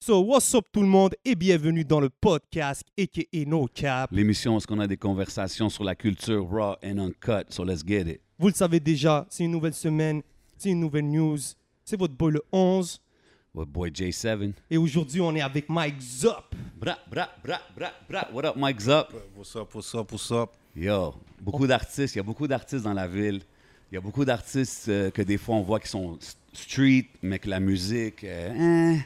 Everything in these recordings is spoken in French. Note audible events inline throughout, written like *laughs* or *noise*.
So, what's up tout le monde et bienvenue dans le podcast aka No Cap. L'émission, est-ce qu'on a des conversations sur la culture raw and uncut? So let's get it. Vous le savez déjà, c'est une nouvelle semaine, c'est une nouvelle news. C'est votre boy le 11 What boy J7. et aujourd'hui on est avec Mike Zop. Bra, bra, bra, bra, bra. What up, Mike's up? What's up, what's up, what's up? Ah. Yo, beaucoup d'artistes. Il y a beaucoup d'artistes dans la ville. Il y a beaucoup d'artistes euh, que des fois on voit qui sont s- street, mais que la musique, euh, hein.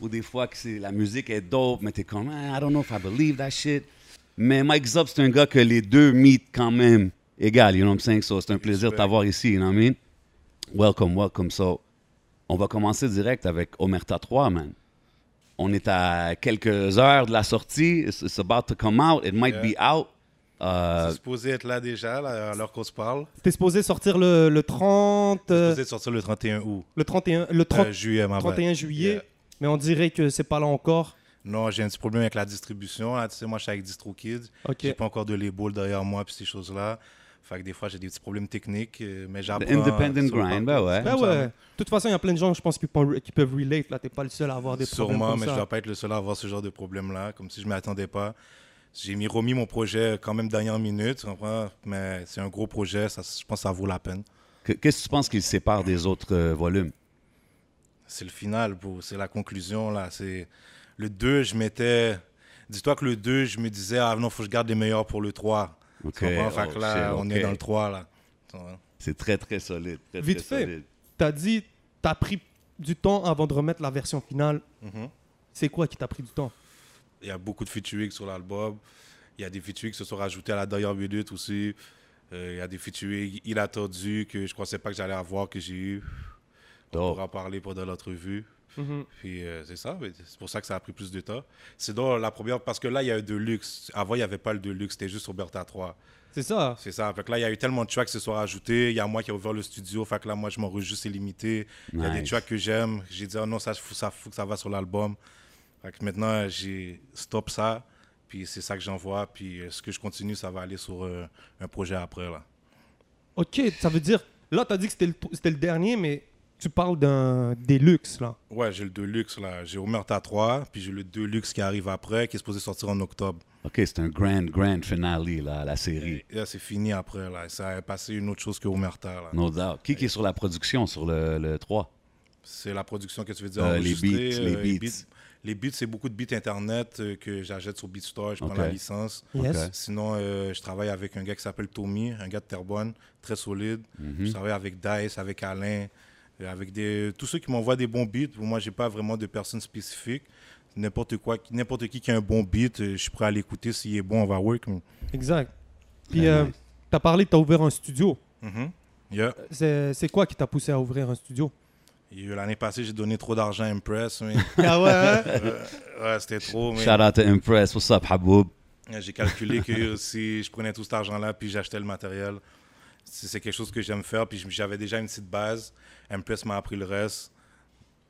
ou des fois que c'est- la musique est dope, mais t'es comme, Ah, I don't know if I believe that shit. Mais Mike Zop, c'est un gars que les deux mythes quand même égal, you know what I'm saying? So, c'est un plaisir de t'avoir ici, you know what I mean? Welcome, welcome. So, on va commencer direct avec Omerta 3, man. On est à quelques heures de la sortie. It's, it's about to come out. It might be out. Euh, C'est supposé être là déjà, là, alors qu'on se parle. C'était supposé sortir le, le 30 euh, supposé sortir le 31 août. le 31 le 30 Euh, juillet, ma bad. 31 juillet, Yeah. mais on dirait que c'est pas là encore. Non, j'ai un petit problème avec la distribution. là. Tu sais, moi, je suis avec DistroKid. Ok. J'ai pas encore de label derrière moi puis ces choses-là. Fait que des fois, j'ai des petits problèmes techniques, euh, mais j'apprends. The independent Sûrement. grind, ben ouais. Ben Comme ça, ouais. De toute façon, il y a plein de gens, je pense, qui, pen- qui peuvent relate. Là, t'es pas le seul à avoir des Sûrement, problèmes mais comme je ça. dois pas être le seul à avoir ce genre de problème-là, comme si je m'y attendais pas. J'ai mis remis mon projet quand même dernière minute, tu comprends? Mais c'est un gros projet, ça, je pense que ça vaut la peine. Que- Qu'est-ce que tu penses qu'il sépare des autres euh, volumes? C'est le final, bro. c'est la conclusion. là. C'est Le 2, je m'étais. Dis-toi que le 2, je me disais, ah non, faut que je garde les meilleurs pour le 3. Ok, Fait oh, que là, shit, on ok. est dans le 3. Là. Tu comprends? C'est très, très solide. très, Vite très fait. solide. T'as dit, t'as pris du temps avant de remettre la version finale. Mm-hmm. C'est quoi qui t'a pris du temps Il y a beaucoup de featuring sur l'album. Il y a des featuring qui se sont rajoutés à la dernière minute aussi. Euh, il y a des featuring inattendus que je ne pensais pas que j'allais avoir, que j'ai eu. On Dope. pourra parler pendant l'entrevue. Mhm. Puis euh, c'est ça, mais c'est pour ça que ça a pris plus de temps. C'est dans la première, parce que là, il y a eu de luxe. Avant, il n'y avait pas le de luxe, c'était juste Roberta 3. C'est ça. C'est ça. Fait que là, il y a eu tellement de tracks qui se sont rajoutés. Il y a moi qui ai ouvert le studio. Fait que là, moi, je m'enregistre illimité. Il y a des Nice. tracks que j'aime. J'ai dit, Ah non, ça, faut, ça, faut que ça va sur l'album. Fait que maintenant, j'ai stop ça. Puis c'est ça que j'envoie. Puis euh, ce que je continue, ça va aller sur euh, un projet après, là. Ok, ça veut dire. Là, t'as dit que c'était le, c'était le dernier, mais tu parles d'un Deluxe, là. Ouais, j'ai le Deluxe, là. J'ai Omerta 3. Puis j'ai le Deluxe qui arrive après, qui est supposé sortir en octobre. OK, c'est un grand, grand finale, là, à la série. Et là, c'est fini après, là. Ça a passé une autre chose que Omerta, là. No doubt. Qui, qui est sur la production, sur le, le 3? C'est la production que tu veux dire. Euh, les enregistrer, beats, les les beats. Les beats, c'est beaucoup de beats internet euh, que j'achète sur BeatStore, je prends Ok. la licence. Yes. Ok. Sinon, euh, je travaille avec un gars qui s'appelle Tommy, un gars de Terrebonne, très solide. Mhm. Je travaille avec Dice, avec Alain, euh, avec des, tous ceux qui m'envoient des bons beats. Pour moi, j'ai pas vraiment de personne spécifique. N'importe quoi, n'importe qui qui a un bon beat, euh, je suis prêt à l'écouter. S'il est bon, on va work. Exact. Puis, Très euh, nice. t'as parlé que t'as ouvert un studio. Mhm. Yeah. C'est c'est quoi qui t'a poussé à ouvrir un studio Et, euh, L'année passée, j'ai donné trop d'argent à Impress. mais, *laughs* *laughs* Ah *laughs* ouais euh, ouais, c'était trop. mais- Shout out to Impress. What's up, Haboub? J'ai calculé *laughs* que euh, si je prenais tout cet argent-là puis j'achetais le matériel, c'est c'est quelque chose que j'aime faire. Puis j'avais déjà une petite base. Impress m'a appris le reste.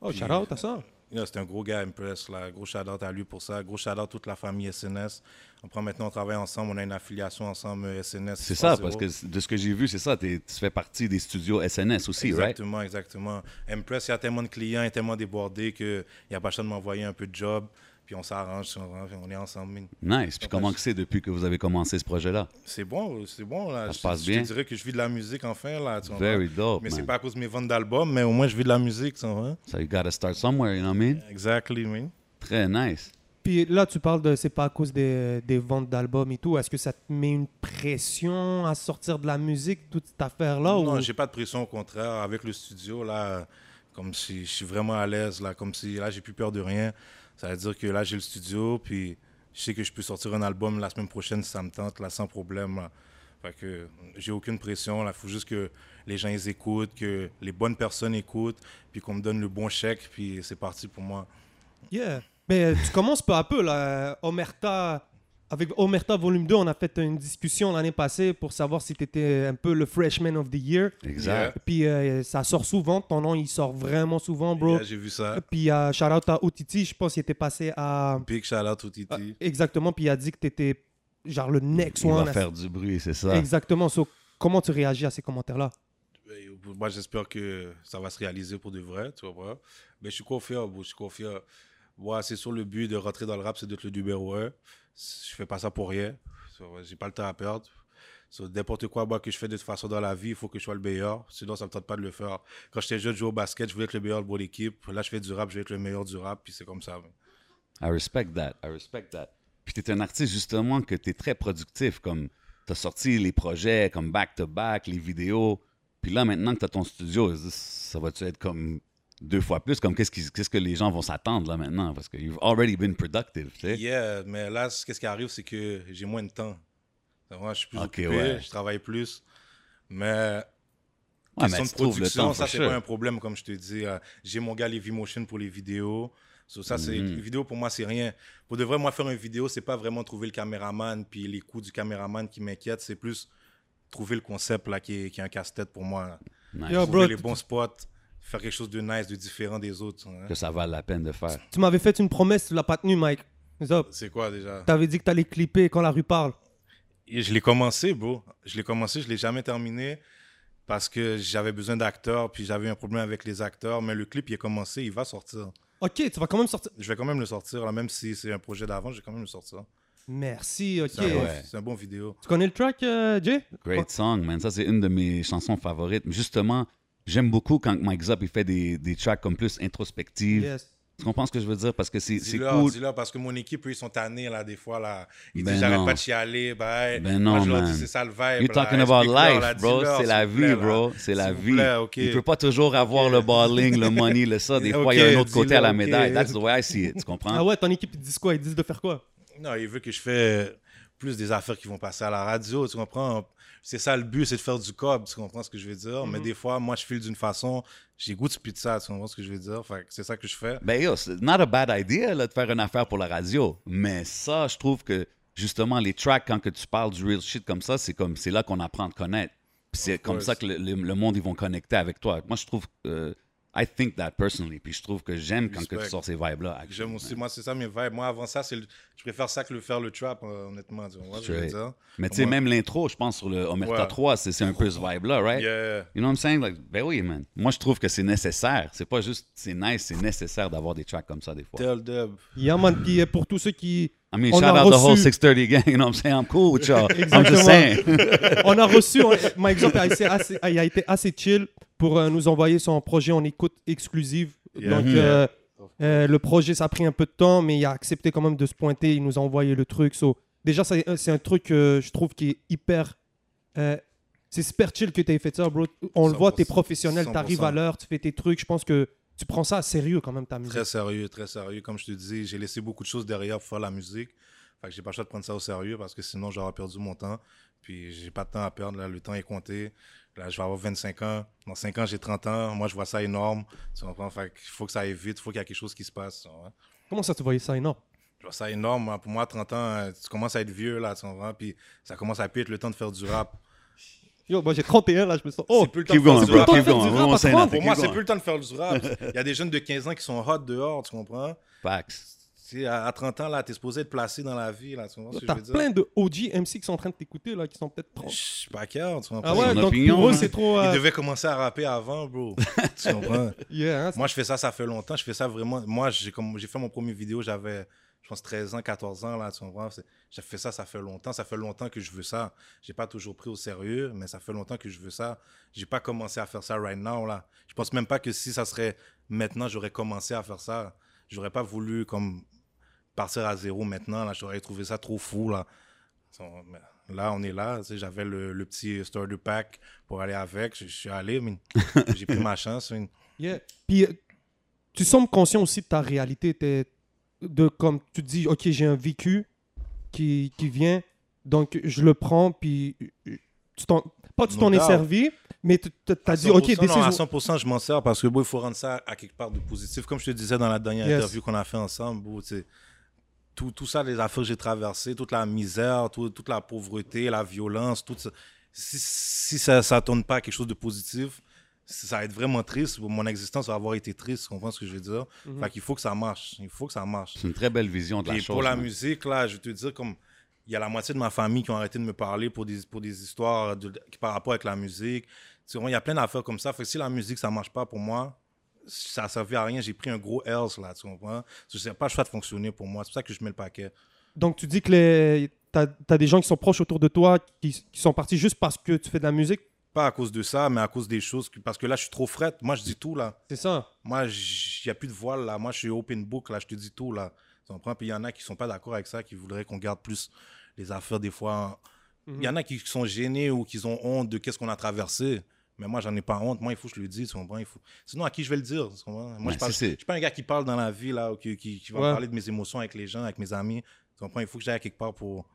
Oh, shout out à ça. Là, C'est un gros gars, Impress. Là. Gros shout-out à lui pour ça. Gros shout-out à toute la famille SNS. On prend maintenant, on travaille ensemble. On a une affiliation ensemble euh, SNS. C'est ça, parce que c- de ce que j'ai vu, c'est ça. t'es- Tu fais partie des studios SNS aussi, right? Exactement, exactement. Impress, il y a tellement de clients, il y a tellement débordés qu'il n'y a pas chaud de m'envoyer un peu de job. Puis on s'arrange, tu comprends? Puis on est ensemble. Nice. Puis comment que c'est depuis que vous avez commencé ce projet-là? C'est bon, c'est bon. Là. Ça se Je- passe je, bien. te dirais que je vis de la musique enfin. Là, tu comprends? Very dope, Mais c'est man. pas à cause de mes ventes d'albums, mais au moins je vis de la musique. Tu comprends? So you gotta start somewhere, you know what I mean? Exactly, man. Très nice. Puis là, tu parles de c'est pas à cause des, des ventes d'albums et tout. Est-ce que ça te met une pression à sortir de la musique, toute cette affaire-là non, ou... j'ai pas de pression, au contraire. Avec le studio, là, comme si je suis vraiment à l'aise, là, comme si là, j'ai plus peur de rien. Ça veut dire que là, j'ai le studio, puis je sais que je peux sortir un album la semaine prochaine si ça me tente, là, sans problème. Là. Fait que euh, j'ai aucune pression, là. Faut juste que les gens, ils écoutent, que les bonnes personnes écoutent, puis qu'on me donne le bon chèque, puis c'est parti pour moi. Yeah. Mais euh, tu commences peu à peu, là. Omerta, avec Omerta Volume 2, on a fait une discussion l'année passée pour savoir si tu étais un peu le freshman of the year. Exact. Puis euh, ça sort souvent, ton nom il sort vraiment souvent, bro. Yeah, j'ai vu ça. Puis euh, shout out à Otiti, je pense qu'il était passé à. euh, Big shout out to Ah. Titi. Exactement, puis il a dit que tu étais genre le next Il one. va à- faire du bruit, c'est ça. Exactement. So, comment tu réagis à ces commentaires-là Euh, Moi, j'espère que ça va se réaliser pour de vrai, tu vois. Mais je suis confiant, bro, je suis confiant. Bon, ouais, c'est sûr, le but de rentrer dans le rap, c'est d'être le numéro un. Je fais pas ça pour rien. So, ouais, J'ai pas le temps à perdre. So, N'importe quoi moi, que je fais de toute façon dans la vie, il faut que je sois le meilleur. Sinon, ça me tente pas de le faire. Quand j'étais jeune, je jouais au basket, je voulais être le meilleur de mon équipe. Là, je fais du rap, je vais être le meilleur du rap, puis c'est comme ça. I respect that. I respect that. Puis t'es un artiste justement que t'es très productif, comme t'as sorti les projets, comme back to back, les vidéos. Puis là maintenant que t'as ton studio, is this- ça va-tu être comme deux fois plus, comme qu'est-ce qui- qu'est-ce que les gens vont s'attendre là maintenant, parce que you've already been productive, tu sais. Yeah, mais là, c- qu'est-ce qui arrive, c'est que j'ai moins de temps. Moi, je suis plus Ok, occupé, ouais. je travaille plus. Mais Ouais, question Ah, mais de tu trouves le production, temps, ça, for c'est sure. pas un problème, comme je te dis. Euh, J'ai mon gars Motion pour les vidéos. So, ça, c'est Mhm. les vidéos pour moi, c'est rien. Pour de vrai, moi, faire une vidéo, c'est pas vraiment trouver le caméraman puis les coups du caméraman qui m'inquiètent. C'est plus trouver le concept là, qui, est, qui est un casse-tête pour moi. là. Nice. Yo, Trouver bro, les t- bons spots, faire quelque chose de nice, de différent des autres. hein. Que ça vale la peine de faire. Tu m'avais fait une promesse, tu l'as pas tenue, Mike. Zop, C'est quoi déjà t'avais dit que t'allais clipper quand la rue parle. Et je l'ai commencé, bro. Je l'ai commencé, je l'ai jamais terminé parce que j'avais besoin d'acteurs, puis j'avais un problème avec les acteurs. Mais le clip, il est commencé, il va sortir. Ok, tu vas quand même sortir. Je vais quand même le sortir, là, même si c'est un projet d'avant, je vais quand même le sortir. Merci, ok. C'est un, bon- ouais. c'est un bon vidéo. Tu connais le track, euh, Jay Great song, man. Ça, c'est une de mes chansons favorites. Justement, j'aime beaucoup quand Mike Zop, il fait des, des tracks comme plus introspectives. Yes. Tu comprends ce que je veux dire? Parce que c'est c'est Dis-leur, cool. dis-leur, parce que mon équipe, eux, ils sont tannés, là, des fois, là. Ils Ben disent, non. j'arrête pas de chialer, bah, hey. Ben Moi, non, je leur dis, man. c'est ça le vibe. You're là. talking about Explique-leur, life, là, bro. dis-leur, C'est la s'il vous plaît, vie, là. bro. C'est la S'il vous vie. plaît, ok. Il peut pas toujours avoir le balling, le money, le ça. *laughs* Des fois, il y a Ok, un autre côté à la dis-le, ok. médaille. That's the way I see it. Tu comprends? Ah ouais, ton équipe, ils disent quoi Ils disent de faire quoi Non, il veut que je fais plus des affaires qui vont passer à la radio, tu comprends? C'est ça le but, c'est de faire du cob, tu comprends ce que je veux dire? Mm-hmm. Mais des fois, moi, je file d'une façon, j'ai goût de plus de ça, tu comprends ce que je veux dire? Fait que c'est ça que je fais. Ben yo, c'est not a bad idea là, de faire une affaire pour la radio. Mais ça, je trouve que justement, les tracks, quand que tu parles du real shit comme ça, c'est comme c'est là qu'on apprend à te connaître. Puis C'est Of comme course. ça que le, le- le monde, ils vont connecter avec toi. Moi, je trouve. euh, I think that personally. Puis je trouve que j'aime quand que tu Respect. sors ces vibes-là. actually, J'aime aussi, man. moi, c'est ça mes vibes. Moi, avant ça, c'est le- je préfère ça que le faire le trap, euh, honnêtement, tu comprends ce que je veux Straight. dire? Mais tu sais, Moi- même l'intro, je pense, sur le Omerta Ouais. 3, c'est c'est un peu ce vibe-là, right? Yeah. You know what I'm saying? Like, ben oui, man. Moi, je trouve que c'est nécessaire. C'est pas juste c'est nice, c'est nécessaire d'avoir des tracks comme ça des fois. Tell Dub. Yeah, man. Puis euh, pour tous ceux qui. I mean, On shout a out the whole reçu- 630 gang. You know what I'm saying? I'm cool with *laughs* y'all. I'm Exactement. just saying. On a reçu. on- Mike Zop a été assez, il a été assez chill pour euh, nous envoyer son projet en écoute exclusive. Yeah. Mm-hmm. Donc. Mhm. euh, euh, le projet, ça a pris un peu de temps, mais il a accepté quand même de se pointer. Il nous a envoyé le truc. So, déjà, ça- c'est un truc, euh, je trouve, qui est hyper. euh, c'est super chill que tu aies fait ça, bro. On le voit, tu es 100%, professionnel, tu arrives à 100%. l'heure, tu fais tes trucs. Je pense que tu prends ça à sérieux quand même, ta musique. Très sérieux, très sérieux. Comme je te dis, j'ai laissé beaucoup de choses derrière pour faire la musique. Fait que j'ai pas le choix de prendre ça au sérieux parce que sinon j'aurais perdu mon temps. Puis j'ai pas de temps à perdre. Là, le temps est compté. Là, je vais avoir 25 ans. Dans 5 ans, j'ai 30 ans. Moi, je vois ça énorme. Tu comprends? Fait qu'il faut que ça aille vite. Il faut qu'il y ait quelque chose qui se passe. tu comprends? Comment ça, tu voyais ça énorme Je vois ça énorme. hein. Pour moi, 30 ans, euh, tu commences à être vieux, là, tu comprends? Puis ça commence à plus être le temps de faire du rap. Yo, moi j'ai 31 là, je me sens. Oh, C'est plus le temps Keep de faire going, du bro. rap. Attends, Keep fais du going. rap, We won't say attends. nothing. Pour moi, Keep c'est going. plus le temps de faire du *laughs* rap. Il y a des jeunes de 15 ans qui sont hot dehors, tu comprends? Facts. Tu sais, à à 30 ans, là, t'es supposé être placé dans la vie, là, tu comprends ce que je t'as veux dire? plein de OG MC qui sont en train de t'écouter là, qui sont peut-être 30. Je suis pas cœur, tu comprends? Ah ouais, son donc opinion, pour eux, hein. c'est trop. Il euh, devait commencer à rapper *laughs* avant, bro. tu comprends? yeah, hein, c'est- Moi, je fais ça, ça fait longtemps. Je fais ça vraiment. Moi, j'ai comme j'ai fait mon premier vidéo, j'avais, je pense, 13 ans, 14 ans, là, tu comprends? C'est- J'ai fait ça, ça fait longtemps. Ça fait longtemps que je veux ça. J'ai pas toujours pris au sérieux, mais ça fait longtemps que je veux ça. J'ai pas commencé à faire ça right now, là. Je pense même pas que si ça serait maintenant, j'aurais commencé à faire ça. J'aurais pas voulu, comme, partir à zéro maintenant, là. J'aurais trouvé ça trop fou, là. Son- mais Là, on est là. tu sais, J'avais le, le petit starter pack pour aller avec. Je, je suis allé, mais j'ai pris ma chance. mais- Yeah. Puis euh, tu sembles conscient aussi de ta réalité, t'es- de comme tu te dis, ok, j'ai un vécu qui, qui vient, donc je le prends, puis euh, tu t'en, pas tu No t'en es doubt. servi, mais tu tu- t'as À dit, ok, 100%, this non, à is- 100%, je m'en sers parce que bon, il faut rendre ça à quelque part de positif. Comme je te disais dans la dernière Yes. interview qu'on a fait ensemble, bon, tu sais, tout, tout ça, les affaires que j'ai traversées, toute la misère, tout- toute la pauvreté, la violence, tout ça. Si, si ça ne tourne pas à quelque chose de positif, ça va être vraiment triste. Mon existence va avoir été triste, tu comprends ce que je veux dire? Mhm. Fait qu'il faut que ça marche. Il faut que ça marche. C'est une très belle vision de la Puis chose. pour la man. musique, là, je vais te dire, comme il y a la moitié de ma famille qui ont arrêté de me parler pour des, pour des histoires de- qui- par rapport avec la musique. Tu vois, il y a plein d'affaires comme ça. Fait que si la musique, ça marche pas pour moi, ça servait à rien. J'ai pris un gros else là, tu comprends? Je sais pas le choix de fonctionner pour moi. C'est pour ça que je mets le paquet. Donc, tu dis que les... tu as, des gens qui sont proches autour de toi, qui, qui sont partis juste parce que tu fais de la musique. Pas à cause de ça, mais à cause des choses. que- parce que là, je suis trop frette. Moi, je dis tout là. C'est ça. Moi, il n'y a plus de voile là. Moi, je suis open book là. Je te dis tout là. Tu comprends? Puis il y en a qui sont pas d'accord avec ça, qui voudraient qu'on garde plus les affaires des fois. Il y en a qui sont gênés ou qui ont honte de qu'est-ce qu'on a traversé. Mais moi, j'en ai pas honte. Moi, il faut que je le dise. Tu comprends? Il faut... Sinon, à qui je vais le dire? Tu comprends? Moi, Ouais, je parle. c'est- c'est- Je suis pas un gars qui parle dans la vie, là, ou qui, qui, qui va Ouais. parler de mes émotions avec les gens, avec mes amis. Tu comprends? Il faut que j'aille quelque part pour,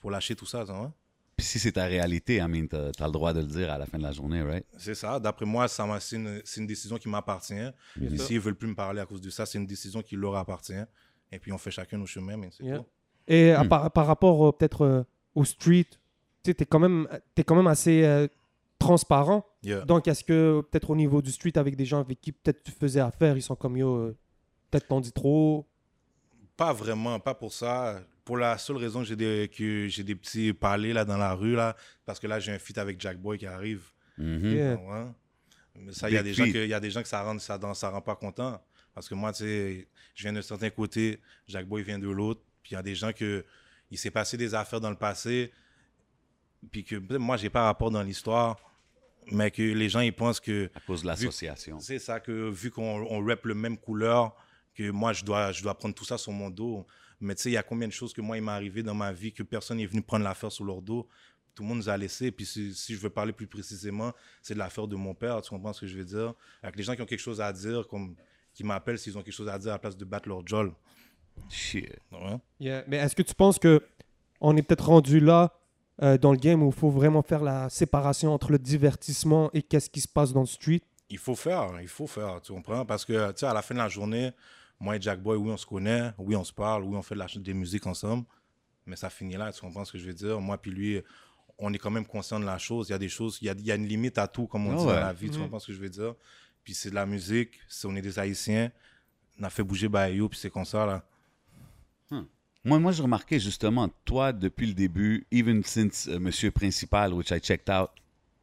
pour lâcher tout ça, tu vois? Puis si c'est ta réalité, I mean, t'as t'as le droit de le dire à la fin de la journée, right? C'est ça. D'après moi, ça m'a- c'est une, c'est une décision qui m'appartient. Mhm. Et S'ils veulent plus me parler à cause de ça, c'est une décision qui leur appartient. Et puis, on fait chacun nos chemins, mais c'est Yeah. tout. Et à Hmm. par, par rapport euh, peut-être euh, au street, tu sais, t'es quand même, t'es quand même assez euh, transparent. Yeah. Donc, est-ce que euh, peut-être au niveau du street, avec des gens avec qui peut-être tu faisais affaire, ils sont comme yo, euh, peut-être t'en dis trop. Pas vraiment, pas pour ça. Pour la seule raison que j'ai des, que j'ai des petits palais là, dans la rue, là, parce que là, j'ai un feat avec Jack Boy qui arrive. Mhm. Yeah. Ouais. Mais ça, il y, a Big des gens feat. que- il y a des gens que ça rend, ça, dans- ça rend pas content. Parce que moi, tu sais, je viens d'un certain côté, Jacques Boy vient de l'autre. Puis il y a des gens que il s'est passé des affaires dans le passé, puis que peut-être moi, j'ai pas rapport dans l'histoire, mais que les gens, ils pensent que À cause de l'association. c'est ça que vu qu'on on rep le même couleur, que moi je dois, je dois prendre tout ça sur mon dos. Mais tu sais, il y a combien de choses que moi il m'est arrivé dans ma vie que personne n'est venu prendre l'affaire sur leur dos. Tout le monde nous a laissé. Puis si, si je veux parler plus précisément, c'est de l'affaire de mon père. Tu comprends ce que je veux dire? Avec les gens qui ont quelque chose à dire, comme qui m'appellent s'ils ont quelque chose à dire à la place de battre leur jol. Shit. Ouais. Yeah. Mais est-ce que tu penses que on est peut-être rendu là euh, dans le game où il faut vraiment faire la séparation entre le divertissement et qu'est-ce qui se passe dans le street Il faut faire, il faut faire, tu comprends? Parce que, tu sais, à la fin de la journée, moi et Jack Boy, oui, on se connaît, oui, on se parle, oui, on fait de la, ch- des musiques ensemble, mais ça finit là, tu comprends ce que je veux dire? Moi puis lui, on est quand même conscient de la chose. Il y a des choses, il y a, il y a une limite à tout, comme on Ah dit ouais. dans la vie, tu Mhm. comprends ce que je veux dire? Puis c'est de la musique, c'est- on est des Haïtiens, on a fait bouger Bayou, puis c'est comme ça, là. Moi, moi, je remarquais justement, toi, depuis le début, even since euh, Monsieur Principal, which I checked out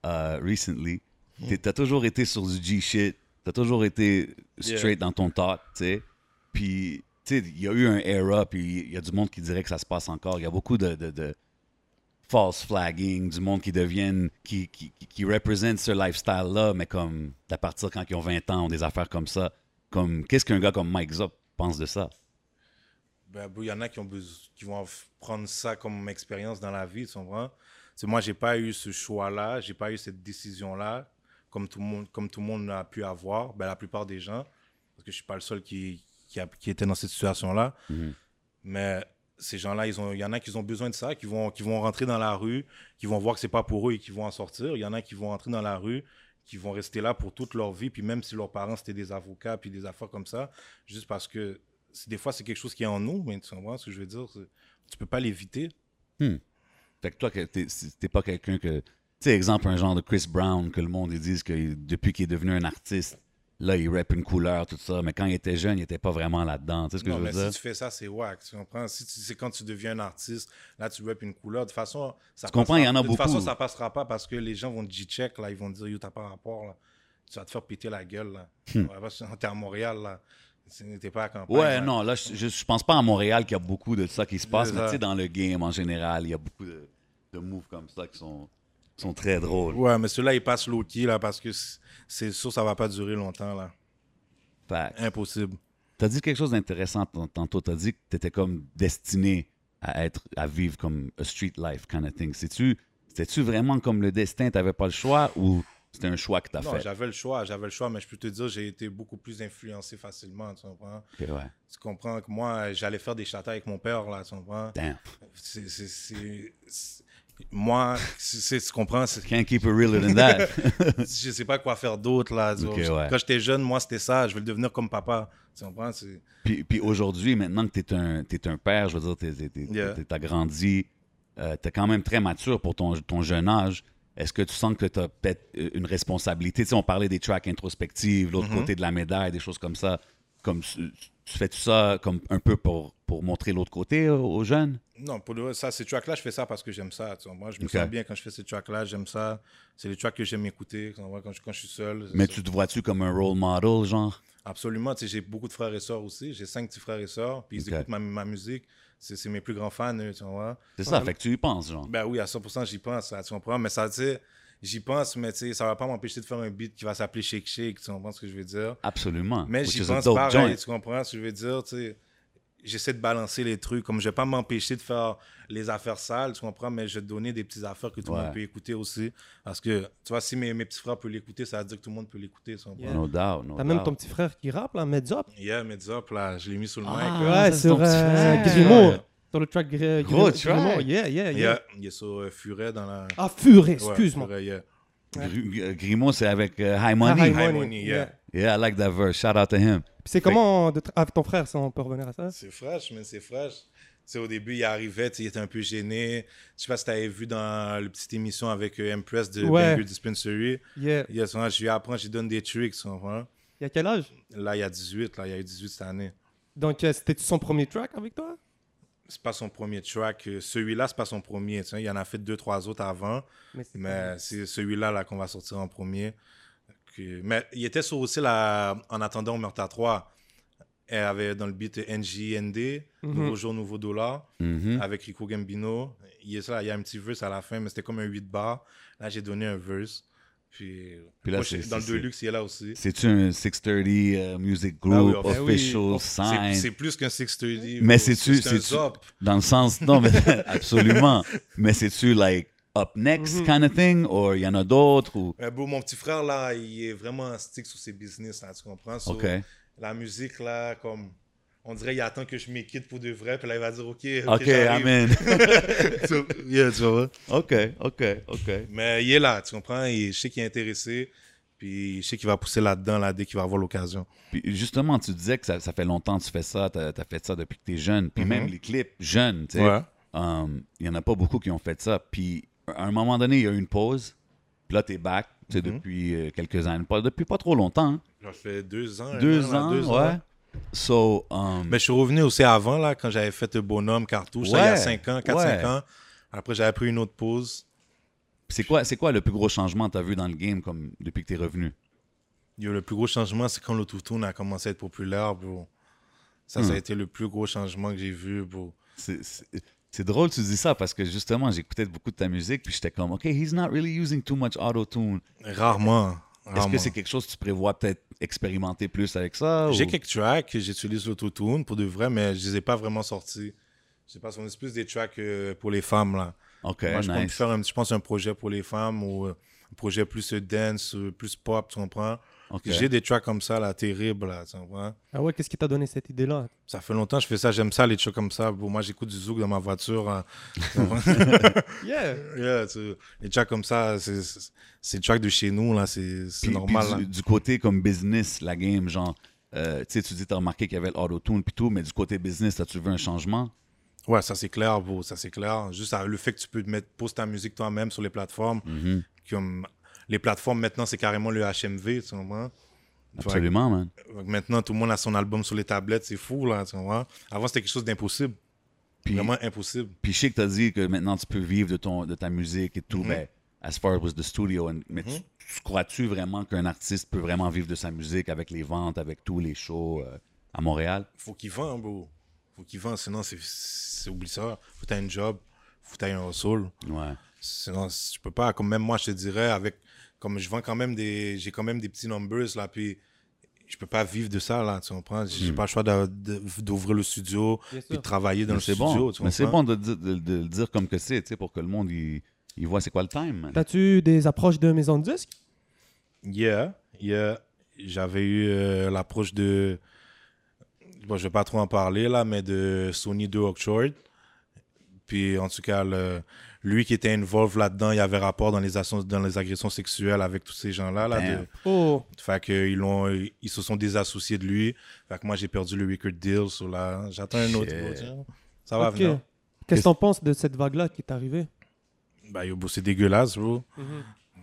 uh, recently, t'es- t'as toujours été sur du G-shit, t'as toujours été straight dans ton talk, tu sais. Puis, tu sais, il y a eu un era, puis il y a du monde qui dirait que ça se passe encore. Il y a beaucoup de, de, de false flagging, du monde qui deviennent, qui, qui, qui, qui représentent ce lifestyle-là, mais comme à partir quand ils ont 20 ans, ont des affaires comme ça. Comme, qu'est-ce qu'un gars comme Mike Zop pense de ça? Ben, bro, il y en a qui, ont besoin, qui vont f- prendre ça comme expérience dans la vie, tu comprends? C'est moi, j'ai pas eu ce choix-là, j'ai pas eu cette décision-là, comme tout le monde, comme tout le monde a pu avoir, ben, la plupart des gens, parce que je suis pas le seul qui, qui, a- qui était dans cette situation-là. Mhm. Mais ces gens-là, ils ont- il y en a qui ont besoin de ça, qui vont, qui vont rentrer dans la rue, qui vont voir que c'est pas pour eux et qui vont en sortir. Il y en a qui vont rentrer dans la rue, qui vont rester là pour toute leur vie, puis même si leurs parents c'était des avocats, puis des affaires comme ça, juste parce que c'est- des fois c'est quelque chose qui est en nous, mais tu comprends ce que je veux dire? c'est- Tu peux pas l'éviter. Fait que toi, que t'es si t'es pas quelqu'un que. Tu sais, exemple, un genre de Chris Brown, que le monde, ils disent que depuis qu'il est devenu un artiste, là, il rappe une couleur, tout ça. Mais quand il était jeune, il était pas vraiment là-dedans. Tu sais ce que Non, je veux mais dire? si tu fais ça, c'est wack, tu comprends? Si tu- c'est quand tu deviens un artiste, là tu rap une couleur. De toute façon, ça Tu comprends, passera- il y en a de toute façon, beaucoup. ça passera pas parce que les gens vont te G-check, là, ils vont te dire, yo, t'as pas rapport, là. Tu vas te faire péter la gueule, là. Ouais, parce que T'es à Montréal, là. C'est- T'es pas à campagne. Hmm. Ouais, là. non, là, je, je, je pense pas à Montréal qu'il y a beaucoup de ça qui se passe, C'est mais ça. tu sais, dans le game en général, il y a beaucoup de, de moves comme ça qui sont, qui sont très drôles. Ouais, mais ceux-là, ils passent l'outil, là, parce que c'est- c'est sûr, ça va pas durer longtemps, là. Fait que Impossible. t'as dit quelque chose d'intéressant tant- tantôt. T'as dit que t'étais comme destiné à être, à vivre comme a street life kind of thing. C'est-tu, c'était-tu vraiment comme le destin, t'avais pas le choix ou c'était un choix que t'as Non, fait? j'avais le choix, j'avais le choix, mais je peux te dire, j'ai été beaucoup plus influencé facilement, tu comprends? Ok, ouais. Tu comprends que moi, j'allais faire des châtains avec mon père, là, tu comprends? Damn. C'est- c'est- c'est- c'est- Moi, c'est- c'est- tu comprends? c'est- Can't keep it realer than that. Je sais pas quoi faire d'autre, là. tu vois. Ok, ouais. Quand j'étais jeune, moi, c'était ça, je vais le devenir comme papa, tu comprends? C'est- puis puis aujourd'hui, maintenant que t'es un, t'es un père, je veux dire, t'es- t'es- t'es- Yeah. t'es- t'as grandi, euh, t'es quand même très mature pour ton, ton jeune âge. Est-ce que tu sens que t'as Mm-hmm. peut-être euh, une responsabilité? Tu sais, on parlait des tracks introspectives, l'autre côté de la médaille, des choses comme ça. comme tu, tu fais tout ça comme un peu pour, pour montrer l'autre côté euh, aux jeunes? Non, pour le reste, ça, ces tracks-là, je fais ça parce que j'aime ça. tu vois. Moi, je me Ok. sens bien quand je fais ces tracks-là, j'aime ça. C'est les tracks que j'aime écouter tu vois, quand je, quand je suis seul. Mais C'est- tu te vois-tu comme un role model, genre? Absolument. Tu sais, j'ai beaucoup de frères et sœurs aussi. J'ai cinq petits frères et sœurs. Puis ils Ok. écoutent ma, ma musique. C'est c'est mes plus grands fans, eux, tu vois. C'est ça, fait que tu y penses, genre. Ben oui, à 100%, j'y pense, là, tu comprends? Mais ça, tu sais, j'y pense, mais tu sais, ça va pas m'empêcher de faire un beat qui va s'appeler Shake Shake, tu comprends ce que je veux dire? Absolument. Mais Which j'y is a pense dope pareil, joint. tu comprends ce que je veux dire? Tu sais, j'essaie de balancer les trucs, comme je vais pas m'empêcher de faire les affaires sales, tu comprends? Mais je vais te donner des petites affaires que tout le Ouais. monde peut écouter aussi. Parce que, tu vois, si mes, mes petits frères peuvent l'écouter, ça veut dire que tout le monde peut l'écouter, tu comprends? Yeah. No doubt, no T'as même doubt. ton petit frère qui rappe, là, Medzop. Yeah, Medzop, là, je l'ai mis sous le mic. Ah, Ouais, ça, c'est sur ton petit euh, frère. Grimo. Ouais. Sur le track Gri- Grimo. Gros Grimo, track. Yeah, yeah, yeah. Yeah, il est sur euh, Furet dans la. Ah, Furet, Ouais, excuse-moi. Furet, yeah. Gr- euh, Grimaud, c'est avec euh, High Money. Ah, High High Money, Money, yeah. yeah. Yeah, I like that verse. Shout out to him. Puis c'est comment, de tra- avec ton frère, ça, on peut revenir à ça C'est fraîche, mais c'est fraîche. Tu sais, au début, il arrivait, tu sais, il était un peu gêné. Je sais pas si tu avais vu dans la petite émission avec euh, Empress de Ouais. Banger Dispensary. Yeah. Il y a souvent, je lui apprends, je lui donne des tricks. tu comprends? Il y a quel âge Là, il y a 18, là, il y a eu 18 cette année. Donc, euh, c'était son premier track avec toi C'est pas son premier track. euh, Celui-là, c'est pas son premier. tu sais. Il y en a fait deux, trois autres avant. Mais c'est- Mais c'est celui-là là, qu'on va sortir en premier. Que- Mais il était sur aussi la... En attendant, on meurt à 3. Elle avait dans le beat NJND, Mhm. Nouveau jour, nouveau dollar. Mhm. avec Rico Gambino. Il y, a ça, il y a un petit verse à la fin, mais c'était comme un 8 bars. Là, j'ai donné un verse. Puis, Puis là, moi, je- c'est- dans le c'est- Deluxe, il est là aussi. C'est-tu un 630 euh, Music Ah oui, Group, ben oui. official, C'est sign? c'est plus qu'un 630. Mais bro. c'est-tu- C'est un c'est-tu- zop. Dans le sens, non, *laughs* mais *laughs* absolument. Mais c'est-tu like up next Mm-hmm. Mhm. kind of thing, ou il y en a d'autres, ou Mais bon, mon petit frère, là, il est vraiment stick sur ses business, là, tu comprends? So, ok, La musique, là, comme... On dirait qu'il attend que je m'équipe pour de vrai, puis là, il va dire, OK, ok, j'arrive. amen, *laughs* *laughs* So, yeah, tu vois. ok, ok, ok. Mais il est là, tu comprends? Et je sais qu'il est intéressé, puis je sais qu'il va pousser là-dedans, là, dès qu'il va avoir l'occasion. Puis justement, tu disais que ça, ça fait longtemps que tu fais ça, t'as as fait ça depuis que t'es jeune, puis Mhm. même les clips jeunes, tu sais. Um, Il y en a pas beaucoup qui ont fait ça. Puis à un moment donné, il y a eu une pause. Puis là, t'es back. Tu sais, Mhm. depuis euh, quelques années. Pas, depuis pas trop longtemps. hein. Ça fait deux ans. un Deux an, là, ans, ouais. So, um, Mais je suis revenu aussi avant, là, quand j'avais fait le bonhomme cartouche, ça, il y a Ouais, 5 ans, 4-5 ouais. ans. Après, j'avais pris une autre pause. c'est quoi, c'est quoi le plus gros changement que t'as vu dans le game comme depuis que t'es revenu? Yo, le plus gros changement, c'est quand l'autotune a commencé à être populaire, bro. Ça, ça Hmm. a été le plus gros changement que j'ai vu, bro. C'est- C'est c'est drôle que tu dis ça parce que justement, j'écoutais beaucoup de ta musique puis j'étais comme, OK, he's not really using too much auto-tune. Rarement. Est-ce rarement. que c'est quelque chose que tu prévois peut-être expérimenter plus avec ça? J'ai ou- quelques tracks que j'utilise l'autotune pour de vrai, mais je les ai pas vraiment sortis. Je sais pas, c'est plus des tracks euh, pour les femmes, là. OK, Moi, je, pense nice. faire un, je pense un projet pour les femmes ou euh, un projet plus euh, dance, euh, plus pop, tu comprends? OK. J'ai des tracks comme ça, là, terribles, là, tu comprends? Ah ouais, qu'est-ce qui t'a donné cette idée-là Ça fait longtemps que je fais ça, j'aime ça, les trucs comme ça. Bon, moi, j'écoute du zouk dans ma voiture. hein. Yeah Yeah, tu- les tracks comme ça, c'est- c'est c'est des tracks de chez nous, là, c'est c'est Puis- normal. hein. puis là. du, du côté comme business, la game, genre, euh, tu sais, tu dis, t'as remarqué qu'il y avait l'auto-tune puis tout, mais du côté business, as-tu vu un changement? Ouais, ça c'est clair, bro, ça c'est clair. Juste ah, le fait que tu peux te mettre, poser ta musique toi-même sur les plateformes. Mhm. Comme, les plateformes, maintenant, c'est carrément le HMV, tu comprends? Fait que- Absolument, man. fait que Maintenant, tout le monde a son album sur les tablettes, c'est fou, là, tu comprends? Avant, c'était quelque chose d'impossible, Puis, vraiment impossible. puis je sais que t'as dit que maintenant, tu peux vivre de, ton, de ta musique et tout, Mhm. mais as far as the studio, and- mais tu- Mm-hmm. tu, crois-tu vraiment qu'un artiste peut vraiment vivre de sa musique avec les ventes, avec tous les shows euh, à Montréal? faut qu'il vende, bro. Faut qu'il vende, sinon c'est- c'est oublie ça. Faut que t'aies un job, faut que t'aies un hustle. Ouais. Sinon, c- je peux pas. Comme même moi, je te dirais, avec comme je vends quand même des, j'ai quand même des petits numbers là, puis je peux pas vivre de ça là. Tu comprends Hmm. J'ai pas le choix d'a- de- d'ouvrir le studio Bien sûr. puis de travailler dans Mais le c'est studio. bon. tu Mais c'est comprends? bon de, dire- de- de le dire comme que c'est, tu sais, pour que le monde, il, il voit c'est quoi le time, man. T'as-tu des approches de maison de disque Yeah, yeah. J'avais eu euh, l'approche de, bon, je vais pas trop en parler là, mais de Sony de Oxford. Puis en tout cas, le- lui qui était involved là-dedans, il y avait rapport dans les, asson- dans les agressions sexuelles avec tous ces gens-là. Là, Damn. de- Oh, Fait que ils, l'ont- ils se sont désassociés de lui. Fait que moi, j'ai perdu le record deal. sur la... J'attends un autre. Shit. gros, tiens. Ça va ok. venir. Ben, Qu'est-ce que t'en penses de cette vague-là qui est arrivée Bah, yo, bro, c'est dégueulasse, bro.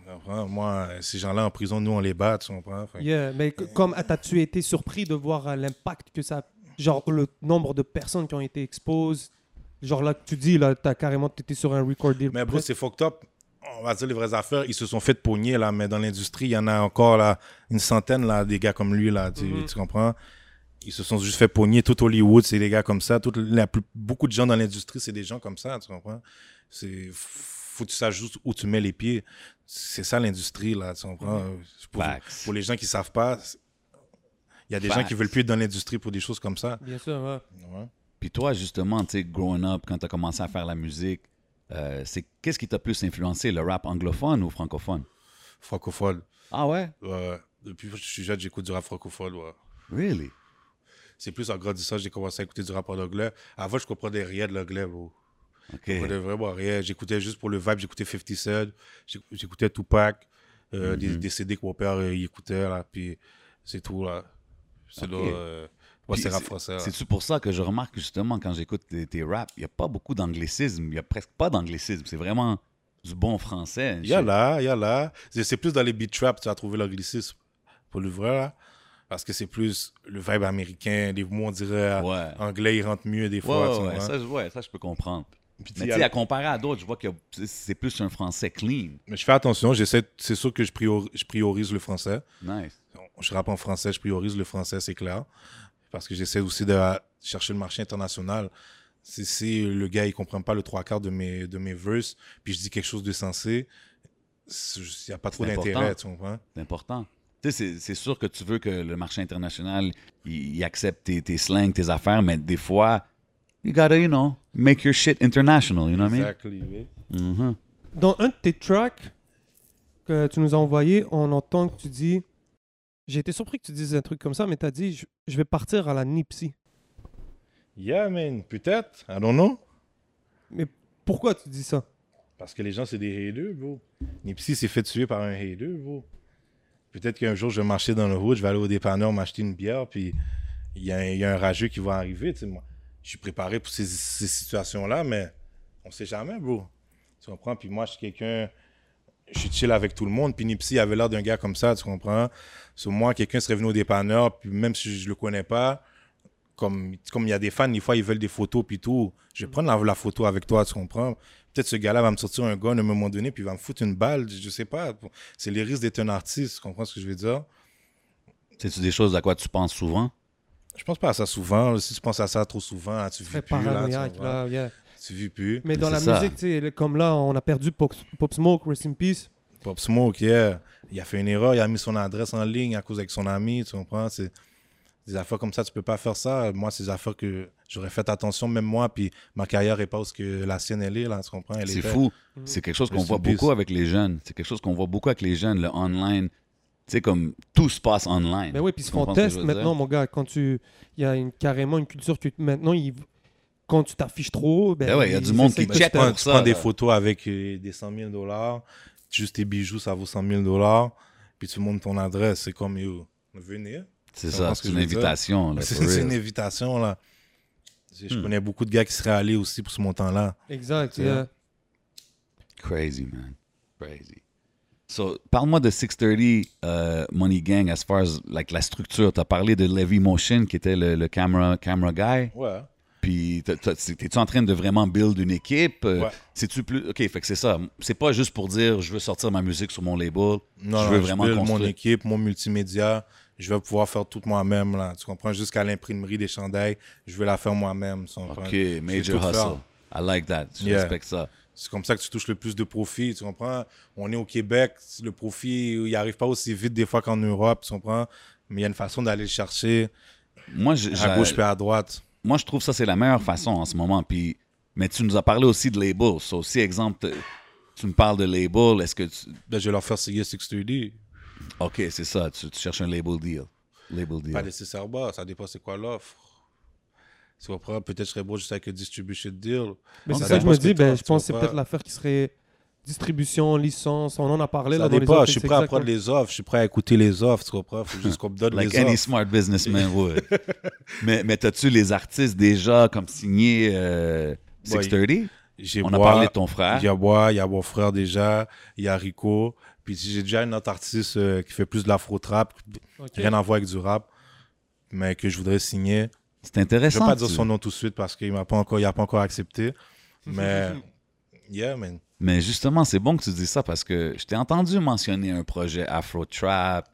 comprends? Moi, ces gens-là en prison, nous, on les bat, tu comprends? Fait que- Yeah, mais c- comme as-tu été surpris de voir euh, l'impact que ça genre le nombre de personnes qui ont été exposées genre là que tu dis là t'as carrément t'étais sur un record deal Mais bro, presque. c'est fucked up. On va dire les vraies affaires, ils se sont fait pogner, là, mais dans l'industrie, il y en a encore, là, une centaine, là, des gars comme lui, là, tu, Mhm. Mm-hmm. tu comprends? Ils se sont juste fait pogner. Tout Hollywood, c'est des gars comme ça. Toute la plus- beaucoup de gens dans l'industrie, c'est des gens comme ça, tu comprends? C'est... Faut que tu saches juste où tu mets les pieds. C'est ça, l'industrie, là, tu comprends? Pour, Mm-hmm. Facts. pour les gens qui savent pas, c'est- il y a des gens qui Facts. veulent plus être dans l'industrie pour des choses comme ça. bien sûr ouais. Ouais. Puis toi, justement, tu sais, growing up, quand tu as commencé à faire la musique, euh, c'est qu'est-ce qui t'a plus influencé, le rap anglophone ou francophone? Francophone. Ah ouais? Ouais. Depuis que je suis jeune, j'écoute du rap francophone, ouais. Really? C'est plus en grandissant que j'ai commencé à écouter du rap en anglais. Avant, je comprenais rien de l'anglais, bro. OK. Je comprenais vraiment rien. J'écoutais juste pour le vibe, j'écoutais 50 Cent, j'éc- j'écoutais Tupac, euh, Mm-hmm. des, des CD que mon père euh, il écoutait, là, puis c'est tout, là. Sinon, Ok. euh, moi, Puis c'est rap c'est- français. là. C'est-tu pour ça que je remarque justement quand j'écoute tes, tes raps, il n'y a pas beaucoup d'anglicisme, il n'y a presque pas d'anglicisme. C'est vraiment du bon français. Il y a là, il y a là. C'est c'est plus dans les beat trap, tu as trouvé l'anglicisme pour le vrai, là. Parce que c'est plus le vibe américain, les mots, on dirait Ouais. anglais, ils rentrent mieux des Ouais, fois. tu ouais, comprends? ça, je- ouais, ça, je peux comprendre. Puis Mais il y tu a- sais, à comparer à d'autres, je vois que c'est plus un français clean. Mais je fais attention, j'essaie, c'est sûr que je priori- je priorise le français. Nice. je rappe en français, je priorise le français, c'est clair. Parce que j'essaie aussi de chercher le marché international. Si, si le gars, il comprend pas le trois quarts de mes, de mes verses, puis je dis quelque chose de sensé, il n'y a pas trop C'est d'intérêt, tu important. comprends? C'est important. Tu sais, c'est- c'est sûr que tu veux que le marché international, il, il accepte tes, tes slangs, tes affaires, mais des fois, you gotta, you know, make your shit international, you know what I mean? Mhm. dans un de tes tracks que tu nous as envoyé on entend que tu dis j'ai été surpris que tu dises un truc comme ça mais t'as dit je, je vais partir à la Nipsey Yeah, man, peut-être, I don't know. mais pourquoi tu dis ça Parce que les gens, c'est des haters, bro. Nipsey s'est fait tuer par un hater, bro. Peut-être qu'un jour, je vais marcher dans le route, je vais aller au dépanneur m'acheter une bière, puis il y, a un- il y a un rageux qui va arriver, tu sais, moi. Je suis préparé pour ces, ces situations-là, mais on sait jamais, bro. Tu comprends? Puis moi, je suis quelqu'un... Je suis chill avec tout le monde, puis Nipsey avait l'air d'un gars comme ça, tu comprends? Sur moi, quelqu'un serait venu au dépanneur, puis même si je le connais pas, comme comme il y a des fans, des fois, ils veulent des photos, puis tout. Je vais prendre la, la photo avec toi, tu comprends? Peut-être ce gars-là va me sortir un gun à un moment donné, puis il va me foutre une balle, je je sais pas. C'est les risques d'être un artiste, tu comprends ce que je veux dire? C'est-tu des choses à quoi tu penses souvent? Je pense pas à ça souvent. Si tu penses à ça trop souvent, là, tu vis très plus. Là, tu, paranoïaque comprends? là, yeah. tu vis plus. mais Mais dans la c'est ça. musique tu sais le- comme là on a perdu Pop, Pop Smoke rest in peace Pop Smoke, yeah, il a fait une erreur, il a mis son adresse en ligne à cause avec son ami, tu comprends? C'est des affaires comme ça, tu peux pas faire ça. Moi, c'est des affaires que j'aurais fait attention, même moi, puis ma carrière est pas où ce que la sienne, elle est, là, tu comprends? Elle C'est était. Mm. fou. C'est quelque chose qu'on Rest in voit peace. beaucoup avec les jeunes. C'est quelque chose qu'on voit beaucoup avec les jeunes, le online. Tu sais, comme tout se passe online. Ben oui, puis ils se Tu font comprends ce que je test veux dire? maintenant, mon gars. Quand tu. Il y a une- carrément une culture que maintenant, ils- quand tu t'affiches trop haut, ben. Ben ouais, il y a ils du monde essaient qui de Tu check. te- prends, pour tu ça, prends des là. photos avec euh, des 100 000 dollars, juste tes bijoux, ça vaut 100 000 dollars, puis tu montes ton adresse, c'est comme, yo, venez. C'est Tu ça, comprends ce c'est que une je veux dire? invitation. *laughs* là, for C'est c'est real. Hmm. une invitation, là. Je je connais beaucoup de gars qui seraient allés aussi pour ce montant-là. Exact. C'est yeah. vrai. Crazy, man. Crazy. So, parle-moi de 630 euh, Money Gang as far as like, la structure. Tu as parlé de Levy Motion qui était le, le camera, camera guy. Ouais. Puis, t'as- t'as- c'est- t'es-tu en train de vraiment build une équipe? Euh, Ouais. C'est-tu plus. OK, fait que c'est ça. C'est pas juste pour dire je veux sortir ma musique sur mon label. Non, je je veux vraiment build construire. mon équipe, mon multimédia. Je vais pouvoir faire tout moi-même, là. Tu comprends? Jusqu'à l'imprimerie des chandails, je vais la faire moi-même. tu comprends? OK, Je vais major tout faire. hustle. I like that. Je Yeah. respecte ça. C'est comme ça que tu touches le plus de profit, tu comprends? On est au Québec, le profit, il arrive pas aussi vite des fois qu'en Europe, tu comprends? Mais il y a une façon d'aller le chercher Moi, je, à j'a- gauche puis à droite. moi, je trouve ça c'est la meilleure façon en ce moment. Puis, mais tu nous as parlé aussi de labels. So, si, exemple, t- tu me parles de label, est-ce que tu, Ben, je vais leur faire signer 630. OK, c'est ça. Tu, tu cherches un label deal. Label deal. Pas nécessairement, ça dépend c'est quoi l'offre. Tu comprends? Peut-être je serais bon juste avec un distribution deal. Mais Ça c'est ça que je dépend me ce que dis, ben, t'offres, je pense que tu c'est comprends? peut-être l'affaire qui serait distribution, licence. On en a parlé Ça là dans dépend, les je suis prêt à prendre les offres, je suis prêt à écouter les offres, tu comprends? Faut juste qu'on me donne Like les offres. any smart *laughs* businessman would. mais mais as-tu les artistes déjà comme signés euh, 630? J'ai On a moi, parlé de ton frère. Il y a moi, il y a mon frère déjà, il y a Rico, puis Puis j'ai déjà une autre artiste euh, qui fait plus de l'afro-trap, Ok. rien à voir avec du rap, mais que je voudrais signer. C'est Je intéressant. vais pas tu- dire son nom tout de suite parce qu'il m'a pas encore, il a pas *laughs* encore accepté. Mais yeah, man. Mais justement, c'est bon que tu dis ça parce que je t'ai entendu mentionner un projet Afro Trap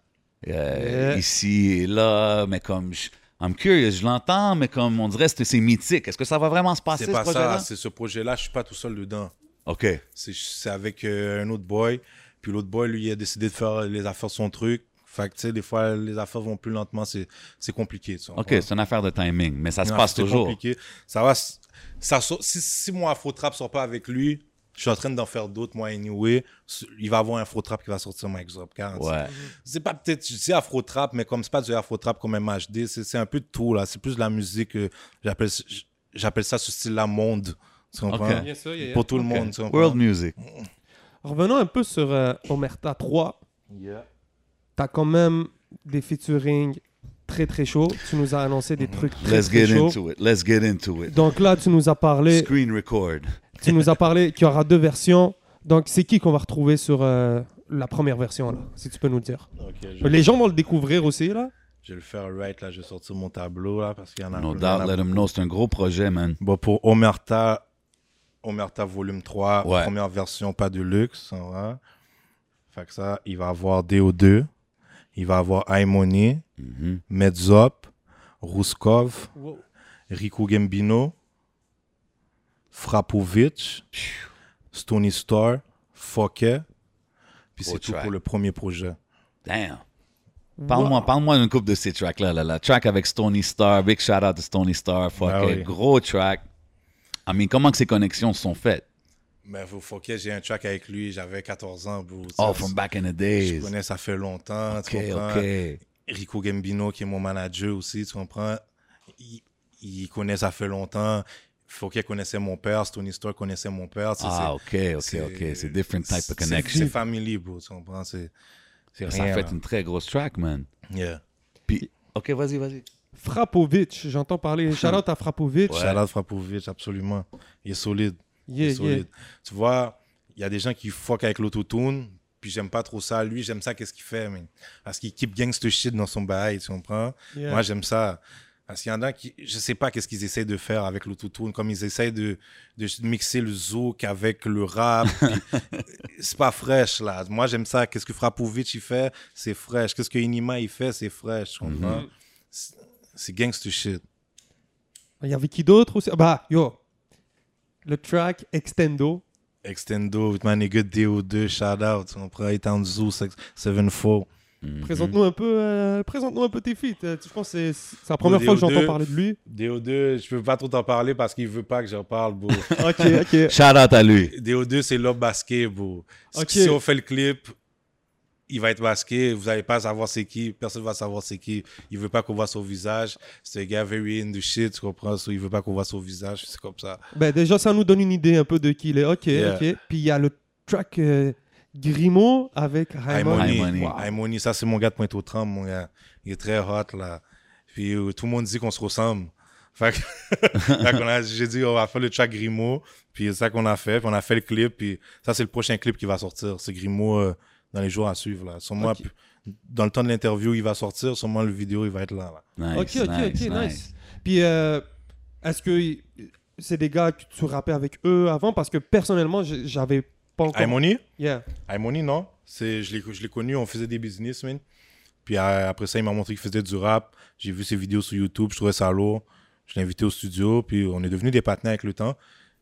euh, Yeah. ici et là, mais comme je, I'm curious, je l'entends, mais comme on dirait que c'est mythique. Est-ce que ça va vraiment se passer C'est ce pas projet-là ça, c'est ce projet-là, je suis pas tout seul dedans. Ok, C'est- C'est avec euh, un autre boy. Puis l'autre boy, lui, il a décidé de faire les affaires de son truc. Fait que, tu sais, des fois, les affaires vont plus lentement. C'est c'est compliqué. tu ok, comprends? c'est une affaire de timing, mais ça se Non, passe c'est toujours. compliqué. Ça va. s- Ça sort- si, si mon Afro-Trap sort pas avec lui, je suis en train d'en faire d'autres, moi, anyway. S- Il va avoir un Afro-Trap qui va sortir, moi, exemple. garanti. Ouais, C'est pas peut-être, je dis Afro-Trap, mais comme c'est pas du Afro-Trap comme MHD, c'est c'est un peu de tout, là. C'est plus de la musique, euh, j'appelle j'appelle ça ce style-là monde. Tu comprends? *laughs* Ok. Bien sûr, yeah, yeah. Pour tout ok. le monde, tu comprends? World Music. Revenons un peu sur euh, Omerta 3. T'as quand même des featuring très très chauds. Tu nous as annoncé des trucs très, Let's très get chauds. into it. Let's get into it. Donc là, tu nous as parlé, Screen record. tu nous as parlé qu'il y aura deux versions. Donc c'est qui qu'on va retrouver sur euh, la première version là, si tu peux nous le dire. Ok, je, Les gens vont le découvrir aussi là. je vais le faire right, là. Je vais sortir mon tableau, là, parce qu'il y en a No il y en doubt, a let them know. C'est un gros projet, man. Bon, pour Omerta, Omerta volume 3, Ouais. première version, pas de luxe. ça va. Fait que ça, il va avoir DO2, il va avoir Aimoni, Mhm. Medzop, Rouskov, Rico Gambino, Frapovic, Stony Star, Fokker. Puis c'est Au tout track. pour le premier projet. Damn. Parle-moi parle-moi d'une coupe de ces tracks-là. Là, La track avec Stony Star, big shout-out to Stony Star. Fuck Ah it. oui. Gros track. I mean, comment que ces connexions se sont faites? Mais vous, Fokker, j'ai un track avec lui, j'avais 14 ans. bro. Oh, from back in the Je days. connais, ça fait longtemps. tu OK, comprends? OK. Rico Gambino, qui est mon manager aussi, tu comprends? Il, il connaît ça fait longtemps. Fouquet connaissait mon père, Stony Star connaissait mon père. tu sais, Ah, OK, OK, c'est- OK. C'est different type c'est- of connection. C'est family, bro, tu comprends? C'est Ça c'est rien, fait là. une très grosse track, man. Yeah. Puis, OK, vas-y, vas-y. Frapovic, j'entends parler. Shout-out à Frapovic. Ouais. Shout out Frapovic, absolument. Il est solide. Il Yeah, est yeah. solide. Tu vois, il y a des gens qui fuck avec l'autotune, puis j'aime pas trop ça. Lui, j'aime ça, qu'est-ce qu'il fait, man? Parce qu'il keep gangster shit dans son bail, tu comprends? Yeah. Moi, j'aime ça. Parce qu'il y en a qui, je sais pas qu'est-ce qu'ils essayent de faire avec l'autotune, comme ils essayent de, de mixer le zouk avec *laughs* le rap. puis c'est pas fraîche, là. Moi, j'aime ça. Qu'est-ce que Frapovic, il fait? C'est fraîche. Qu'est-ce que Inima, il fait? C'est fraîche, tu comprends? Mm-hmm. C'est- C'est gangster shit. Il y avait qui d'autre aussi Ah Bah, yo. Le track Extendo. Extendo, with my nigga DO2, shout out. On prend Etan Zoo 7-4. Mhm. Présente-nous un peu, euh, présente-nous un peu tes feats. Euh, tu- Je pense que c'est c'est la première fois Rodeo que j'entends 2. parler de lui. DO2, je peux pas trop t'en parler parce qu'il veut pas que j'en parle, *laughs* bro. Ok, ok. Shout-out à lui. DO2, c'est l'homme basqué, bro. Ok. Si on fait le clip, il va être masqué, vous allez pas savoir c'est qui, personne va savoir c'est qui. Il veut pas qu'on voit son visage. C'est un gars very in the shit, tu comprends? So, il veut pas qu'on voit son visage, c'est comme ça. ben déjà, ça nous donne une idée un peu de qui il est. Ok, Yeah. ok. Puis il y a le track euh, Grimaud avec Raymond. Raymond. Aimoni. Aimoni. Wow. Aimoni, ça c'est mon gars de pointe aux trembles, mon gars. Il est très hot là. Puis euh, tout le monde dit qu'on se ressemble. *laughs* Fait que, fait qu'on a- j'ai dit on va faire le track Grimaud. Puis c'est ça qu'on a fait. Puis on a fait le clip. Puis ça c'est le prochain clip qui va sortir. C'est Grimaud euh, dans les jours à suivre là. Sûrement, Ok. p- dans le temps de l'interview, il va sortir. Sûrement le vidéo, il va être là. là. Nice, Ok, ok, ok, nice, nice. Puis euh, est-ce que il- c'est des gars que tu rappais avec eux avant Parce que personnellement, j'ai- j'avais pas encore. Aimoni? Yeah. Aimoni, non. C'est, je, l'ai, je l'ai connu, on faisait des business, man. Puis euh, après ça, il m'a montré qu'il faisait du rap. J'ai vu ses vidéos sur YouTube, je trouvais ça lourd. Je l'ai invité au studio, puis on est devenus des partenaires avec le temps.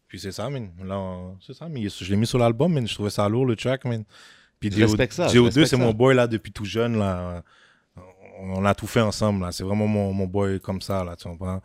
Puis c'est ça, man. Là, on- c'est ça, mais je l'ai mis sur l'album, man. Je trouvais ça lourd, le track, man. Puis Je DO respecte ça, je DO2, respecte c'est ça. mon boy, là, depuis tout jeune, là. On a tout fait ensemble, là. C'est vraiment mon, mon boy comme ça, là, tu comprends?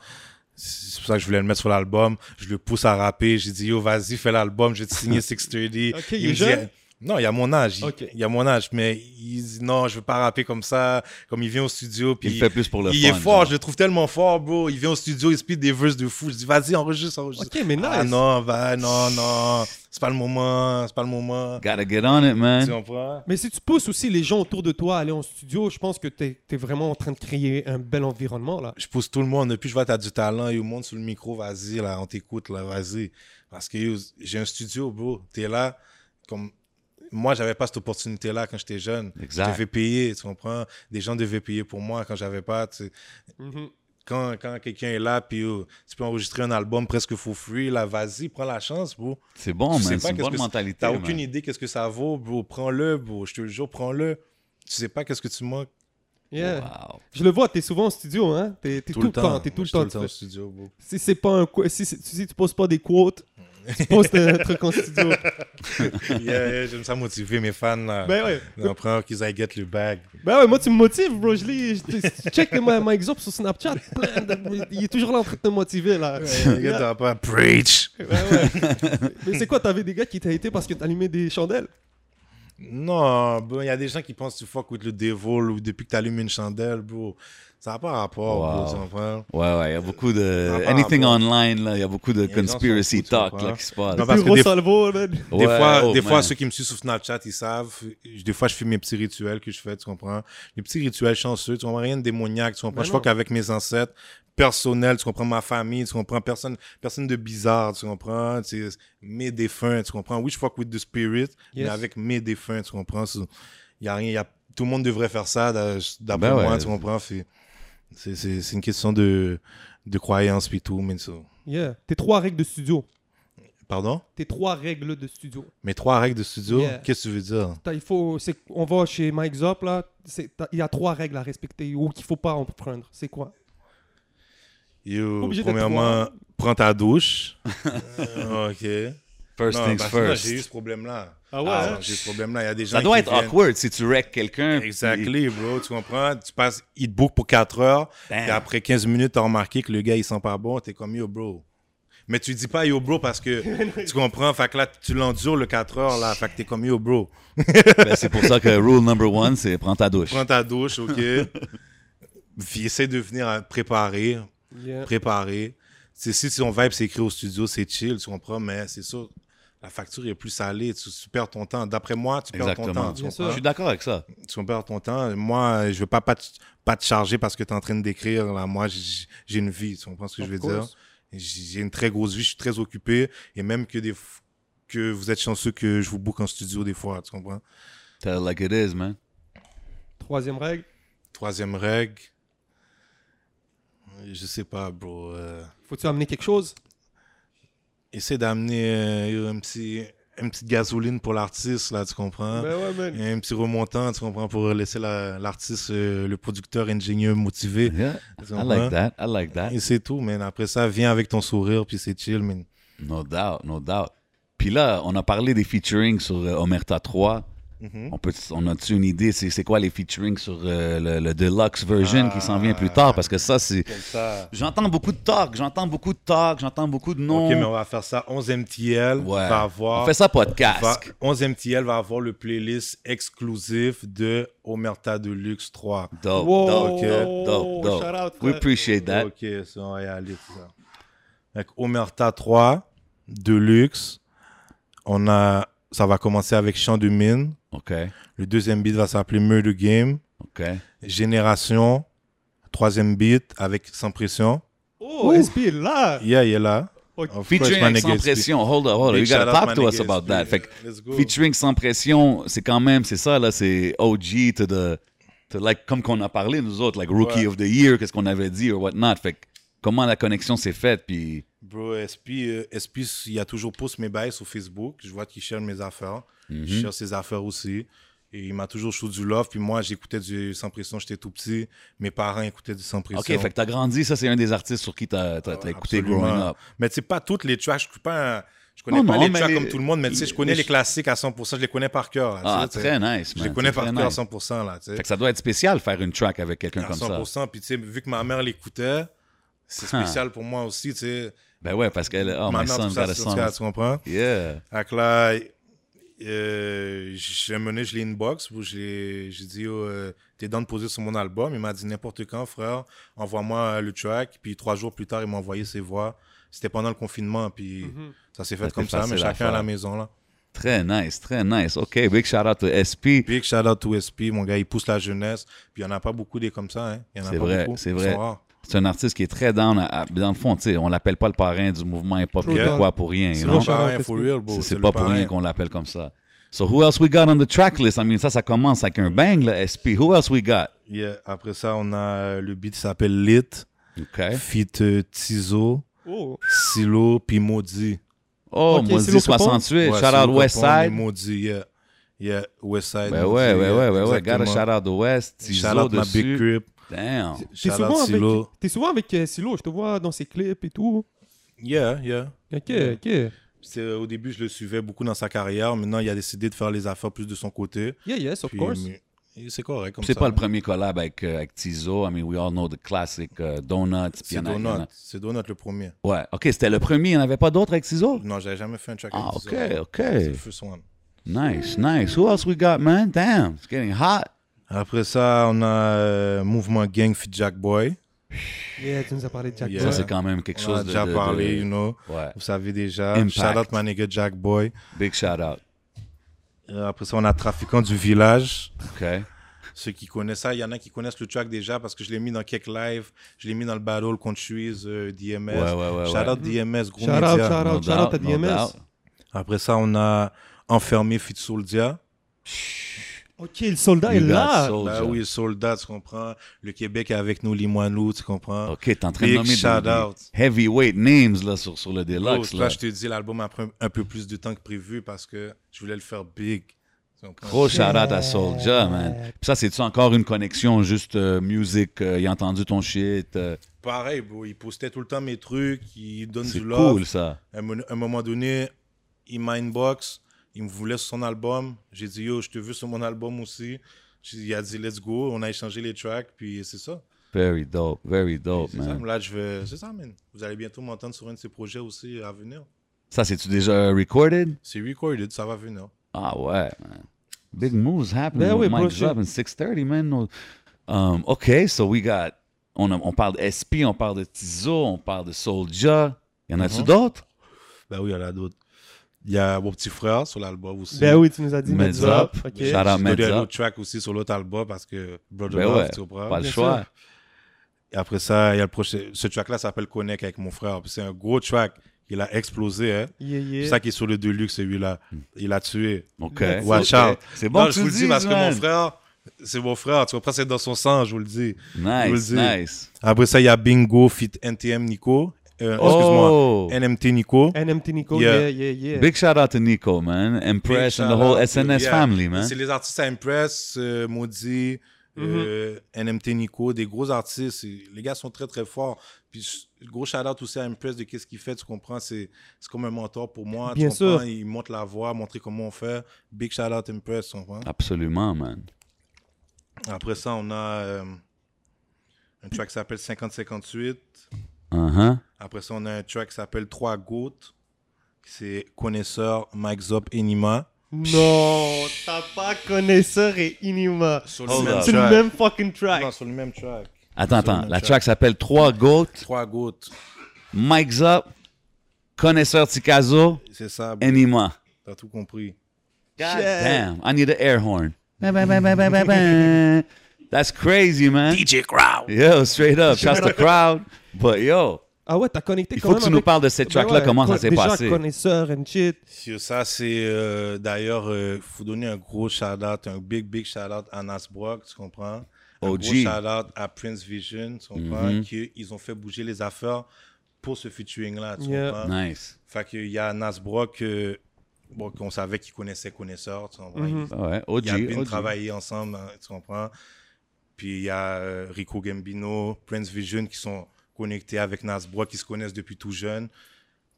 C'est pour ça que je voulais le mettre sur l'album. Je le pousse à rapper. J'ai dit, yo, vas-y, fais l'album. Je vais *laughs* te signer 630. Ok, il est me dit, jeune? non, il y a mon âge. Il, Ok. il y a mon âge, mais il dit non, je veux pas rapper comme ça. Comme il vient au studio, puis Il fait plus pour le il fun. est fort, genre. je le trouve tellement fort, bro. Il vient au studio, il speed des verses de fou. Je dis vas-y, enregistre, enregistre. Ok, mais nice. Ah non, va, non, non, c'est pas le moment, c'est pas le moment. Gotta get on it, Tu man. comprends? Mais si tu pousses aussi les gens autour de toi à aller en studio, je pense que t'es es vraiment en train de créer un bel environnement là. Je pousse tout le monde. Depuis, je vois, t'as du talent. Yo, monde sur le micro, vas-y, là, on t'écoute, là, vas-y. Parce que yo, j'ai un studio, bro. T'es là, comme. moi, j'avais pas cette opportunité-là quand j'étais jeune. Exact. Je devais payer, tu comprends? Des gens devaient payer pour moi quand j'avais pas. tu sais. Mhm. Quand, quand quelqu'un est là, puis oh, tu peux enregistrer un album presque fou free, là, vas-y, prends la chance, bro. C'est bon, man. Tu sais pas C'est une qu'est-ce bonne que c'est- mentalité. T'as man. aucune idée qu'est-ce que ça vaut, bro. Prends-le, bro. Je te le jure, prends-le. Tu sais pas qu'est-ce que tu manques Yeah. Wow. Je le vois, t'es souvent en studio, hein? T'es t'es tout, le temps, t'es Moi, tout le je suis temps. tu au fais- studio, bro. Si c'est pas un, qu- si, c'est- si tu poses pas des quotes, tu poses *laughs* un truc en studio. yeah, yeah, j'aime ça motiver mes fans, là. ben ouais. D'en prendre qu'ils aillent get *laughs* le bag. Ben ouais, moi tu me motives, bro. Je lis, je- je check ma, ma exemple sur Snapchat. plein de- il est toujours là en train de te motiver là. Les gars, t'as pas preach. Ouais, ouais. Mais c'est quoi, t'avais des gars qui t'haïtaient parce que t'allumais des chandelles Non, bon, il y a des gens qui pensent que tu fuck with le devil ou depuis que t'allumes une chandelle, bro. Ça n'a pas rapport, Wow. bro, tu comprends? Ouais, ouais, il y a beaucoup de. Ça va, Anything bro. online, là, il y a beaucoup de gens sont conspiracy fous, tu talk comprends? là, qui se passe. Non, Plus parce que gros des- salvo, man. des Ouais, fois, oh, des fois man. ceux qui me suivent sur Snapchat, ils savent. Je- Des fois, je fais mes petits rituels que je fais, tu comprends? Mes petits rituels chanceux, tu comprends? Rien de démoniaque, tu comprends? Mais je Ben non. fuck avec mes ancêtres personnels, tu comprends? Ma famille, tu comprends? Personne, personne de bizarre, tu comprends? C'est mes défunts, tu comprends? Oui, je fuck with the spirit, mais Yes. avec mes défunts, tu comprends? Il y a rien, y a, tout le monde devrait faire ça, d'a- d'après Ben ouais. moi, tu comprends? Fait- C'est c'est- c'est une question de, de croyance, puis tout, mais ça. Yeah. Tes trois règles de studio. Pardon? Tes trois règles de studio. Mes trois règles de studio, Yeah. qu'est-ce que tu veux dire? T'as- il faut, c'est- on va chez Mike Zop là. c'est- t'as- Il y a trois règles à respecter ou qu'il faut pas en prendre. C'est quoi Yo, Obligé d'être premièrement, prends *laughs* ta douche. Euh, ok. First Non, things parce que moi, first. J'ai eu ce problème-là. Ah ouais, hein? non, J'ai eu ce problème-là. Il y a des gens Ça doit qui être viennent- awkward si tu wreck quelqu'un. puis- Exactly, bro. Tu comprends? Tu passes, il te book pour 4 heures. Damn. Et après 15 minutes, t'as remarqué que le gars, il sent pas bon. T'es comme yo, bro. Mais tu dis pas yo, bro, *laughs* parce que tu comprends. Fait que là, tu l'endures le 4 heures, là. Fait que t'es comme yo, bro. *laughs* Ben, c'est pour ça que rule number one, c'est prends ta douche. Prends ta douche, *laughs* ok. Puis essaie de venir préparer. Yeah. préparé. C'est si ton vibe c'est écrit au studio, c'est chill, tu comprends, mais c'est sûr, la facture est plus salée, tu, tu perds ton temps. D'après moi, tu perds ton Exactement. temps. Tu, Bien Je sûr. comprends? suis d'accord avec ça. tu perds ton temps. Moi, je veux pas, pas, te, pas te charger parce que tu es en train d'écrire. Là. Moi, j- j'ai une vie, tu comprends ce que Of je veux course. dire? J'ai j'ai une très grosse vie, je suis très occupé, et même que des f- que vous êtes chanceux que je vous book en studio des fois, tu comprends? Tell like it is, man. Troisième règle. Troisième règle, je sais pas, bro. euh, Faut-tu amener quelque chose essaie d'amener euh, un petit, une petite gasoline pour l'artiste, là, tu comprends? Ben Ben ouais, man. Et un petit remontant, tu comprends, pour laisser la- l'artiste, euh, le producteur *laughs* ingénieux motivé. Yeah, tu I comprends? like that. I like that. Et c'est tout, man. Après ça, viens avec ton sourire, puis c'est chill, man. No doubt, no doubt. Puis là, on a parlé des featuring sur euh, Omerta 3. Mhm. On, peut, on a-tu une idée, c'est c'est quoi les featuring sur euh, le, le deluxe version qui s'en vient plus Ah. tard? Parce que ça, c'est... J'entends beaucoup de talk, j'entends beaucoup de talk, j'entends beaucoup de noms. Ok, mais on va faire ça. 11 MTL Ouais. va avoir... On fait ça va- podcast. 11 MTL va avoir le playlist exclusif de Omerta Deluxe 3. Dope, Wow, dope, ok. dope, dope, dope. shout out, We frère. appreciate that. Ok, ça, on va y aller, tout ça. Avec Omerta 3, Deluxe. On a, ça va commencer avec Chant de Mine. OK, Le deuxième beat va s'appeler Murder Game. OK. Génération. Troisième beat avec Sans Pression. Oh, SP est là. Yeah, il est là. Ok. Of course, Featuring my avec nigga sans SP. pression. Hold up, hold up. Big You gotta shout out, talk my to us nigga about SP. that. Fait que Let's go. featuring sans pression, c'est quand même, c'est ça, là, c'est OG to the, to like, comme qu'on a parlé, nous autres, like Rookie Ouais. of the Year, qu'est-ce qu'on avait dit or whatnot. Fait que comment la connexion s'est faite, puis Bro, SP, euh, SP, il y a toujours post mes bails sur Facebook. Je vois qu'il cherche mes affaires. Mhm. Je cherche ses affaires aussi. Et il m'a toujours chaud du love. Puis moi, j'écoutais du Sans Pression, j'étais tout petit. Mes parents écoutaient du Sans Pression. OK, fait que t'as grandi, ça, c'est un des artistes sur qui t'as t'as- t'as écouté Absolument. growing up. Mais tu sais, pas toutes les tracks. Je, suis pas un- je connais Non, pas non, les mais tracks les- comme tout le monde, mais tu sais, je connais les- les classiques à 100%. Je les connais par cœur. là, tu Ah, sais, très nice, Je man. les connais C'est par très cœur à nice. 100%. Là, tu sais. Fait que ça doit être spécial faire une track avec quelqu'un à comme ça. 100%. Puis tu sais, vu que ma mère l'écoutait, c'est Ah. spécial pour moi aussi. Tu sais, Ben ouais, parce que oh, ma my mère, son tout got ça, a tu son. tu comprends? Yeah. Fait que là, euh, j'ai mené, je l'ai inbox, où je l'ai- j'ai dit, Yo, euh, t'es dans de poser sur mon album. Il m'a dit, n'importe quand, frère, envoie-moi euh, le track. Puis trois jours plus tard, il m'a envoyé ses voix. C'était pendant le confinement, puis Mhm. ça s'est Ça fait s'est comme ça, facile mais à chacun à faire. la maison, là. Très nice, très nice. OK, big shout out to SP. Big shout out to SP, mon gars, il pousse la jeunesse. Puis il n'y en a pas beaucoup des comme ça, hein. Il y en a C'est pas vrai, beaucoup. c'est Ils vrai. sont rares. C'est un artiste qui est très down. à- à- dans le fond, tu sais, on l'appelle pas le parrain du mouvement hip-hop True québécois that. pour rien. you C'est know? le shout-out parrain, SP. for real, bro. C'est C'est c'est le pas pour parrain. rien qu'on l'appelle comme ça. So who else we got on the track list? I mean, ça, ça commence avec un bang, là, SP. Who else we got? Yeah. Après ça, on a le beat qui s'appelle Lit, OK. Fit euh, Tizo, Oh. Silo, puis Maudit. Oh, Ok, moi, c'est l'autre 68. Ouais, shout Silo, out Capone et Westside. Maudit, yeah. Yeah, Westside. Ben Maudit, ouais, ouais, yeah, ouais, ouais, ouais. exactement. Gotta shout out the West. Shout Tizo out ma Big dessus. Crip. Damn. T'es Shout souvent, out Silo. avec- t'es souvent avec euh, Silo, je te vois dans ses clips et tout. Yeah, yeah. Ok, Ouais. ok. Yeah, C'est, euh, au début, je le suivais beaucoup dans sa carrière. Maintenant, il a décidé de faire les affaires plus de son côté. yes, of Puis, course. mais- et c'est correct. Comme C'est ça. hein. pas le premier collab avec, euh, avec Tizo. I mean, we all know the classic euh, Donuts. puis il y C'est en a- il y en a- Donut. C'est Donut le premier. Ouais, ok, c'était le premier. Il n'y en avait pas d'autres avec Tizo? Non, j'avais jamais fait un track Ah, avec ok, Tizo. ok. C'est le first one. Nice, nice. Who else we got, man? Damn, it's getting hot. Après ça, on a euh, Mouvement Gang fit Jack Boy. Yeah, tu nous as parlé de Jack Yeah. Black. Ça, c'est quand même quelque on en chose a de. déjà de- de- parlé, you know. Ouais, Vous savez déjà. Impact. Shout out my nigga Jack Boy. big shout out. Euh, après ça, on a Trafiquant du Village. OK. Ceux qui connaissent ça, il y en a qui connaissent le track déjà parce que je l'ai mis dans quelques lives. Je l'ai mis dans le battle contre Suisse, euh, DMS. Ouais, ouais, ouais. shout ouais. out DMS, gros Shout out, média. shout out, shout out à doubt, DMS. doubt. Après ça, on a Enfermé Fit Soldia. Ok, le soldat You est got là. Soulja. Bah oui, Soldat, tu comprends. Le Québec est avec nous, Limoilou, tu comprends. OK, t'es en train de Big nommer des- shout des out. heavyweight names là, sur, sur le Gros, Deluxe. là, là. je te dis, l'album a pris un- un peu plus de temps que prévu parce que je voulais le faire big. Tu comprends? Gros shout out à Soulja, man. Puis ça, c'est-tu encore une connexion juste euh, music, euh, il a entendu ton shit. euh, Pareil, bro, il postait tout le temps mes trucs, il donne c'est du love. cool, ça. À un, mon- un moment donné, il m'a inbox, il me voulait sur son album. J'ai dit, yo, je te veux sur mon album aussi. J'ai- Il a dit, let's go, on a échangé les tracks, puis c'est ça. Very dope, very dope, C'est ça, man. là, je vais. C'est ça, man. Vous allez bientôt m'entendre sur un de ces projets aussi à venir. Ça, c'est-tu déjà euh, recorded? C'est recorded, ça va venir. Ah ouais, man. Big moves happening Ben with oui, bro, Mike shit. Drop in 630, man. No- Um, OK, so we got... On, a- on parle de SP, on parle de Tizo, on parle de Soulja. Y en a-tu Mhm. d'autres? Ben oui, il y en a d'autres. Il y a mon petit frère sur l'album aussi. Ben oui, tu nous as dit Meds Meds Up. Up. Ok. J'ai Shout out, donné Meds un Up. autre track aussi sur l'autre album parce que Brother Ben Love, ouais, tu comprends? Pas le Bien choix. sûr. Et après ça, il y a le prochain. Ce track-là s'appelle Connect avec mon frère. Puis C'est un gros track. Il a explosé. Hein? Yeah, C'est yeah. ça qui est sur le Deluxe, celui-là. Il a tué. OK. Let's Watch go. out. C'est Hmm. bon Non, que je tu vous le le dis dises, parce que man. mon frère, c'est mon frère. Tu comprends? C'est dans son sang, je vous le dis. Nice, Je vous le dis. nice. Après ça, il y a Bingo Fit NTM Nico. Euh, Excuse-moi. Oh, NMT Nico. NMT Nico, yeah, Yeah. yeah, yeah. big shout out to Nico, man. Impress and the whole SNS Yeah. family, man. C'est les artistes à Impress, euh, Maudit, Mm-hmm. euh, NMT Nico, des gros artistes. Et Les gars sont très, très forts. Puis, ch- gros shout-out aussi à Impress de qu'est-ce qu'il fait, tu comprends? C'est c'est comme un mentor pour moi. tu Bien comprends? sûr. Il montre la voie, montrer comment on fait. Big shout-out Impress, tu comprends? Absolument, man. Après ça, on a euh, un track qui s'appelle 50-58. Uh-huh. Après ça, on a un track qui s'appelle 3 gouttes. C'est Connaisseur, Mike Zop et Nima. Non, t'as pas connaisseur et Inima. Sur Hold up. C'est Oh, le même fucking Non, track. sur le même track. Attends, Sur le attends. même La track s'appelle 3 Goats, Trois gouttes. Mike's Up, Connaisseur Ticazo, C'est ça, bro. Enima. T'as tout compris. God Shit. damn. I need an air horn. Ba, ba, ba, ba, ba, ba, ba. *laughs* That's crazy, man. DJ Crowd. Yo, straight *laughs* up. Shouts the crowd. But yo, Ah ouais, t'as connecté il quand faut même. que tu nous avec- parles de cette Ben track-là, ouais, comment ça con- s'est déjà passé. connaisseur and shit. Sur ça, c'est euh, d'ailleurs, euh, faut donner un gros shout-out, un big, big shout-out à Nasbrock, tu comprends? Un OG. gros shout-out à Prince Vision, tu comprends? Mm-hmm. qui, ils ont fait bouger les affaires pour ce featuring-là, tu Yeah. comprends? Nice. Fait qu'il y a Nasbrock, euh, bon, qu'on savait qu'il connaissait Connaisseur, tu comprends? Mhm. All right. Il a OG, bien OG. travaillé ensemble, hein, tu comprends? Puis il y a euh, Rico Gambino, Prince Vision qui sont connectés avec Nasbrook, qui se connaissent depuis tout jeune.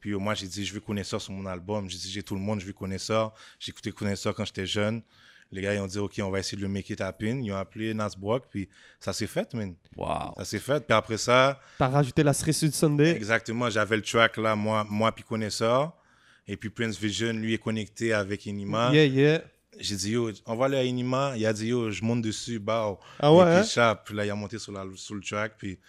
Puis euh, moi, j'ai dit, je veux connaisseur sur mon album. J'ai dit, j'ai tout le monde, je veux connaisseur. J'écoutais connaisseur quand j'étais jeune. Les gars, ils ont dit, OK, on va essayer de le make it happen. Ils ont appelé Nasbrook, puis ça s'est fait, man. Wow. Ça s'est fait. Puis après ça, T'as rajouté la cerise du Sunday. exactement, j'avais le track là, moi, moi puis connaisseur. Et puis Prince Vision, lui, est connecté avec Inima. Yeah, yeah. J'ai dit, yo, envoie-le à Inima. Il a dit, yo, je monte dessus, bah. Ah ouais, Et hein? puis, ça, puis là, il a monté sur, la, sur le track. Puis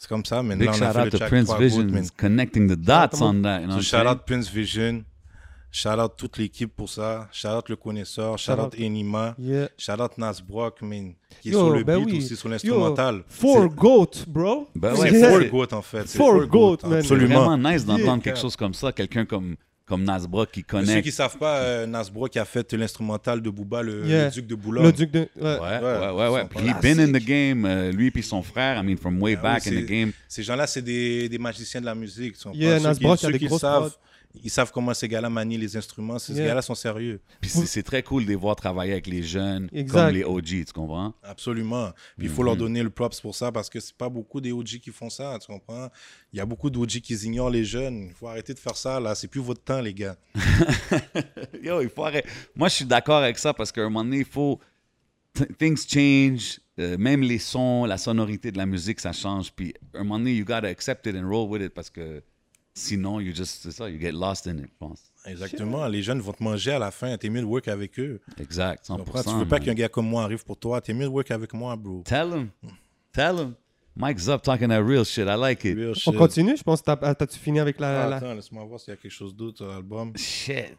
c'est comme ça. Maintenant, Big on a shout fait out le to track Prince trois Vision gouttes, man. is connecting the dots on that. You know So, what shout I'm out Prince Vision. Shout out toute l'équipe pour ça. Shout out le connaisseur. Shout out Shout out- Inima. Yeah. Shout out Nas Brock, man. Qui Yo, est sur le ben beat oui. aussi, sur l'instrumental. Four Goat, bro. Ben C'est ouais, Yeah. Four Goat, en fait. C'est Four Goat, Goat, man. saying? Absolument. vraiment nice d'entendre Yeah. quelque chose comme ça, quelqu'un comme comme Nasbra qui Pour Ceux connaît. qui savent pas, euh, Nasbro qui a fait l'instrumental de Booba, le, Yeah. le duc de Boulogne. Le duc de. ouais. Ouais, ouais, ouais. ouais. Ils sont Puis he's been in the game, euh, lui puis son frère, I mean, from way Ah oui, back in c'est- the game. Ces gens-là, c'est des, des magiciens de la musique. tu comprends? Yeah, Ceux Nas qui- Brock a ceux des qui grosses savent, prods. ils savent comment ces gars-là manient les instruments. Ces Yeah. gars-là sont sérieux. Puis c'est c'est très cool de les voir travailler avec les jeunes, Exact. comme les OG, tu comprends? *laughs* Absolument. Puis il faut Mhm. leur donner le props pour ça parce que c'est pas beaucoup des OG qui font ça, tu comprends? Il y a beaucoup d'OG qui ignorent les jeunes. Il faut arrêter de faire ça, là. C'est plus votre temps, les gars. Yo, il faut arrêter. Moi, je suis d'accord avec ça parce qu'à un moment donné, il faut. th- Things change. euh, même les sons, la sonorité de la musique, ça change. Puis à un moment donné, you gotta accept it and roll with it parce que sinon, you just. C'est ça, you get lost in it, je pense. Exactement. Les jeunes vont te manger à la fin. T'es mieux de work avec eux. Exact, 100%. Tu comprends? Tu veux pas man. qu'un gars comme moi arrive pour toi. T'es mieux de work avec moi, bro. Tell him. Tell him. Mike's up talking that real shit. I like it. Real On shit. continue, je pense. T'as t'as-tu fini avec la. Ah, la- Attends, laisse-moi voir s'il y a quelque chose d'autre sur l'album. Shit.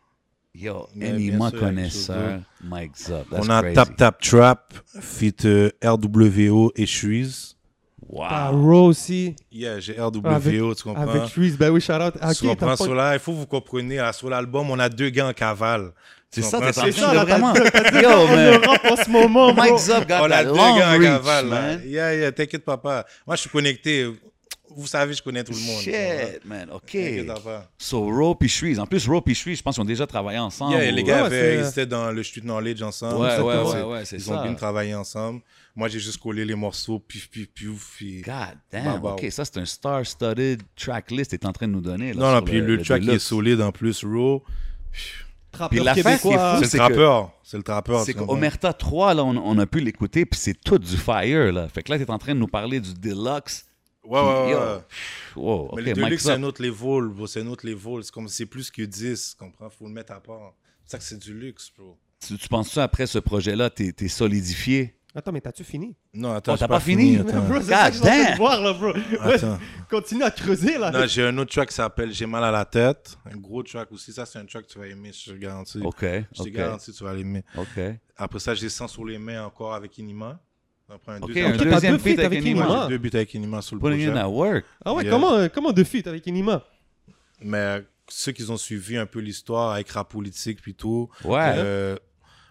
Yo, Mais any bien ma sûr, il y a quelque chose connaisseur, Mike's up. That's On a crazy. Tap Tap Trap, fit euh, RWO et Shuiz. Ah, Wow. Raw aussi. Yeah, j'ai RWO, tu comprends? Avec Shreeze, ben oui, shout out. Ah, tu ok, comprends t'as pas- sur là, il faut que vous compreniez, là, sur l'album, on a deux gars en cavale. C'est Tu ça, comprends? t'es en c'est ça, train de là, t'as- vraiment. Yo, man. Europe en ce moment, bro. Mike's up got On a that deux gars long en reach, cavale, là. man. Yeah, yeah, t'inquiète, papa. Moi, je suis connecté. Vous savez, je connais tout le monde. tu comprends? Shit, man. T'inquiète, OK. papa. So, Rope et Shreeze. En plus, Rope et Shreeze, je pense qu'ils ont déjà travaillé ensemble. Yeah, ou- les gars ouais, avaient- c'est- ils étaient dans le Street Knowledge ensemble. Ouais, tu ouais, comprends? ouais, ouais, c'est Ils ça. ont bien travaillé ensemble. Moi, j'ai juste collé les morceaux, pif, pif, pif. puis- God damn. Bah, bah, OK, ça, c'est un star-studded tracklist que t'es en train de nous donner. là, Non, non, sur puis le, track deluxe. est solide en plus, Raw. Trappeur la fête, québécois. c'est fou. C'est le trappeur. C'est le trappeur. C'est tu comprends? qu'Omerta 3, là, on, on a pu l'écouter, puis c'est tout du fire, là. Fait que là, t'es en train de nous parler du deluxe. Ouais, ouais, Yo. ouais. Wow, OK, Ah. Mais les Mike's Deluxe, c'est up. un autre level, bro. C'est un autre level. C'est comme c'est plus que 10, comprends? Faut le mettre à part. C'est ça que c'est du luxe, bro. Tu, tu penses ça après ce projet-là, t'es t'es solidifié? hein. Attends, mais t'as-tu fini? Non, Oh, attends, t'as j'ai pas fini? *laughs* attends. *laughs* Bro, c'est ça que je suis en train Goddamn. de voir, là, bro. Ouais, Attends. continue à creuser, là. Non, j'ai un autre track qui s'appelle J'ai mal à la tête. Un gros track aussi. Ça, c'est un track que tu vas aimer, je te le garantis. OK, Je te OK, garantis, tu vas l'aimer. OK. Après ça, j'ai 100 sur les mains encore avec Inima. Après un OK, deuxième un t'as track. deuxième deux feats feat avec avec Enima. Enima. Moi, j'ai deux buts avec Inima sur le Putting projet. in that work. Ah ouais, Yeah. comment, euh, comment de feat avec Enima? Mais euh, ceux qui ont suivi un peu l'histoire avec rap politique, puis tout. Ouais. euh,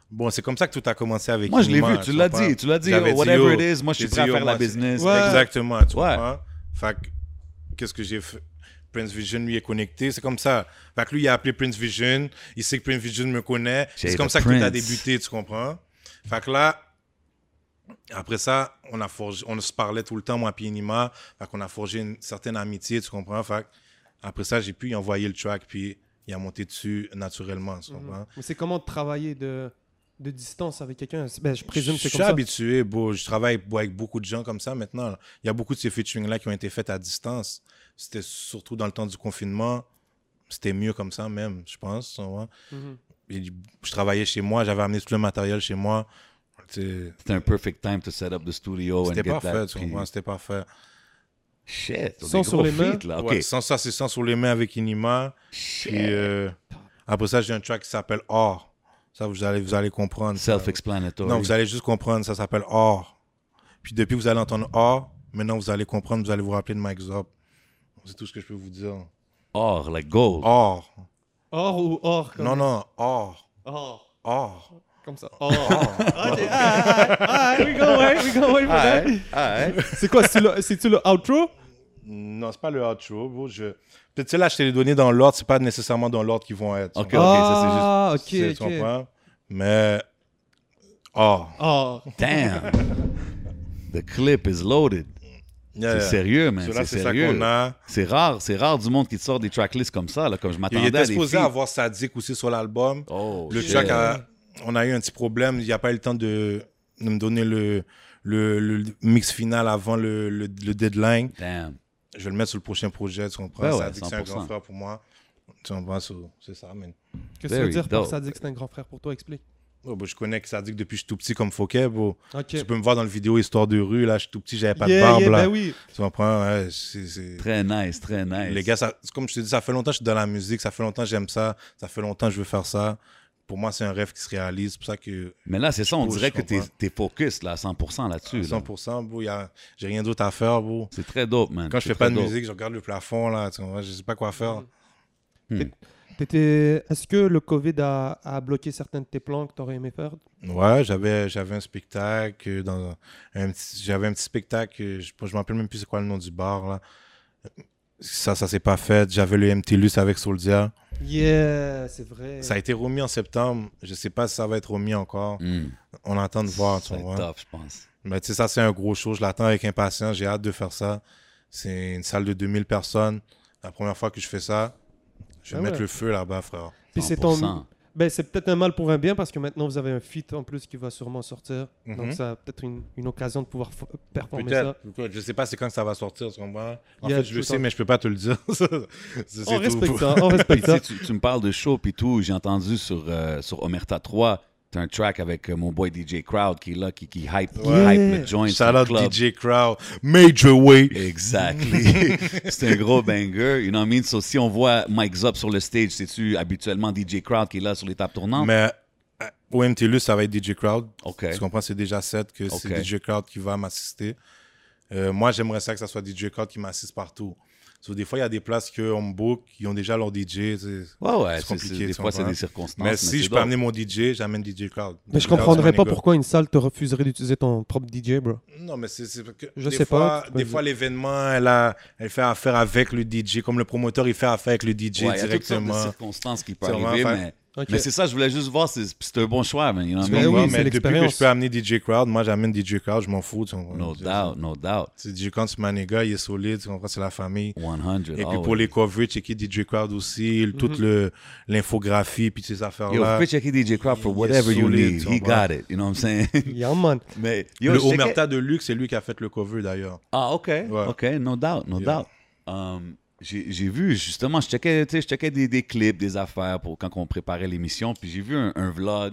bon, c'est comme ça que tout a commencé avec Moi, je l'ai Inima, vu, tu l'as comprends? dit, tu l'as dit, J'avais oh, whatever yo, it is, moi, je suis j'ai prêt à dit, yo, faire la moi, c'est- business. Ouais. Exactement, tu Ouais. comprends? Fait que, qu'est-ce que j'ai fait? Prince Vision lui est connecté, c'est comme ça. Fait que lui, il a appelé Prince Vision, il sait que Prince Vision me connaît. Jay C'est comme the ça que tout a Prince. débuté, tu comprends? Fait que là, après ça, on a forgé, on se parlait tout le temps, moi et Nima. Fait qu'on a forgé une certaine amitié, tu comprends? Fait que après ça, j'ai pu y envoyer le track, puis il a monté dessus naturellement, tu comprends? Mais c'est comment de travailler de, de distance avec quelqu'un? C'est- Ben, je présume que Je c'est suis comme ça. habitué, bro. je travaille avec beaucoup de gens comme ça maintenant. là. Il y a beaucoup de ces featuring-là qui ont été faits à distance. C'était surtout dans le temps du confinement. C'était mieux comme ça même, je pense. tu vois. Mhm. Et Je travaillais chez moi, j'avais amené tout le matériel chez moi. Tu sais, C'était un perfect time to set up the studio and C'était get parfait, that. tu puis- comprends? C'était parfait. Shit, on Sont est sur gros les mains. feat, là. OK. Ouais, sans ça, c'est sans sur les mains avec Inima. Shit. Puis euh, après ça, j'ai un track qui s'appelle Or. Ça, vous allez, vous allez comprendre. ça. Self-explanatory. Non, vous allez juste comprendre, ça s'appelle Or. Puis depuis que vous allez entendre Or, maintenant vous allez comprendre, vous allez vous rappeler de Mike Zop. C'est tout ce que je peux vous dire. Or, Oh, like gold. Or. Or ou or? Comme... Non, non, Or. Or. Or. Comme ça. *laughs* Or. ok, ah, ah, ah, we go away, we go away for Ah, that. Alright, alright. C'est quoi? C'est-tu le, c'est-tu le outro? Non, c'est pas le outro, bro. Je... Peut-être là, je te les donné dans l'ordre, c'est pas nécessairement dans l'ordre qu'ils vont être. Ok, Tu ah, ok, sais, tu ok. comprends? Mais. Or. Or. *laughs* Damn. The clip is loaded. Yeah. C'est sérieux, man. C'est Cela, Euh, c'est ça sérieux. qu'on a. C'est rare, c'est rare du monde qui te sort des tracklists comme ça, là, comme je Il m'attendais était à des supposé feats. avoir Sadik aussi sur l'album. Oh, Le shit. track, a- on a eu un petit problème. Il n'y a pas eu le temps de, de me donner le, le, le mix final avant le, le- le deadline. Damn. Je vais le mettre sur le prochain projet, tu comprends? Ben Ouais, ouais, ça a dit que c'est un 100%. grand frère pour moi. Tu comprends? so, C'est ça, man. Qu'est-ce que ça veut Very dire pour dope. ça dit que c'est un grand frère pour toi? Explique. Oh, bah, je connais que Sadik depuis que je suis tout petit comme Fouquet, bro. Ok. Tu peux me voir dans le vidéo Histoire de rue, là, je suis tout petit, j'avais pas de Yeah, barbe, yeah, là. ben oui. Tu comprends? Ouais, c'est- c'est- Très nice, très nice. Les gars, ça- c'est comme je te dis, ça fait longtemps que je suis dans la musique, ça fait longtemps que j'aime ça, ça fait longtemps que je veux faire ça. Pour moi, c'est un rêve qui se réalise, c'est pour ça que Mais là, c'est ça, on Je dirait que t'es comprends. t'es focus là, à 100% là-dessus. là. 100%, bro, y a- j'ai rien d'autre à faire, bro. C'est très dope, man. Quand je C'est fais pas très de dope. musique, je regarde le plafond, là, tu vois, je sais pas quoi faire. T'étais- Est-ce que le Covid a, a bloqué certains de tes plans que t'aurais aimé faire Ouais, j'avais j'avais un spectacle euh, dans un petit- j'avais un petit spectacle, euh, je je me rappelle même plus c'est quoi le nom du bar là. Ça ça s'est pas fait, j'avais le MTLUS avec Soldier. Mm. Yeah, c'est vrai. Ça a été remis en septembre, je sais pas si ça va être remis encore. On attend de voir, tu Hmm. Ça va être vois. tough, je pense. Mais tu sais ça c'est un gros show, je l'attends avec impatience, j'ai hâte de faire ça. C'est une salle de 2000 personnes, la première fois que je fais ça. Je vais Ah mettre ouais. le feu là-bas, frère. Puis c'est ton- *laughs* 100%. Ben, c'est peut-être un mal pour un bien parce que maintenant vous avez un feat en plus qui va sûrement sortir. Donc Mhm. ça a peut-être une, une occasion de pouvoir f- performer ça. Peut-être. Peut-être. Je sais pas c'est quand que ça va sortir, tu comprends? En Yeah, fait, je le tout sais, en- mais je peux pas te le dire. *laughs* C'est- c'est On tout. respecte *laughs* ça, on respecte ça. Puis tu, sais, tu- tu me parles de show puis tout. J'ai entendu sur, euh, sur Omerta 3, t'as un track avec euh, mon boy DJ Crowd qui est là, qui, qui hype, qui Ouais. hype le joint. Shout sur le out club. DJ Crowd, Major Way. Exactly. *laughs* c'est un gros banger. You know what I mean? So, si on voit Mike Zop sur le stage, c'est-tu habituellement DJ Crowd qui est là sur les tables tournantes? Mais euh, au MTLU, ça va être DJ Crowd. OK. Tu comprends, c'est déjà 7 que Ok. c'est DJ Crowd qui va m'assister. Euh, moi, j'aimerais ça que ça soit DJ Crowd qui m'assiste partout. So, des fois, il y a des places qu'on me book, qui ont déjà leur DJ. tu sais. Ouais, ouais. C'est c'est- compliqué, c'est- des tu fois, c'est comprends. des circonstances. mais si c'est je peux dope. amener mon DJ, j'amène DJ Crowd. Mais je DJ Crowd, comprendrais c'est pas mon gars. pourquoi une salle te refuserait d'utiliser ton propre DJ, bro. Non, mais c'est c'est parce que Je des sais pas, fois, tu peux Des le fois, l'événement, elle, a- elle fait affaire avec le DJ, comme le promoteur, il fait affaire avec le DJ Ouais, il y a toutes sortes de directement. circonstances qui peuvent Sûrement, arriver, enfin. mais, Ok. mais c'est ça, je voulais juste voir, c'est c'est un bon choix, man, you know what I Ben mean? Tu comprends? oui, c'est mais depuis que l'expérience. je peux amener DJ Crowd, moi, j'amène DJ Crowd, je m'en fous. tu comprends? No Je- doubt, no doubt. C'est DJ Crowd, c'est Maniga, il est solide, tu comprends, c'est la famille. 100. Et puis ah pour ouais. les covers, checker DJ Crowd aussi, Mm-hmm. toute le- l'infographie, puis ces Yo, affaires-là. fais checker DJ Crowd il for est whatever you solide, need. tu He comprends? got it. You know what I'm saying? Yeah, man. Mais yo, Le je checkais- Omerta de Luc, c'est lui qui a fait le cover d'ailleurs. Ah, OK. Ouais. OK, no doubt, no Yeah. doubt. Um, j'ai j'ai vu, justement, je checkais, tu sais, je checkais des, des clips, des affaires pour quand on préparait l'émission, puis j'ai vu un, un vlog,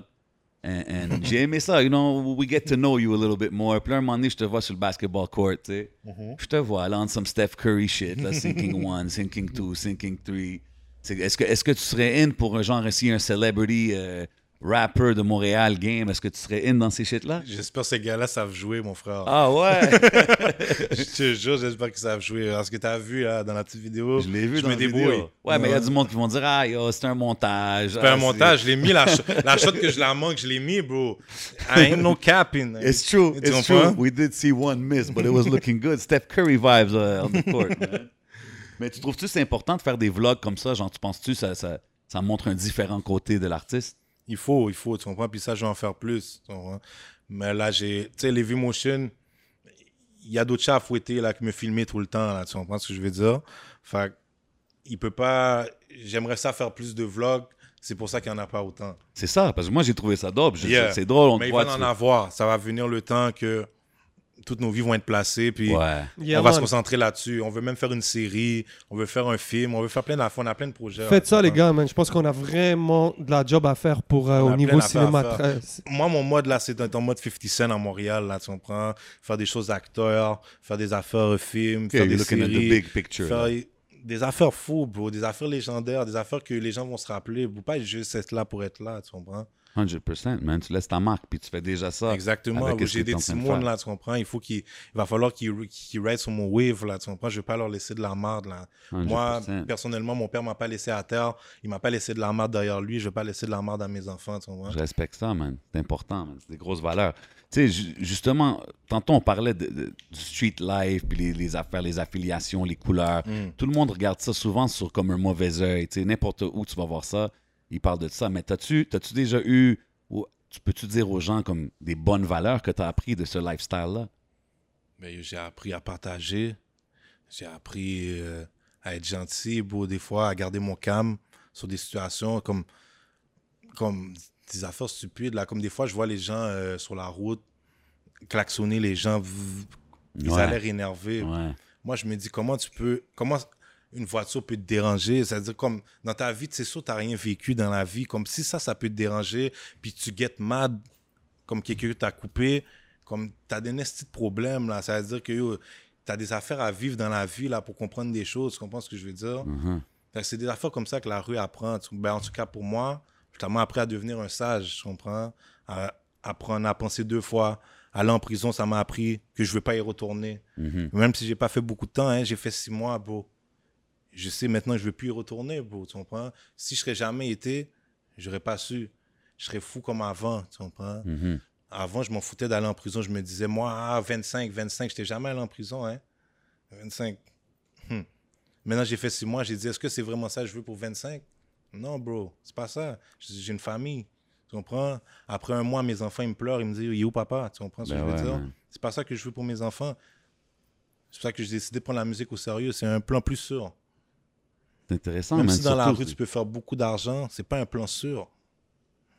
and, and j'ai aimé ça, you know, we get to know you a little bit more. Puis là, un moment donné, je te vois sur le basketball court, tu sais. Je te vois, là, on some Steph Curry shit, là, sinking one, sinking two, sinking three. C'est- Est-ce que, est que tu serais in pour un genre, si un celebrity euh, rapper de Montréal game, est-ce que tu serais in dans ces shit-là? J'espère que ces gars-là savent jouer, mon frère. Ah ouais! *laughs* *laughs* Je te jure, j'espère qu'ils savent jouer. Parce que t'as vu là, dans la petite vidéo. Je l'ai vu je dans me la vidéo. débrouille. Ouais, mais il y a du monde qui vont dire Ah, yo, c'est un montage. Fais Ah, un montage, je l'ai mis. La, cho- la shot que je la manque, je l'ai mis, bro. I ain't no capping. It's true. Tu It's true. comprends? We did see one miss, but it was looking good. Steph Curry vibes uh, on the *laughs* court, man. Mais tu trouves-tu que c'est important de faire des vlogs comme ça Genre, tu penses-tu que ça, ça, ça montre un différent côté de l'artiste Il faut, il faut, tu comprends? Puis ça, je vais en faire plus. tu comprends? Mais là, j'ai. Tu sais, les vues motion, il y a d'autres chats à fouetter là, qui me filmaient tout le temps, là. Tu comprends ce que je veux dire? Fait que, il peut pas. J'aimerais ça faire plus de vlogs. C'est pour ça qu'il n'y en a pas autant. C'est ça, parce que moi, j'ai trouvé ça dope. Je- Yeah. C'est drôle, on Mais te il voit. va tu- en avoir. Ça va venir le temps que toutes nos vies vont être placées. Puis. Ouais. Yeah, on va man. se concentrer là-dessus. On veut même faire une série, on veut faire un film, on veut faire plein d'affaires, on a plein de projets. Faites ça, Ouais. les gars, man. Je pense qu'on a vraiment de la job à faire pour, euh, On a au plein niveau d'affaires à cinéma. faire. très- c'est- Moi, mon mode là, c'est un un mode 50 Cent à Montréal, là, tu comprends? Faire des choses d'acteurs, faire des affaires euh, films, Okay, faire you're des looking at the séries. big picture. faire là. des affaires fous, bro, des affaires légendaires, des affaires que les gens vont se rappeler. Vous pas juste être là pour être là, tu comprends? 100%, man. Tu laisses ta marque, puis tu fais déjà ça. Exactement. Avec où ce J'ai que t'es des en petits train de mondes faire. là, tu comprends? Il faut qu'il il va falloir qu'ils qu'ils restent sur mon wave, là, tu comprends? Je vais pas leur laisser de la marde, là. 100%. Moi, personnellement, mon père m'a pas laissé à terre. Il m'a pas laissé de la marde derrière lui. Je vais pas laisser de la marde à mes enfants, tu comprends? Je respecte ça, man. C'est important, man. C'est des grosses valeurs. Tu sais, ju- justement, tantôt, on parlait de, de- du street life, puis les, les affaires, les affiliations, les couleurs. Hmm. Tout le monde regarde ça souvent sur comme un mauvais œil. Tu sais, n'importe où tu vas voir ça, ils parlent de ça. Mais t'as-tu t'as-tu déjà eu, ou tu peux-tu dire aux gens comme des bonnes valeurs que t'as appris de ce lifestyle-là? Mais j'ai appris à partager. J'ai appris euh, à être gentil, beau, des fois, à garder mon calme sur des situations comme, comme des affaires stupides. Là. Comme des fois, je vois les gens euh, sur la route klaxonner les gens. vzz, Ils Ouais. ont l'air énervés. Ouais. Moi, je me dis, comment tu peux. Comment une voiture peut te déranger? C'est-à-dire, comme dans ta vie, c'est sûr, tu n'as rien vécu dans la vie. Comme si ça, ça peut te déranger, puis tu get mad, comme quelqu'un t'a coupé, comme tu as des nasty de problèmes, là. C'est-à-dire que tu as des affaires à vivre dans la vie, là, pour comprendre des choses. Tu comprends ce que je veux dire? Mhm. Fait que C'est des affaires comme ça que la rue apprend. Tu- ben, en tout cas, pour moi, je t'ai vraiment appris à devenir un sage, tu comprends? À apprendre à penser deux fois. Aller en prison, ça m'a appris que je ne veux pas y retourner. Mhm. Même si j'ai pas fait beaucoup de temps, hein, j'ai fait six mois, bro. je sais maintenant que je ne veux plus y retourner, bro, tu comprends? Si je serais jamais été, j'aurais pas su. Je serais fou comme avant, tu comprends? Mhm. Avant, je m'en foutais d'aller en prison. Je me disais, moi, ah, 25, 25, j'étais jamais allé en prison, hein? 25. Hmm. Maintenant, j'ai fait six mois, j'ai dit, est-ce que c'est vraiment ça que je veux pour 25? Non, bro, c'est pas ça. J'ai j'ai une famille. Tu comprends? Après un mois, mes enfants, ils me pleurent, ils me disent, yo, papa, tu comprends ce que Ben je veux ouais, dire? man. C'est pas ça que je veux pour mes enfants. C'est pour ça que j'ai décidé de prendre la musique au sérieux. C'est un plan plus sûr. C'est intéressant, Même man. si dans la Surtout, rue, tu peux faire beaucoup d'argent, c'est pas un plan sûr.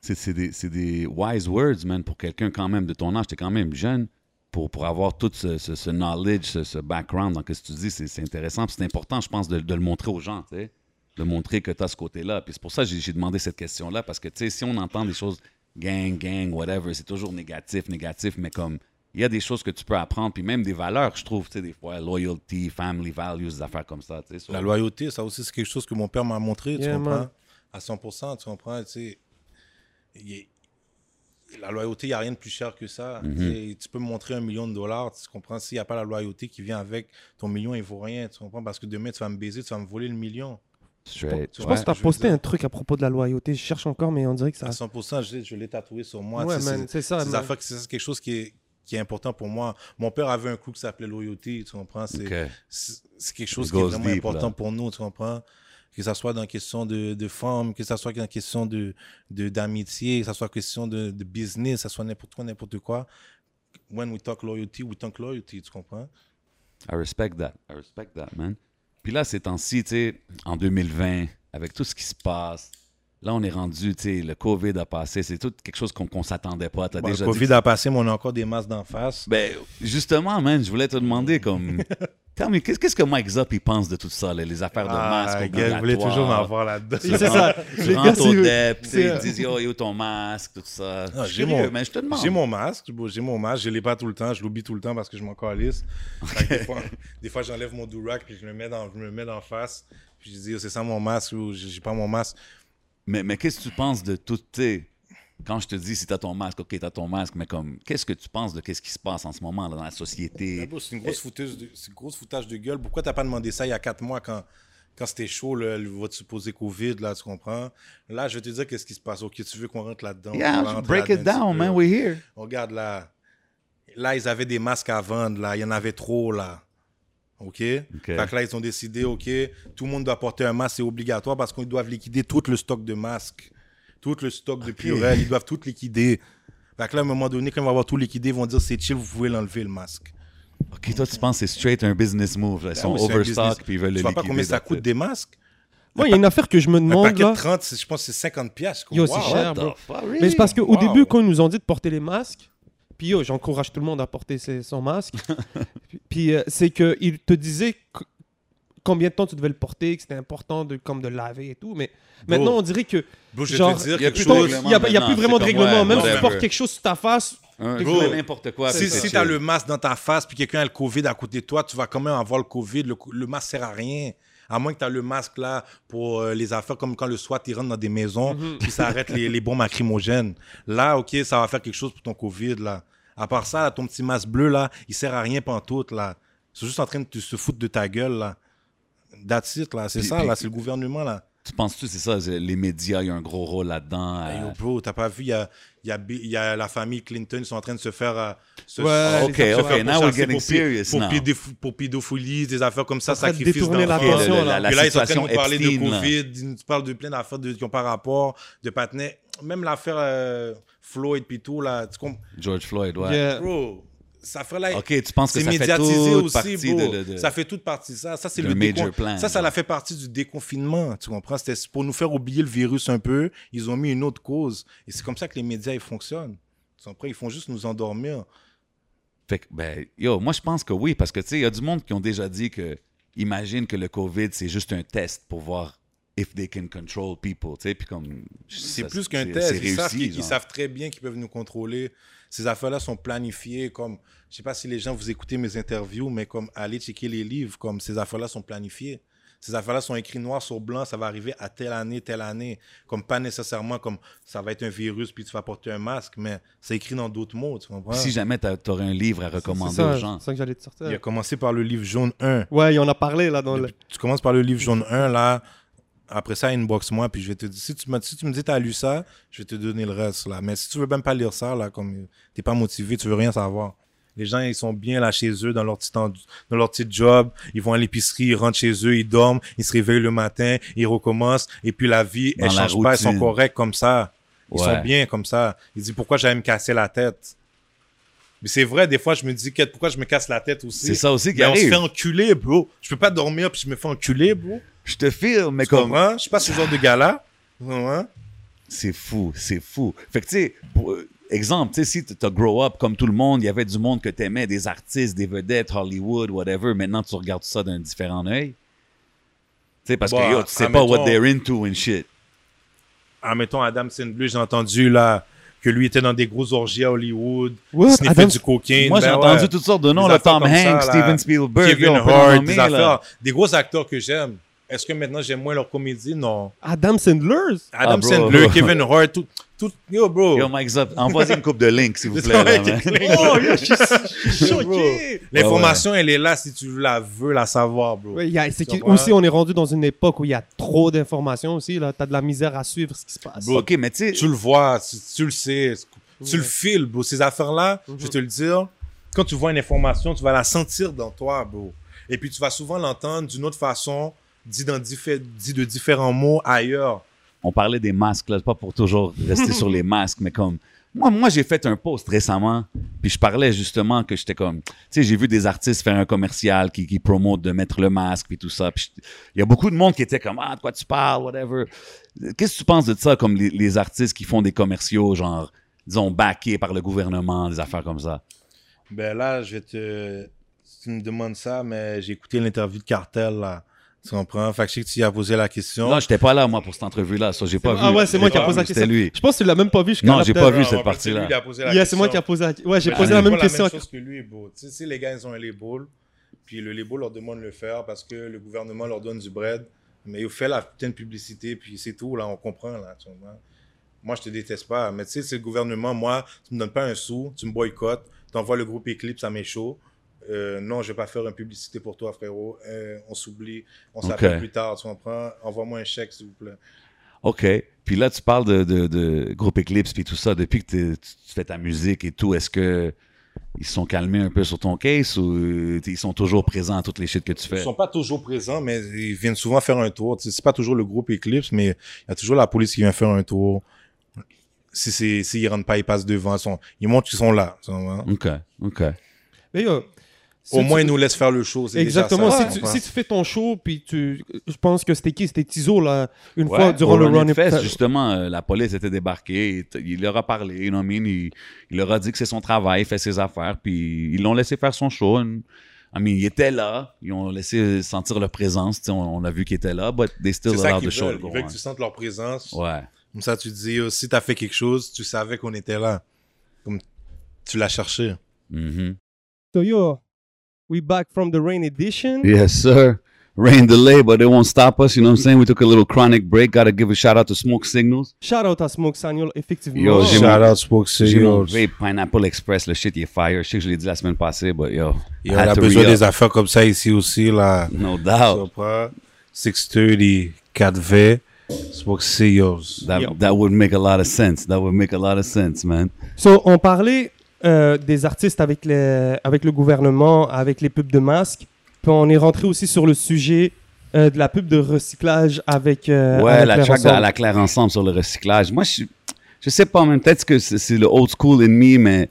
c'est, c'est des, c'est des wise words, man, pour quelqu'un quand même de ton âge. T'es quand même jeune pour, pour avoir tout ce, ce- ce knowledge, ce, ce background. Donc, ce que tu dis, c'est, c'est intéressant. Puis c'est important, je pense, de, de le montrer aux gens, tu sais. De montrer que tu as ce côté-là. Puis c'est pour ça que j'ai, j'ai demandé cette question-là, parce que, tu sais, si on entend des choses gang, gang, whatever, c'est toujours négatif, négatif, mais comme. Il y a des choses que tu peux apprendre, puis même des valeurs, je trouve, tu sais, des fois, loyalty, family values, des affaires comme ça, tu sais. sur- La loyauté, ça aussi, c'est quelque chose que mon père m'a montré, tu Yeah, comprends? man. À 100%, tu comprends? Tu sais, il est- La loyauté, il n'y a rien de plus cher que ça. Mhm. Tu sais, Tu peux me montrer un million de dollars, tu comprends? S'il n'y a pas la loyauté qui vient avec, ton million, il vaut rien, tu comprends? Parce que demain, tu vas me baiser, tu vas me voler le million. Straight, Je Je ouais. pense que t'as je veux posté dire- un truc à propos de la loyauté. Je cherche encore, mais on dirait que ça. À 100%, je, l'ai- je l'ai tatoué sur moi. ouais, tu sais, man, c'est- c'est ça. ces man. affaires, c'est c'est quelque chose qui est, qui est important pour moi. Mon père avait un coup qui s'appelait loyauté, tu comprends? C'est- Ok. c'est c'est quelque chose It qui est goes vraiment deep, important là. pour nous, tu comprends? Que ça soit dans la question de, de forme, que ça soit dans la question de, de, d'amitié, que ça soit question de, de business, que ça soit n'importe quoi, n'importe quoi. When we talk loyalty, we talk loyalty, tu comprends? I respect that. I respect that, man. Puis là, ces temps-ci, tu sais, en 2020, avec tout ce qui se passe, là, on est rendu, tu sais, le COVID a passé, c'est tout quelque chose qu'on qu'on s'attendait pas. T'as Bon, déjà le dit- COVID a passé, mais on a encore des masses d'en face. Ben, justement, man, je voulais te demander, *laughs* comme, Tell me, qu'est-ce qu'est-ce que Mike Zop, il pense de tout ça, les, les affaires de masque Ah, gars, je voulais toujours m'avoir là-dedans. Oui, c'est *laughs* ça. Tu Les gars, rentres au c'est- DEP, tu sais, c'est- ils disent, yo, yo, ton masque, tout ça. Non, Je suis Ah, j'ai curieux, mon- man, je te demande. J'ai mon masque, bon, j'ai mon masque, je l'ai pas tout le temps, je l'oublie tout le temps parce que je m'en calisse. Fait que Des fois, des fois, j'enlève mon durac puis je le mets dans, je me le mets en face, puis je dis Oh, c'est ça mon masque ou j'ai j'ai pas mon masque. Mais, mais qu'est-ce que tu penses de tout, tu sais, quand je te dis si t'as ton masque, ok, t'as ton masque, mais comme, qu'est-ce que tu penses de qu'est-ce qui se passe en ce moment là, dans la Mais société? bro, C'est une grosse foutage de, c'est une grosse foutage de gueule. Pourquoi t'as pas demandé ça il y a quatre mois quand, quand c'était chaud le, le- votre supposé Covid là, tu comprends Là, je vais te dire qu'est-ce qui se passe. Ok, tu veux qu'on rentre là-dedans On va Yeah, rentrer break it là-dedans un down, petit man, peu. we're here. Regarde là. Là, ils avaient des masques à vendre, là. Il y en avait trop, là. OK? Fait que là, ils ont décidé, OK, tout le monde doit porter un masque, c'est obligatoire parce qu'ils doivent liquider tout le stock de masques, tout le stock de Purell, ils doivent tout liquider. Fait que là, à un moment donné, quand ils vont avoir tout liquidé, ils vont dire, c'est chill, vous pouvez l'enlever, le masque. Ok, toi, tu penses que c'est straight un business move, là. Ils Ah sont oui, c'est un business. overstock, puis ils veulent le Tu vois pas liquider, combien ça that's it. coûte des masques? Moi, il y a une affaire que je me Un demande paquet là. de 30, c'est- je pense que c'est 50 piastres. Yo, c'est Wow. cher, What the bro. fuck, Mais really? c'est parce qu'au Wow. début, quand ils nous ont dit de porter les masques, puis yo, j'encourage tout le monde à porter ses- son *laughs* masque, puis- puis euh, c'est qu'ils te disaient que- combien de temps tu devais le porter, que c'était important de, comme de le laver et tout, mais maintenant on dirait que Bro, je vais genre, te dire y a quelque plus il n'y chose. de- a, il y a Maintenant, plus vraiment de c'est comme, ouais, règlement, même si tu whatever. portes quelque chose sur ta face, Un- Bro, fais n'importe quoi. si- puis Si, c'est si chill. tu as le masque dans ta face, puis quelqu'un a le COVID à côté de toi, tu vas quand même avoir le COVID. Le, co- le masque sert à rien. À moins que tu as le masque là pour euh, les affaires, comme quand le SWAT il rentre dans des maisons, puis ça arrête les, les bombes lacrymogènes. Là, OK, ça va faire quelque chose pour ton COVID. là. À part ça, là, ton petit masque bleu là, il sert à rien pantoute. là. C'est juste en train de te- se foutre de ta gueule. là. That's it, là. C'est Puis- ça, puis- là. C'est le gouvernement, là. Tu penses-tu, c'est ça, c'est- les médias, il y a un gros rôle là-dedans? Hey, euh, yo, bro, t'as pas vu, il y a, il y a Bi- il y a la famille Clinton, ils sont en train de se faire. euh, se- Ouais, se- Ok, se faire ok, pourchasser now we're pour getting pi- serious pour now. pédéfou- Pour pédophilie, des affaires comme ça, train de sacrifice détourner d'enfants. l'attention, Ok, le- la- la Puis là, ils sont en train de situation nous parler de Epstein, là. COVID, ils nous parlent de plein d'affaires de- qui ont pas rapport, de Patnais. Même l'affaire euh, Floyd puis tout, là, tu comprends? George Floyd, ouais. Yeah. Bro, ça fait là. Euh, Ok, tu penses que C'est ça fait médiatisé toute aussi, partie bro. de- de- de- Ça fait toute partie de ça. Ça, c'est de le major décon- plan, Ça, ça là. l'a fait partie du déconfinement. Tu comprends? C'était pour nous faire oublier le virus un peu. Ils ont mis une autre cause. Et c'est comme ça que les médias, ils fonctionnent. Tu comprends? Ils font juste nous endormir. Fait que, ben, yo, moi, je pense que oui, parce que, tu sais, il y a du monde qui ont déjà dit que, imagine que le COVID, c'est juste un test pour voir if they can control people, tu sais, puis comme. C'est ça- plus qu'un c'est- test. c'est Ils, savent réussi, qu'ils- ils genre. savent très bien qu'ils peuvent nous contrôler. Ces affaires-là sont planifiées comme, je sais pas si les gens vous écoutez mes interviews, mais comme allez checker les livres, comme ces affaires-là sont planifiées. ces affaires-là sont écrites noir sur blanc, ça va arriver à telle année, telle année. Comme pas nécessairement comme ça va être un virus puis tu vas porter un masque, mais c'est écrit dans d'autres mots, tu comprends? Si jamais t'a- t'aurais un livre à recommander C'est ça, aux gens. C'est ça que j'allais te sortir. Il a commencé par le livre jaune 1. Ouais, il en a parlé là dans le. Depuis- Tu commences par le livre jaune 1, là. Après ça, inbox-moi, puis je vais te dire. Si tu, me- si tu me dis t'as lu ça, je vais te donner le reste, là. Mais si tu veux même pas lire ça, là, comme euh, t'es pas motivé, tu veux rien savoir. Les gens, ils sont bien là chez eux, dans leur petit, en- dans leur petit job. Ils vont à l'épicerie, ils rentrent chez eux, ils dorment, ils se réveillent le matin, ils recommencent. Et puis la vie, Dans elle la change pas, ils sont routine. corrects comme ça. Ils Ouais. sont bien comme ça. Ils disent pourquoi j'allais me casser la tête. Mais c'est vrai, des fois, je me dis Qu'est- pourquoi je me casse la tête aussi. C'est ça *laughs* aussi qui Mais Ben, on se arrive. fait enculer, bro. Je peux pas dormir puis je me fais enculer, bro. Je te filme, mais Tu comme. comprends? Je suis pas ce genre de gars-là. Tu comprends? C'est fou, c'est fou. Fait que, tu sais, pour- euh, exemple, tu sais, si t'as grow up comme tout le monde, il y avait du monde que t'aimais, des artistes, des vedettes, Hollywood, whatever. Maintenant, tu regardes ça d'un différent œil. Tu sais, parce Bah, que yo, tu sais pas what admettons- they're into and shit. Ah, mettons Adam Sandler, j'ai entendu là que lui était dans des grosses orgies à Hollywood. What? Il sniffait Adam- du cocaine. Moi, j'ai Ben entendu ouais. toutes sortes de noms, Des là, affaires Tom comme ça, Hanks, là. Steven Spielberg, Kevin yo, on peut Hart, les nommer, des là. affaires. Des gros acteurs que j'aime. Est-ce que maintenant j'aime moins leur comédie? Non. Adam Sandler Adam Ah, bro. *laughs* Sandler, Kevin Hart, tout, tout. Yo, bro. *laughs* Yo, Mike Zop, envoyez une coupe de links, s'il vous plaît. là, man. *laughs* Oh, yo, je suis- je *laughs* suis choqué. L'information, elle est là si tu la veux la savoir, bro. Ouais, il y a- c'est Tu que- comprends? aussi, on est rendu dans une époque où il y a trop d'informations aussi. Là, t'as de la misère à suivre ce qui se *laughs* passe. OK, mais tu sais, tu le vois, tu, tu le sais, tu le Ouais. Mhm. files, bro. Ces affaires-là, je vais te le dire, quand tu vois une information, tu vas la sentir dans toi, bro. Et puis tu vas souvent l'entendre d'une autre façon, dit, dans diffé- dit de différents mots ailleurs. on parlait des masques, là, pas pour toujours rester sur les masques, mais comme. Moi, moi j'ai fait un post récemment, puis je parlais justement que j'étais comme. Tu sais, j'ai vu des artistes faire un commercial qui, qui promote de mettre le masque, puis tout ça. Puis je- il y a beaucoup de monde qui était comme Ah, de quoi tu parles, whatever. Qu'est-ce que tu penses de ça, comme les, les artistes qui font des commerciaux, genre, disons, backés par le gouvernement, des affaires comme ça? Ben là, je vais te. Tu me demandes ça, mais j'ai écouté l'interview de Cartel, là. Tu comprends? Fait que je sais que tu y as posé la question. Non, j'étais pas là, moi, pour cette entrevue-là. Ça, j'ai pas vu. Ah ouais, c'est moi J'ai qui ai pas posé vu, la question. C'était lui. Je pense que tu l'as même pas vu. jusqu'à Non, là, j'ai peut-être. pas vu Ouais, cette ouais, parce que lui, partie-là. il a posé la Yeah, c'est moi qui question. ai posé. la- Ouais, j'ai Mais posé c'est la pas même question. à- chose que lui, bro. Tu sais, si les gars, ils ont un label, puis le label leur demande de le faire parce que le gouvernement leur donne du bread, mais ils fait la putain de publicité, puis c'est tout, là, on comprend, là, tu vois. Moi, je te déteste pas, mais tu sais, c'est le gouvernement, moi, tu me donnes pas un sou, tu me boycottes, t'envoies le groupe Eclipse à mes shows. Euh, non, je vais pas faire une publicité pour toi, frérot. Euh, on s'oublie, on s'appelle Ok. plus tard, tu comprends? Envoie-moi un chèque, s'il vous plaît. OK. Puis là, tu parles de, de, de groupe Eclipse puis tout ça. Depuis que t'es- tu, tu fais ta musique et tout, est-ce que ils se sont calmés un peu sur ton case ou euh, ils sont toujours présents à toutes les shit que tu Ils fais? sont pas toujours présents, mais ils viennent souvent faire un tour. Tu sais, C'est pas toujours le groupe Eclipse, mais il y a toujours la police qui vient faire un tour. Si c'est s'ils rentrent pas, ils passent devant. Ils, sont- ils montrent qu'ils sont là. tu vois. hein. OK. OK. Mais, euh, si Au tu- moins, ils nous laissent faire le show. c'est déjà Exactement. ça, si, tu, comprends? si tu fais ton show, puis tu. Je pense que c'était qui C'était Tizo, là, une Ouais, fois durant au le Run It Run It Fest, Fest. justement, euh, la police était débarquée. et t- Il leur a parlé, you know what I mean? il, il leur a dit que c'est son travail, il fait ses affaires, puis ils l'ont laissé faire son show. And- I mean, il était là, ils ont laissé sentir leur présence. tu sais, On, on a vu qu'il était là, but they still C'est ça allowed the qu'ils show. veulent. to Ils go veulent on. que tu sentes leur présence. Ouais. Comme ça, tu te dis, euh, si t'as fait quelque chose, tu savais qu'on était là. Comme tu l'as cherché. Mhm. So, yo, we back from the Rain Edition. Yes, sir. Rain delay, but it won't stop us. You know what I'm saying? We took a little chronic break. Got to give a shout out to Smoke Signals. Shout out à Smoke Sagnol, effectivement. Yo, Oh, j'ai- Shout out Spoke J'ai mon Serious. vape Pineapple Express. Le shit, il est fire. Je sais que je l'ai dit la semaine passée, but yo. Il y had a to besoin re-up. des affaires comme ça ici aussi. là. No Oh. Tu doubt. comprends? 630, 4V, Spoke Serious. That, Yo. that would make a lot of sense. That would make a lot of sense, man. So, on parlait euh, des artistes avec, les, avec le gouvernement, avec les pubs de masques. Puis on est rentré aussi sur le sujet euh, de la pub de recyclage avec. euh, ouais, avec la Claire track de- Ensemble. à la claire ensemble sur le recyclage. Moi, je, suis- je sais pas, même peut-être que c'est c'est le old school in me, mais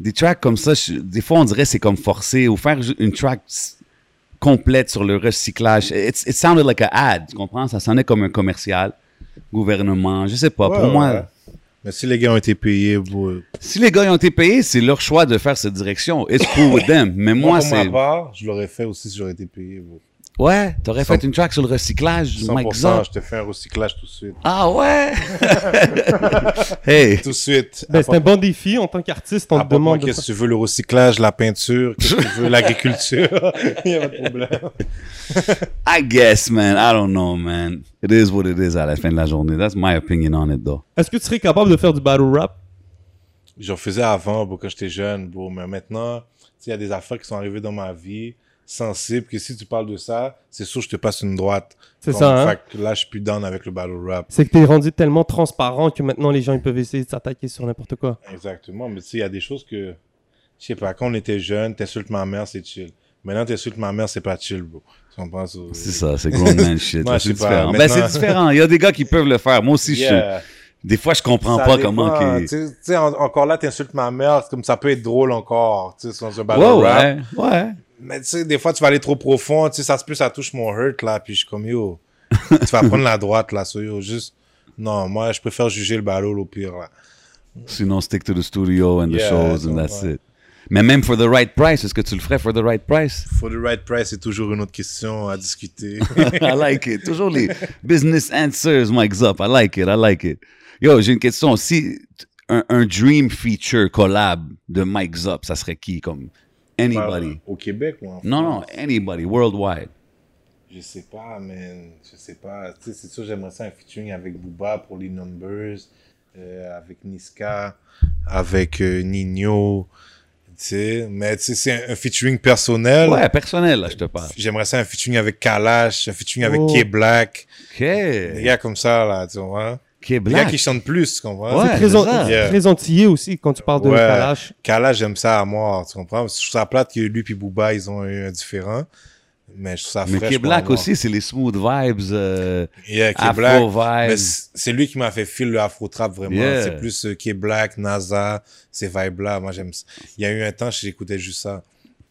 des tracks comme ça, je- des fois, on dirait que c'est comme forcé ou faire ju- une track s- complète sur le recyclage. It's- it sounded like a ad, tu comprends? Ça sonnait comme un commercial, gouvernement, je sais pas. Ouais, pour ouais, moi, ouais. Mais si les gars ont été payés, bro, si les gars ils ont été payés, c'est leur choix de faire cette direction. It's cool with them. Mais moi, moi, pour ma c'est. part, je l'aurais fait aussi si j'aurais été payé. bro. Ouais, t'aurais fait une track sur le recyclage du Mike 100%, Zan. je te fais un recyclage tout de suite. Ah *laughs* ouais! hey! Tout de suite. Ben, c'est un Apporte- bon défi en tant qu'artiste, on te apporte-moi demande. de qu'est-ce faire- que tu veux, le recyclage, la peinture, qu'est-ce que tu *laughs* veux, l'agriculture. *laughs* Il y a pas de problème. I guess, man. I don't know, man. It is what it is à la fin de la journée. That's my opinion on it, though. Est-ce que tu serais capable de faire du battle rap J'en faisais avant, bro, quand j'étais jeune, bro. Mais maintenant, tu sais, il y a des affaires qui sont arrivées dans ma vie, sensibles, que si tu parles de ça, c'est sûr que je te passe une droite. C'est Comme, ça, hein? Fait que là, je suis plus down avec le battle rap. C'est que t'es rendu tellement transparent que maintenant les gens ils peuvent essayer de s'attaquer sur n'importe quoi. Exactement. Mais tu sais, il y a des choses que, je sais pas, quand on était jeune, t'insultes ma mère, c'est chill. Maintenant, t'insultes ma mère, c'est pas chill, bro. Tu comprends euh, ça? C'est ça, c'est grown man *laughs* shit. Moi, là, je c'est sais pas, différent. Ben, maintenant- c'est différent. Il y a des gars qui peuvent le faire. Moi aussi, je Yeah. Des fois, je comprends Ça pas dépend, comment. qu'ils- Tu sais- tu sais, en- encore là, t'insultes ma mère, c'est comme ça peut être drôle encore, tu sais, dans un battle Ouais, rap. ouais. Ouais. Mais tu sais, des fois, tu vas aller trop profond, tu sais, ça se peut, ça touche mon hurt, là, puis je suis comme, yo, tu vas prendre la droite, là, so, yo, juste, non, moi, je préfère juger le ballot, au pire, là. Sinon, stick to the studio and the Yeah, shows and ouais. that's it. Mais même for the right price, est-ce que tu le ferais for the right price? For the right price, c'est toujours une autre question à discuter. I like it. Toujours les business answers, Mike's up. I like it. I like it. Yo, j'ai une question. Si t- un, un dream feature collab de Mike's up, ça serait qui? Comme *laughs* anybody. Au Québec, moi. Non, non, anybody, worldwide. Je sais pas, man. Je sais pas. Tu sais, c'est sûr, j'aimerais ça un featuring avec Booba pour les Numbers, euh, avec Niska, avec euh, Nino. Tu sais, mais tu sais, c'est un, un featuring personnel. Ouais, personnel, là, je te parle. J'aimerais ça un featuring avec Kalash, un featuring avec Oh. K-Black. Des OK. gars comme ça, là, tu vois. OK, Des gars qui Black. chantent plus, tu comprends? Ouais, C'est c'est présent- ça. c'est très antillais aussi quand tu parles de Ouais. Kalash. Kalash, j'aime ça à mort, tu comprends? Je trouve ça plate que lui et Booba, ils ont eu un différent. Mais je trouve ça Mais fraîche K pour Black moi. aussi, c'est les smooth vibes, euh, Yeah, K Black. afro Mais vibes. c- c'est lui qui m'a fait feel le afro trap vraiment. Yeah. C'est plus euh, K-Black, NASA, ces vibes-là. Moi, j'aime ça. Il y a eu un temps, j'écoutais juste ça.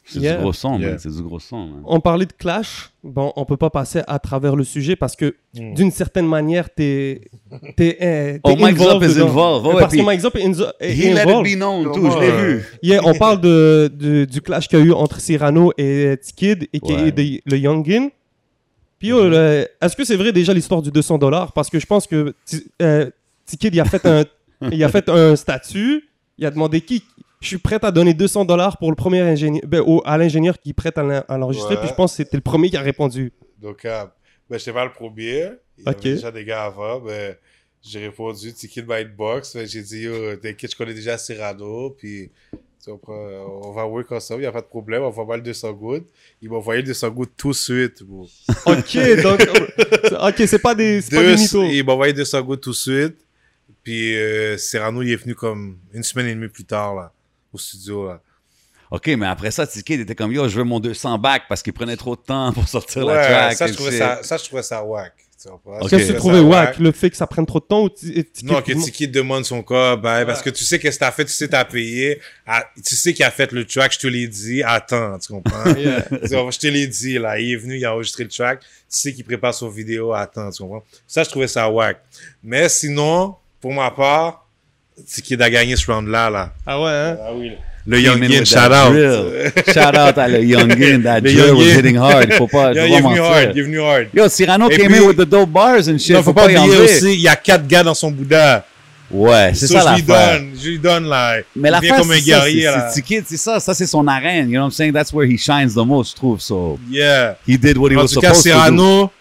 C'est Yeah. du gros son, Yeah. man. C'est du gros son, man. On parlait de clash. Bon, on peut pas passer à travers le sujet parce que Mm. d'une certaine manière, t'es. T'es. euh, Oh, t'es Mike Zop is dedans. involved. Ouais, parce puis- que Mike Zop est, inzo- est He let it involved. be known, tout. Comment, Je l'ai euh, vu. Yeah, on parle de, de- du clash qu'il y a eu entre Cyrano et euh, T-Kid, et Ouais. le Youngin. Puis, oh, le- est-ce que c'est vrai déjà l'histoire du 200 dollars Parce que je pense que T- euh, T-Kid, il a fait un, il a fait un statut, il a demandé qui je suis prêt à donner 200 dollars pour le premier ingénieur, ben, au- à l'ingénieur qui est prêt à l'en- à l'enregistrer. Ouais. Puis je pense que c'était le premier qui a répondu. Donc, euh, ben, j'étais pas le premier. Il y Ok. avait déjà des gars avant. Ben, j'ai répondu Ticket by Box. Ben, j'ai dit, Yo, t'inquiète, je connais déjà Cyrano. Puis, tu comprends, euh, on va work ensemble. Il n'y a pas de problème. On va voir le 200 gouttes. Ils m'ont envoyé le 200 gouttes tout de suite. bro. Ok, donc. euh, ok, c'est pas des, c'est pas des Deux- mythos. ils m'ont envoyé 200 gouttes tout de suite. Puis, euh, Cyrano, il est venu comme une semaine et demie plus tard, là, au studio. Là. OK, mais après ça, Ticket était comme, yo, je veux mon 200 back parce qu'il prenait trop de temps pour sortir Ouais, la track. ça, et je trouvais shit. ça, ça, je trouvais ça whack. tu comprends? Ok. Qu'est-ce que tu Ça, trouvais ça wack Le fait que ça prenne trop de temps ou T- et T-Kid Non, que vraiment- Tiki demande son corps, ben, parce que tu sais qu'est-ce que t'as fait, tu sais t'as payé, Ah, tu sais qu'il a fait le track, je te l'ai dit, attends, *laughs* tu comprends? Tu vois, je te l'ai dit, là, il est venu, il a enregistré le track, tu sais qu'il prépare son vidéo, attends, tu comprends? Ça, je trouvais ça whack. Mais sinon, pour ma part, Tiki a gagné ce round-là, là. *laughs* Ah ouais, hein Ah oui. Le Came in Youngin, with shout that out. drill. shout out à le *laughs* Youngin. That Le drill was Youngin. hitting hard. Faut pas, *laughs* Yeah, faut il pas est venu mentir. hard, il est venu hard. Yo, Cyrano Et came puis- in with the dope bars and shit. Non, faut pas y en oublier dire. aussi, il y a quatre gars dans son boudin. Ouais, c'est Ça, ça je lui l'affaire. donne, je lui donne, là. Mais Il la vient comme un guerrier, là. c'est Ticket, c'est ça. Ça, c'est son arène. You know what I'm saying? That's where he shines the most, je trouve. So, Yeah. he did what he En was tout cas, supposed to do. Cyrano,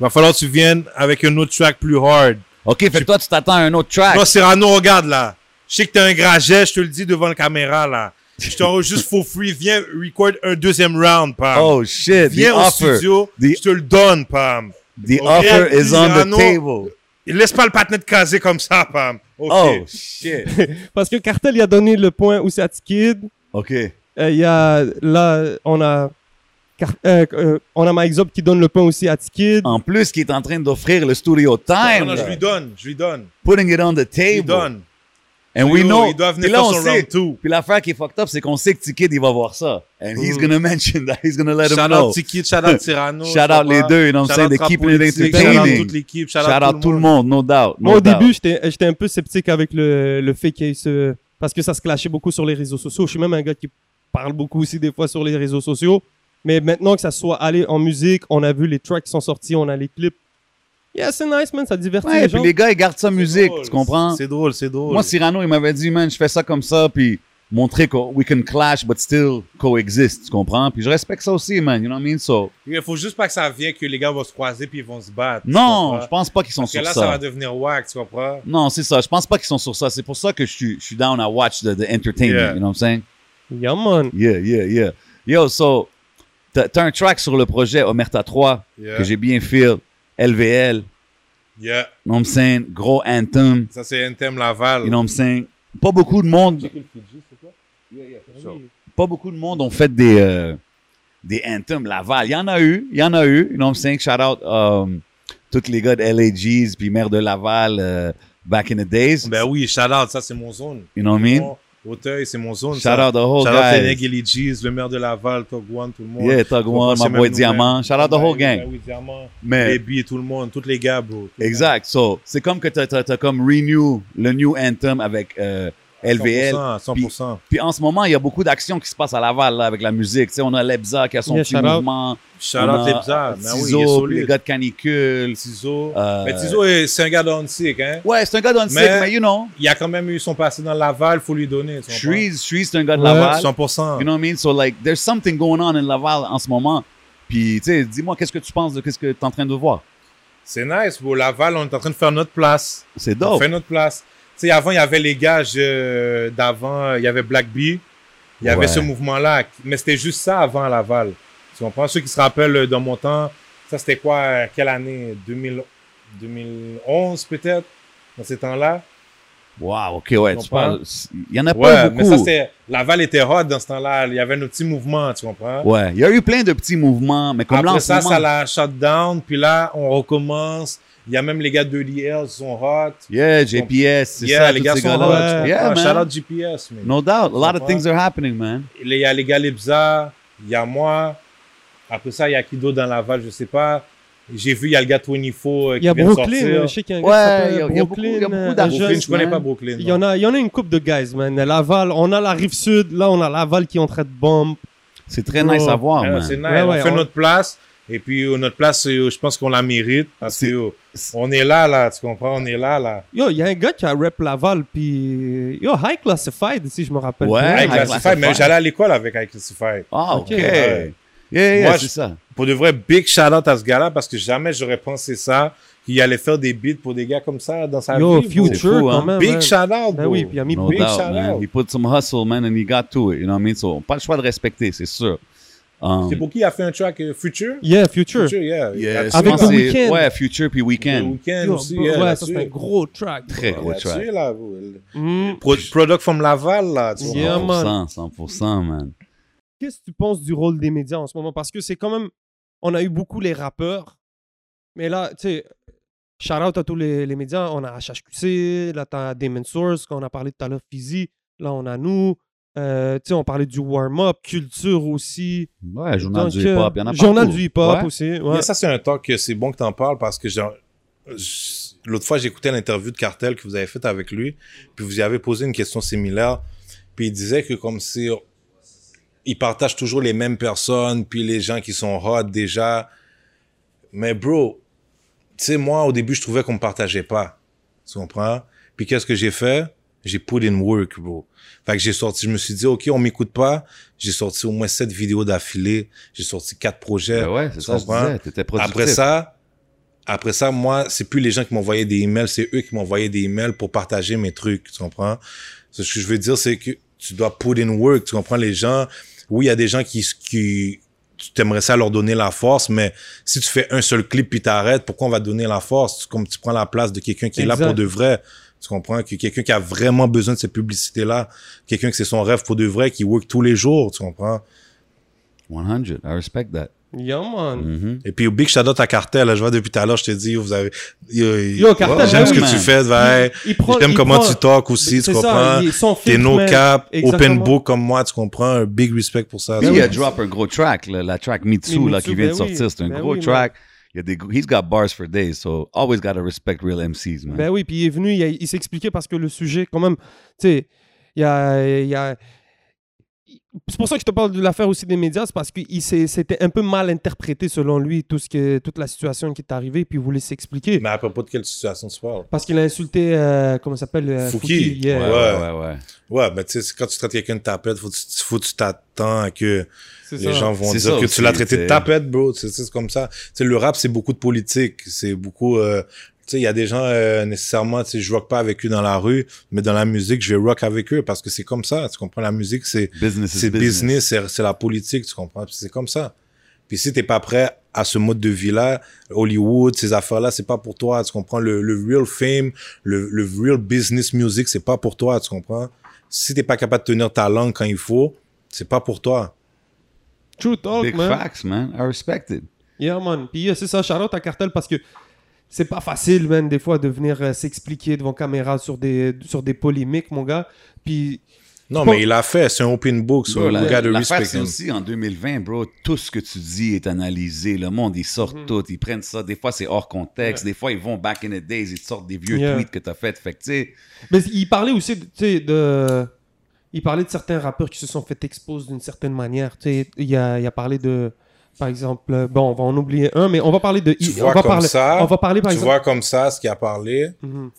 va falloir que tu viennes avec un autre track plus hard. OK, fait que toi, tu t'attends à un autre track. Non, Cyrano, regarde là. Je sais que t'es un graget, je te le dis devant la caméra là. Je *laughs* t'enregistre juste for free. Viens, record un deuxième round, Pam. Oh shit, the Viens au offer. studio, The- je te le donne, Pam. The Ok, offer is on the Cyrano. table. Et Laisse pas le patinet te caser comme ça, Pam. Ok. Oh shit. Parce que Cartel, il a donné le point aussi à Tikid. OK. Euh, Il y a, là, on a, Car- euh, euh, on a Mike Zop qui donne le point aussi à Tikid. En plus, qui est en train d'offrir le studio Non, time, non, je là. lui donne, je lui donne, putting it on the je lui table. donne. And we Yo, know. il doit venir Puis là, faire on son sait- round two. Puis l'affaire qui est fucked up, c'est qu'on sait que Tikid, il va voir ça. And he's Mm. gonna *laughs* mention that. He's gonna let him Shout know. out Tiki, shout out Cyrano. Shout out les deux, you know what I'm saying? They keep it Shout out entertaining. toute l'équipe, shout Shout out tout le monde, no doubt. no Moi, au doubt. début, j'étais j'étais un peu sceptique avec le, le fait qu'il y ait ce. Parce que ça se clashait beaucoup sur les réseaux sociaux. Je suis même un gars qui parle beaucoup aussi des fois sur les réseaux sociaux. Mais maintenant que ça soit allé en musique, on a vu les tracks qui sont sortis, on a les clips. Yeah, c'est nice, man, ça divertit Ouais, les puis gens. les gars, ils gardent ça musique, tu comprends? C'est drôle, c'est drôle. Moi, Cyrano, il m'avait dit, man, je fais ça comme ça, puis montrer que we can clash, but still coexist, tu comprends? Puis je respecte ça aussi, man, you know what I mean? So, Il faut juste pas que ça vienne que les gars vont se croiser puis ils vont se battre. tu non, comprends? je pense pas qu'ils sont Parce que sur là, ça. ça va devenir wack, tu comprends? Non, c'est ça. Je pense pas qu'ils sont sur ça. C'est pour ça que je suis, je suis down à watch the, the entertainment. Yeah. You know what I'm saying? Yeah, man. Yeah, yeah, yeah. Yo, so, t'as t'as un track sur le projet Omerta 3 Yeah. que j'ai bien feel. LVL, you Yeah. know what I'm saying? Gros anthem, Ça, c'est un thème Laval. you know what I'm saying? Pas beaucoup de monde, So, pas beaucoup de monde ont fait des, euh, des anthems Laval. Il y en a eu, il y en a eu, you know what I'm saying? Shout out, um, tous les gars de LAGs, puis maire de Laval, euh, back in the days. Ben oui, shout out, ça, c'est mon zone. You know what I mean? Mon Auteuil, c'est mon zone. Shout ça. out the whole Shout out guys. Fennec et les G's, le maire de Laval, Togwan, tout le monde. Yeah, Thug One, my boy Diamant. Shout out the whole Ben gang. oui, Diamant. Mais, Baby, tout le monde, tous les gars, bro. Tout le exact. So, c'est comme que t'as, t'as, t'as comme renew le new anthem avec euh, monde. LVL. 100%, 100%. Puis en ce moment, il y a beaucoup d'actions qui se passent à Laval là, avec la musique. Tu sais, on a Lebza qui a son Yeah, petit shout out. mouvement. Shout On out a les bizarres. Ben oui, il est Tizo, puis les solide. gars de Canicule. Tizo. Euh, Mais Tizo, eh, c'est un gars d'Antique, hein. Ouais, c'est un gars d'un mais... Mais- mais you know, Il a quand même eu son passé dans Laval, faut lui donner. tu comprends? Shreeze, Shreeze, c'est un gars de Ouais, Laval. 100%. You know what I mean? So, like, there's something going on in Laval en ce moment. Puis, tu sais, dis-moi, qu'est-ce que tu penses de qu'est-ce que t'es en train de voir? C'est nice, bro. Laval, on est en train de faire notre place. C'est On dope. fait notre place. Tu sais, avant, il y avait les gages euh, d'avant, il y avait Black Bee. Il y avait Ouais. ce mouvement-là. Mais c'était juste ça avant Laval. Tu comprends? Ceux qui se rappellent euh, dans mon temps, ça c'était quoi? euh, Quelle année? 2000 2011 peut-être? Dans ces temps-là? Wow, ok, ouais. Tu Tu parles... Il y en a pas Ouais, beaucoup. mais ça c'était... Laval était hot dans ce temps-là. Il y avait nos petits mouvements, tu comprends? Ouais, il y a eu plein de petits mouvements, mais comme là en Après ce ça, moment, ça la shut down. Puis là, on recommence. Il y a même les gars de l'IR, ils sont hot. yeah, GPS, c'est Yeah, ça, les tous gars ces sont gars-là. hot, là. tu Yeah, man. Shout out GPS, man. No doubt, a lot of Ouais. things are happening, man. Il y a les gars Lebza, il y a moi. Après ça, il y a qui d'autre dans Laval, je sais pas. J'ai vu, il y a le gars 24 euh, Il qui y a vient Brooklyn, de je sortir. sais qu'il y a un Ouais, gars qui il y a- s'appelle il y a beaucoup- il y a Brooklyn, beaucoup euh, d'artistes, un jeune. Brooklyn, je connais man. pas Brooklyn. Il y en a, il y en a une coupe de guys, man. Laval, on a la rive sud, là on a Laval qui est en train de bombe. C'est très Bro. nice à voir, Ah, Oh, man. C'est nice, Ouais, ouais, on fait on- notre place. Et puis, euh, notre place, euh, je pense qu'on la mérite. Parce que, C'est- euh, on est là, là, tu comprends? On est là, là. Yo, il y a un gars qui a rap Laval, puis yo, High Classified, si je me rappelle. Ouais. bien. High High Classified, mais Classified. j'allais à l'école avec High Classified. Ah, ok. Ok. Yeah, Ouais. yeah, Moi, c'est je- ça. Pour de vrai, big shout out à ce gars-là parce que jamais j'aurais pensé ça, qu'il allait faire des beats pour des gars comme ça dans sa Yo, vie. bro. Future C'est fou, hein. Oh. quand même. Big man. shout out, Ben bro. oui, puis il a mis No Big doubt, shout man. out. He put some hustle, man, and he got to it. You know what I mean? So, pas le choix de respecter, c'est sûr. Um, C'est pour qui il a fait un track euh, Future? Yeah, Future. Future, yeah. yeah, Là-dessus, je Avec pense le que c'est- Weeknd. Ouais, Future puis là, Weekend. Weekend Yo, aussi, bro, yeah, ouais, ça là-dessus. c'est un gros track. Très gros Là-dessus, track. là, bro. Le Mm. pro- Product from Laval, là. tu vois. Yeah, man. 100%, 100%, man. Qu'est-ce que tu penses du rôle des médias en ce moment Parce que c'est quand même. On a eu beaucoup les rappeurs, mais là, tu sais, shout out à tous les, les médias. On a HHQC, là, t'as Damon Source, qu'on a parlé tout à l'heure, Fizzy, là, on a nous. Euh, tu sais, on parlait du warm-up, culture aussi. Ouais, Ah, journal Donc, du hip-hop, il y en a euh, Journal partout. du hip-hop Ouais. aussi. Mais Ouais. ça, c'est un talk que c'est bon que t'en parles parce que genre, je- l'autre fois, j'écoutais l'interview de Cartel que vous avez faite avec lui, puis vous y avez posé une question similaire, puis il disait que comme si il partage toujours les mêmes personnes, puis les gens qui sont hot déjà. Mais bro, tu sais, moi, au début, je trouvais qu'on me partageait pas. Tu comprends? Puis qu'est-ce que j'ai fait? J'ai put in work, bro. Fait que j'ai sorti, je me suis dit, OK, on m'écoute pas. J'ai sorti au moins sept vidéos d'affilée. J'ai sorti quatre projets. Ben ouais, c'est Tu ça que je comprends? disais. T'étais productif. Après ça, après ça, moi, c'est plus les gens qui m'envoyaient des emails, c'est eux qui m'envoyaient des emails pour partager mes trucs, tu comprends? Ce que je veux dire, c'est que tu dois put in work, tu comprends? Les gens, oui, il y a des gens qui, qui tu t'aimerais ça leur donner la force, mais si tu fais un seul clip puis t'arrêtes, pourquoi on va te donner la force? Tu- Comme tu prends la place de quelqu'un qui est là Exact. pour de vrai. Tu comprends? Que quelqu'un qui a vraiment besoin de cette publicité-là, quelqu'un que c'est son rêve pour de vrai, qui work tous les jours, tu comprends? 100, I respect that. Yeah, man. Mhm. Et puis, au Big Shadow, ta cartel, là, je vois depuis tout à l'heure, je te dis, vous avez. Yo, Yo, Cartel, j'aime ce que man. tu fais, ouais. Il prend- J'aime il comment prend- tu talks aussi, tu C'est ça, comprends. il- son T'es filtre, no man. cap, open Exactement. book comme moi, tu comprends. Un big respect pour ça. Puis tu il a comprends. drop un gros track, là, la track Mitsu, Ben Mais là, Mitsu, qui vient de ben oui, sortir. C'est un ben gros oui, track. Il y a des, gros- he's got bars for days, so always gotta respect real MCs, man. Ben oui, puis il est venu, il, a- il s'est expliqué parce que le sujet, quand même, tu sais, il y a, il y a- C'est pour ça que je te parle de l'affaire aussi des médias, c'est parce que il s'est- c'était un peu mal interprété selon lui, tout ce que, toute la situation qui est arrivée, puis il voulait s'expliquer. Mais à propos de quelle situation tu parles? Parce qu'il a insulté, euh, comment ça s'appelle euh, Fouki. yeah. Ouais, ouais, ouais. ouais. Ouais, mais tu sais, c'est quand tu traites quelqu'un de tapette, faut que tu- faut que tu t'attends à que C'est les ça. gens vont C'est dire ça que aussi, tu l'as traité de t'sais. tapette, bro. Tu sais, C'est comme ça. Tu sais, le rap, c'est beaucoup de politique. C'est beaucoup... euh, tu sais, il y a des gens, euh, nécessairement, tu sais, je rock pas avec eux dans la rue, mais dans la musique, je vais rock avec eux parce que c'est comme ça. Tu comprends? La musique, c'est Business is c'est business, c'est- c'est la politique, tu comprends? Puis C'est comme ça. Puis si t'es pas prêt à ce mode de vie-là, Hollywood, ces affaires-là, c'est pas pour toi, tu comprends? Le, le real fame, le, le real business music, c'est pas pour toi, tu comprends? Si t'es pas capable de tenir ta langue quand il faut, c'est pas pour toi. True talk, Big man. facts, man. I respect it. Yeah, man. Puis yeah, c'est ça, shout out à Cartel parce que c'est pas facile, man, des fois, de venir euh, s'expliquer devant caméra sur des, sur des polémiques, mon gars. Puis Non, Bon. mais il a fait, c'est un open book, so Bro, you la- gotta l'affaire, respect c'est him. aussi en 2020, bro, tout ce que tu dis est analysé. Le monde, ils sortent Mm-hmm. tout, ils prennent ça. Des fois, c'est hors contexte. Des fois, ils vont back in the days, ils te sortent des vieux Yeah. tweets que t'as fait. Fait que, tu sais, Mais il parlait aussi, de- tu sais, de... Il parlait de certains rappeurs qui se sont fait expose d'une certaine manière. Tu sais, il a, il a parlé de... Par exemple, euh, bon, on va en oublier un, mais on va parler de... Tu il- vois on va comme parler, ça, On va parler, par Tu exemple... vois comme ça, ce qu'il a parlé, Mhm.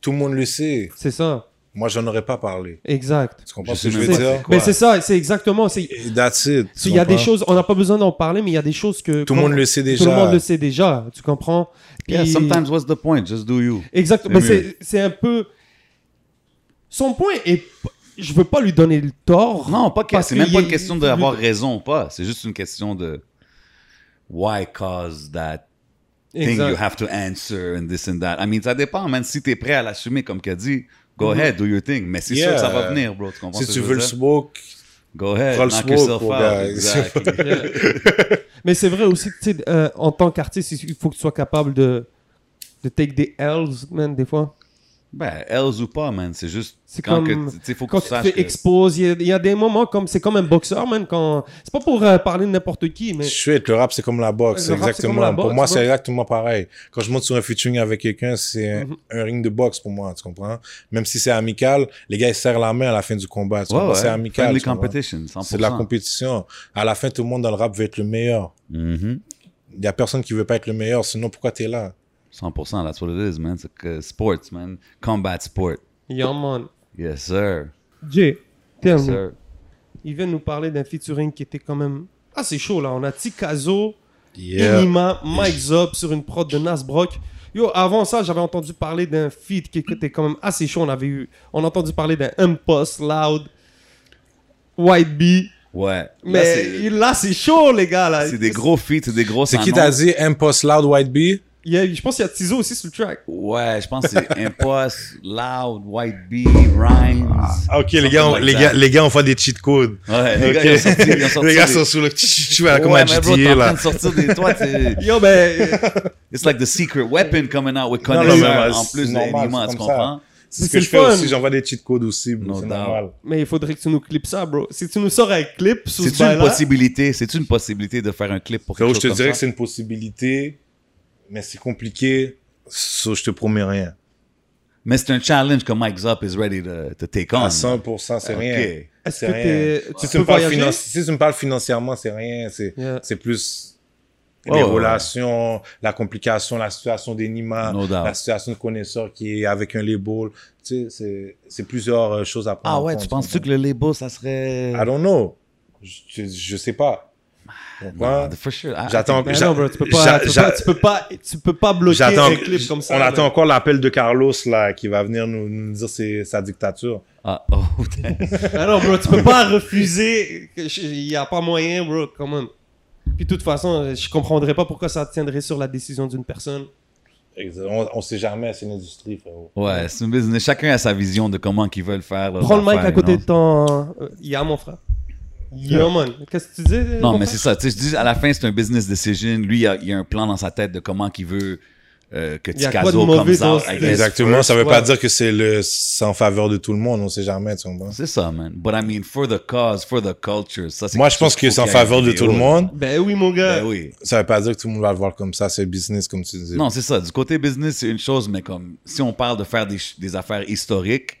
tout le monde le sait. C'est ça, Moi, j'en aurais pas parlé. exact. Tu comprends Je ce que sais je veux même pas dire? Mais c'est ça, c'est exactement... c'est- That's it. tu Il y a des comprends? choses, on n'a pas besoin d'en parler, mais il y a des choses que... Tout le monde le sait déjà. Tout le monde le sait déjà, tu comprends yeah, Puis- sometimes, what's the point? Just do you. Exactement. C'est C'est, mieux. c'est un peu. Son point est. Je veux pas lui donner le tort. Non, pas que, parce c'est même qu'il pas est- une question d'avoir raison ou pas. C'est juste une question de why cause that thing Exact. you have to answer and this and that. I mean, ça dépend, man. Si t'es prêt à l'assumer, comme qu'a dit, go ahead, do your thing. Mais c'est sûr Mm-hmm. Yeah. que ça va venir, bro. Tu comprends Si ce que tu je veux le dire? smoke, Go ahead, Prends le knock smoke, yourself mon out. gars. Exactly. *laughs* Mais c'est vrai aussi, tu sais, euh, en tant qu'artiste, il faut que tu sois capable de, de take des L's, man, des fois. Ben, else ou pas, man. C'est juste. C'est quand comme- que- tu sais, faut que Quand tu tu te saches. fais que- expose, il y a- il y, a des moments comme. C'est comme un boxeur, man. Quand... C'est pas pour euh, parler de n'importe qui, mais. Shit, le rap, c'est comme la boxe. Le rap, c'est exactement. comme la pour boxe, moi, ouais. c'est exactement pareil. Quand je monte sur un featuring avec quelqu'un, c'est un, Mhm. un ring de boxe pour moi, tu comprends? Même si c'est amical, les gars, ils serrent la main à la fin du combat. tu Ouais, comprends? ouais. C'est amical. Friendly tu comprends? competition, 100%. C'est de la compétition. À la fin, tout le monde dans le rap veut être le meilleur. Mhm. Il n'y a personne qui veut pas être le meilleur, sinon pourquoi t'es là? 100%, that's what it is, man. C'est que sports, man. Combat sport. Yeah, man. Yes, sir. Jay, tell Yes, me. sir. Il vient nous parler d'un featuring qui était quand même assez chaud, là. On a Tikazo. Yeah. Inima, Mike Zop sur une prod de Nas Brock. Yo, avant ça, j'avais entendu parler d'un feat qui était quand même assez chaud. On avait eu, on a entendu parler d'un Impulse, Loud, White Bee. Ouais. Là, Mais c'est- il- là, c'est chaud, les gars. Là. c'est des gros feats, c'est des grosses C'est qui annonces. t'a dit Impost Loud White Bee? Il y a- je pense qu'il y a Tizo aussi sur le track. Ouais, je pense que c'est Impost, Loud, White Bee, Rhymes. Ah, Ok, les gars ont- Something like les gars- that. les gars, on fait des cheat codes. Ouais, les gars, ils ont sorti. *laughs* Ils ont sorti des- sur le tu Ouais, mais bro, t'es en train de sortir des toits, c'est- Yo, ben, *laughs* euh, It's like the secret weapon coming out with Non, non, Connexion mais en c'est plus de normal, Anima, c'est tu comme ça. comprends? C'est ce C'est que le je fais fun. aussi, j'envoie des cheat codes aussi, bro, No c'est doubt. normal. mais il faudrait que tu nous clips ça, bro. Si tu nous sors un clip sur C'est ce une bail-là, possibilité, c'est une possibilité de faire un clip pour quelque Frérot, je chose te comme dirais que ça. c'est une possibilité, mais c'est compliqué. So, je te promets rien. Mais c'est un challenge que Mike Zop is ready to, to take on. À 100%, c'est Ah, Ok. rien. est-ce C'est que rien. t'es- tu Si tu, peux me parles voyager? finan- si tu me parles financièrement, c'est rien. C'est Yeah. c'est plus Ouais, les ouais, ouais. relations, la complication, la situation d'Enima, No doubt. la situation de connaisseur qui est avec un label. Tu sais, c'est- c'est plusieurs euh, choses à prendre. Ah en ouais, tu compte, penses-tu que comprends? le label, ça serait... I don't know. Je, je, je sais pas. Pourquoi? Non, for sure. Ah, I- J'attends. Ben j'a- non, bro, tu peux pas, j'a- tu peux j'a- pas- tu peux pas, tu peux pas bloquer J'attends, un clip comme ça. on là. attend encore l'appel de Carlos là, qui va venir nous, nous dire ses- sa dictature. Ah, oh, putain. Ah non, bro, tu peux pas refuser. que je- Il n'y a pas moyen, bro, quand même. Puis de toute façon, je comprendrais pas pourquoi ça tiendrait sur la décision d'une personne. Ex- On, on sait jamais, c'est une industrie, frérot. ouais, c'est une business. Chacun a sa vision de comment qu'ils veulent faire. Prends le mic à côté de de ton. euh, Y'a mon frère. Y'a man. Qu'est-ce que tu dis euh, Non, mon mais c'est frère? ça. Tu sais, je dis, à la fin, c'est un business decision. Lui, il a, il a un plan dans sa tête de comment qu'il veut euh, que Il y a quoi de Tikazo mauvais comes dans out. ce- I guess. Exactement, ça veut ouais. pas dire que c'est le c'est en faveur de tout le monde, on sait jamais, tu comprends? C'est ça, man. But I mean, for the cause, for the culture. Ça, c'est Moi, quelque je pense chose que c'est en qu'il y a une faveur de tout vidéo, le là. monde. Ben oui, mon gars. Ben oui. Ça veut pas dire que tout le monde va le voir comme ça, c'est business, comme tu dis. Non, c'est ça. Du côté business, c'est une chose, mais comme si on parle de faire des, ch- des affaires historiques,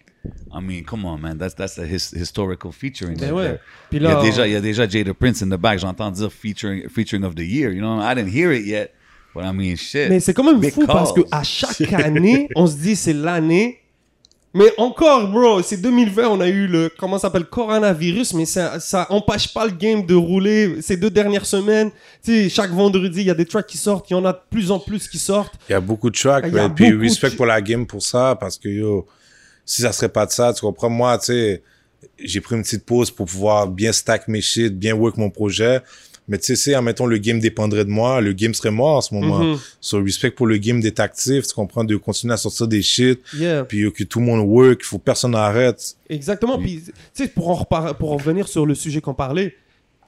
I mean, come on, man. That's, that's a his- historical featuring. Ben right ouais. there. Puis Il y, là, a on- déjà, il y a déjà Jada Prince in the back. J'entends dire featuring, featuring of the year. You know, I didn't hear it yet. But I mean, shit. Mais c'est quand même fou Because- parce que à *laughs* chaque année, on se dit c'est l'année. Mais encore, bro, c'est 2020, on a eu le, comment ça s'appelle, coronavirus, mais ça, ça empêche pas le game de rouler ces deux dernières semaines. Tu sais, chaque vendredi, il y a des tracks qui sortent, il y en a de plus en plus qui sortent. Il y a beaucoup de tracks, Il y a mais puis beaucoup respect de- pour la game pour ça, parce que yo, si ça serait pas de ça, tu comprends, moi, tu sais, j'ai pris une petite pause pour pouvoir bien stack mes shit, bien work mon projet. Mais tu sais, si, admettons, le game dépendrait de moi, le game serait mort en ce moment. Mhm. So, respect pour le game d'être actif, tu comprends, de continuer à sortir des shit, Yeah. puis yo, que tout le monde work, il faut que personne arrête. Exactement. Puis, tu sais, pour en, repar- pour en revenir sur le sujet qu'on parlait,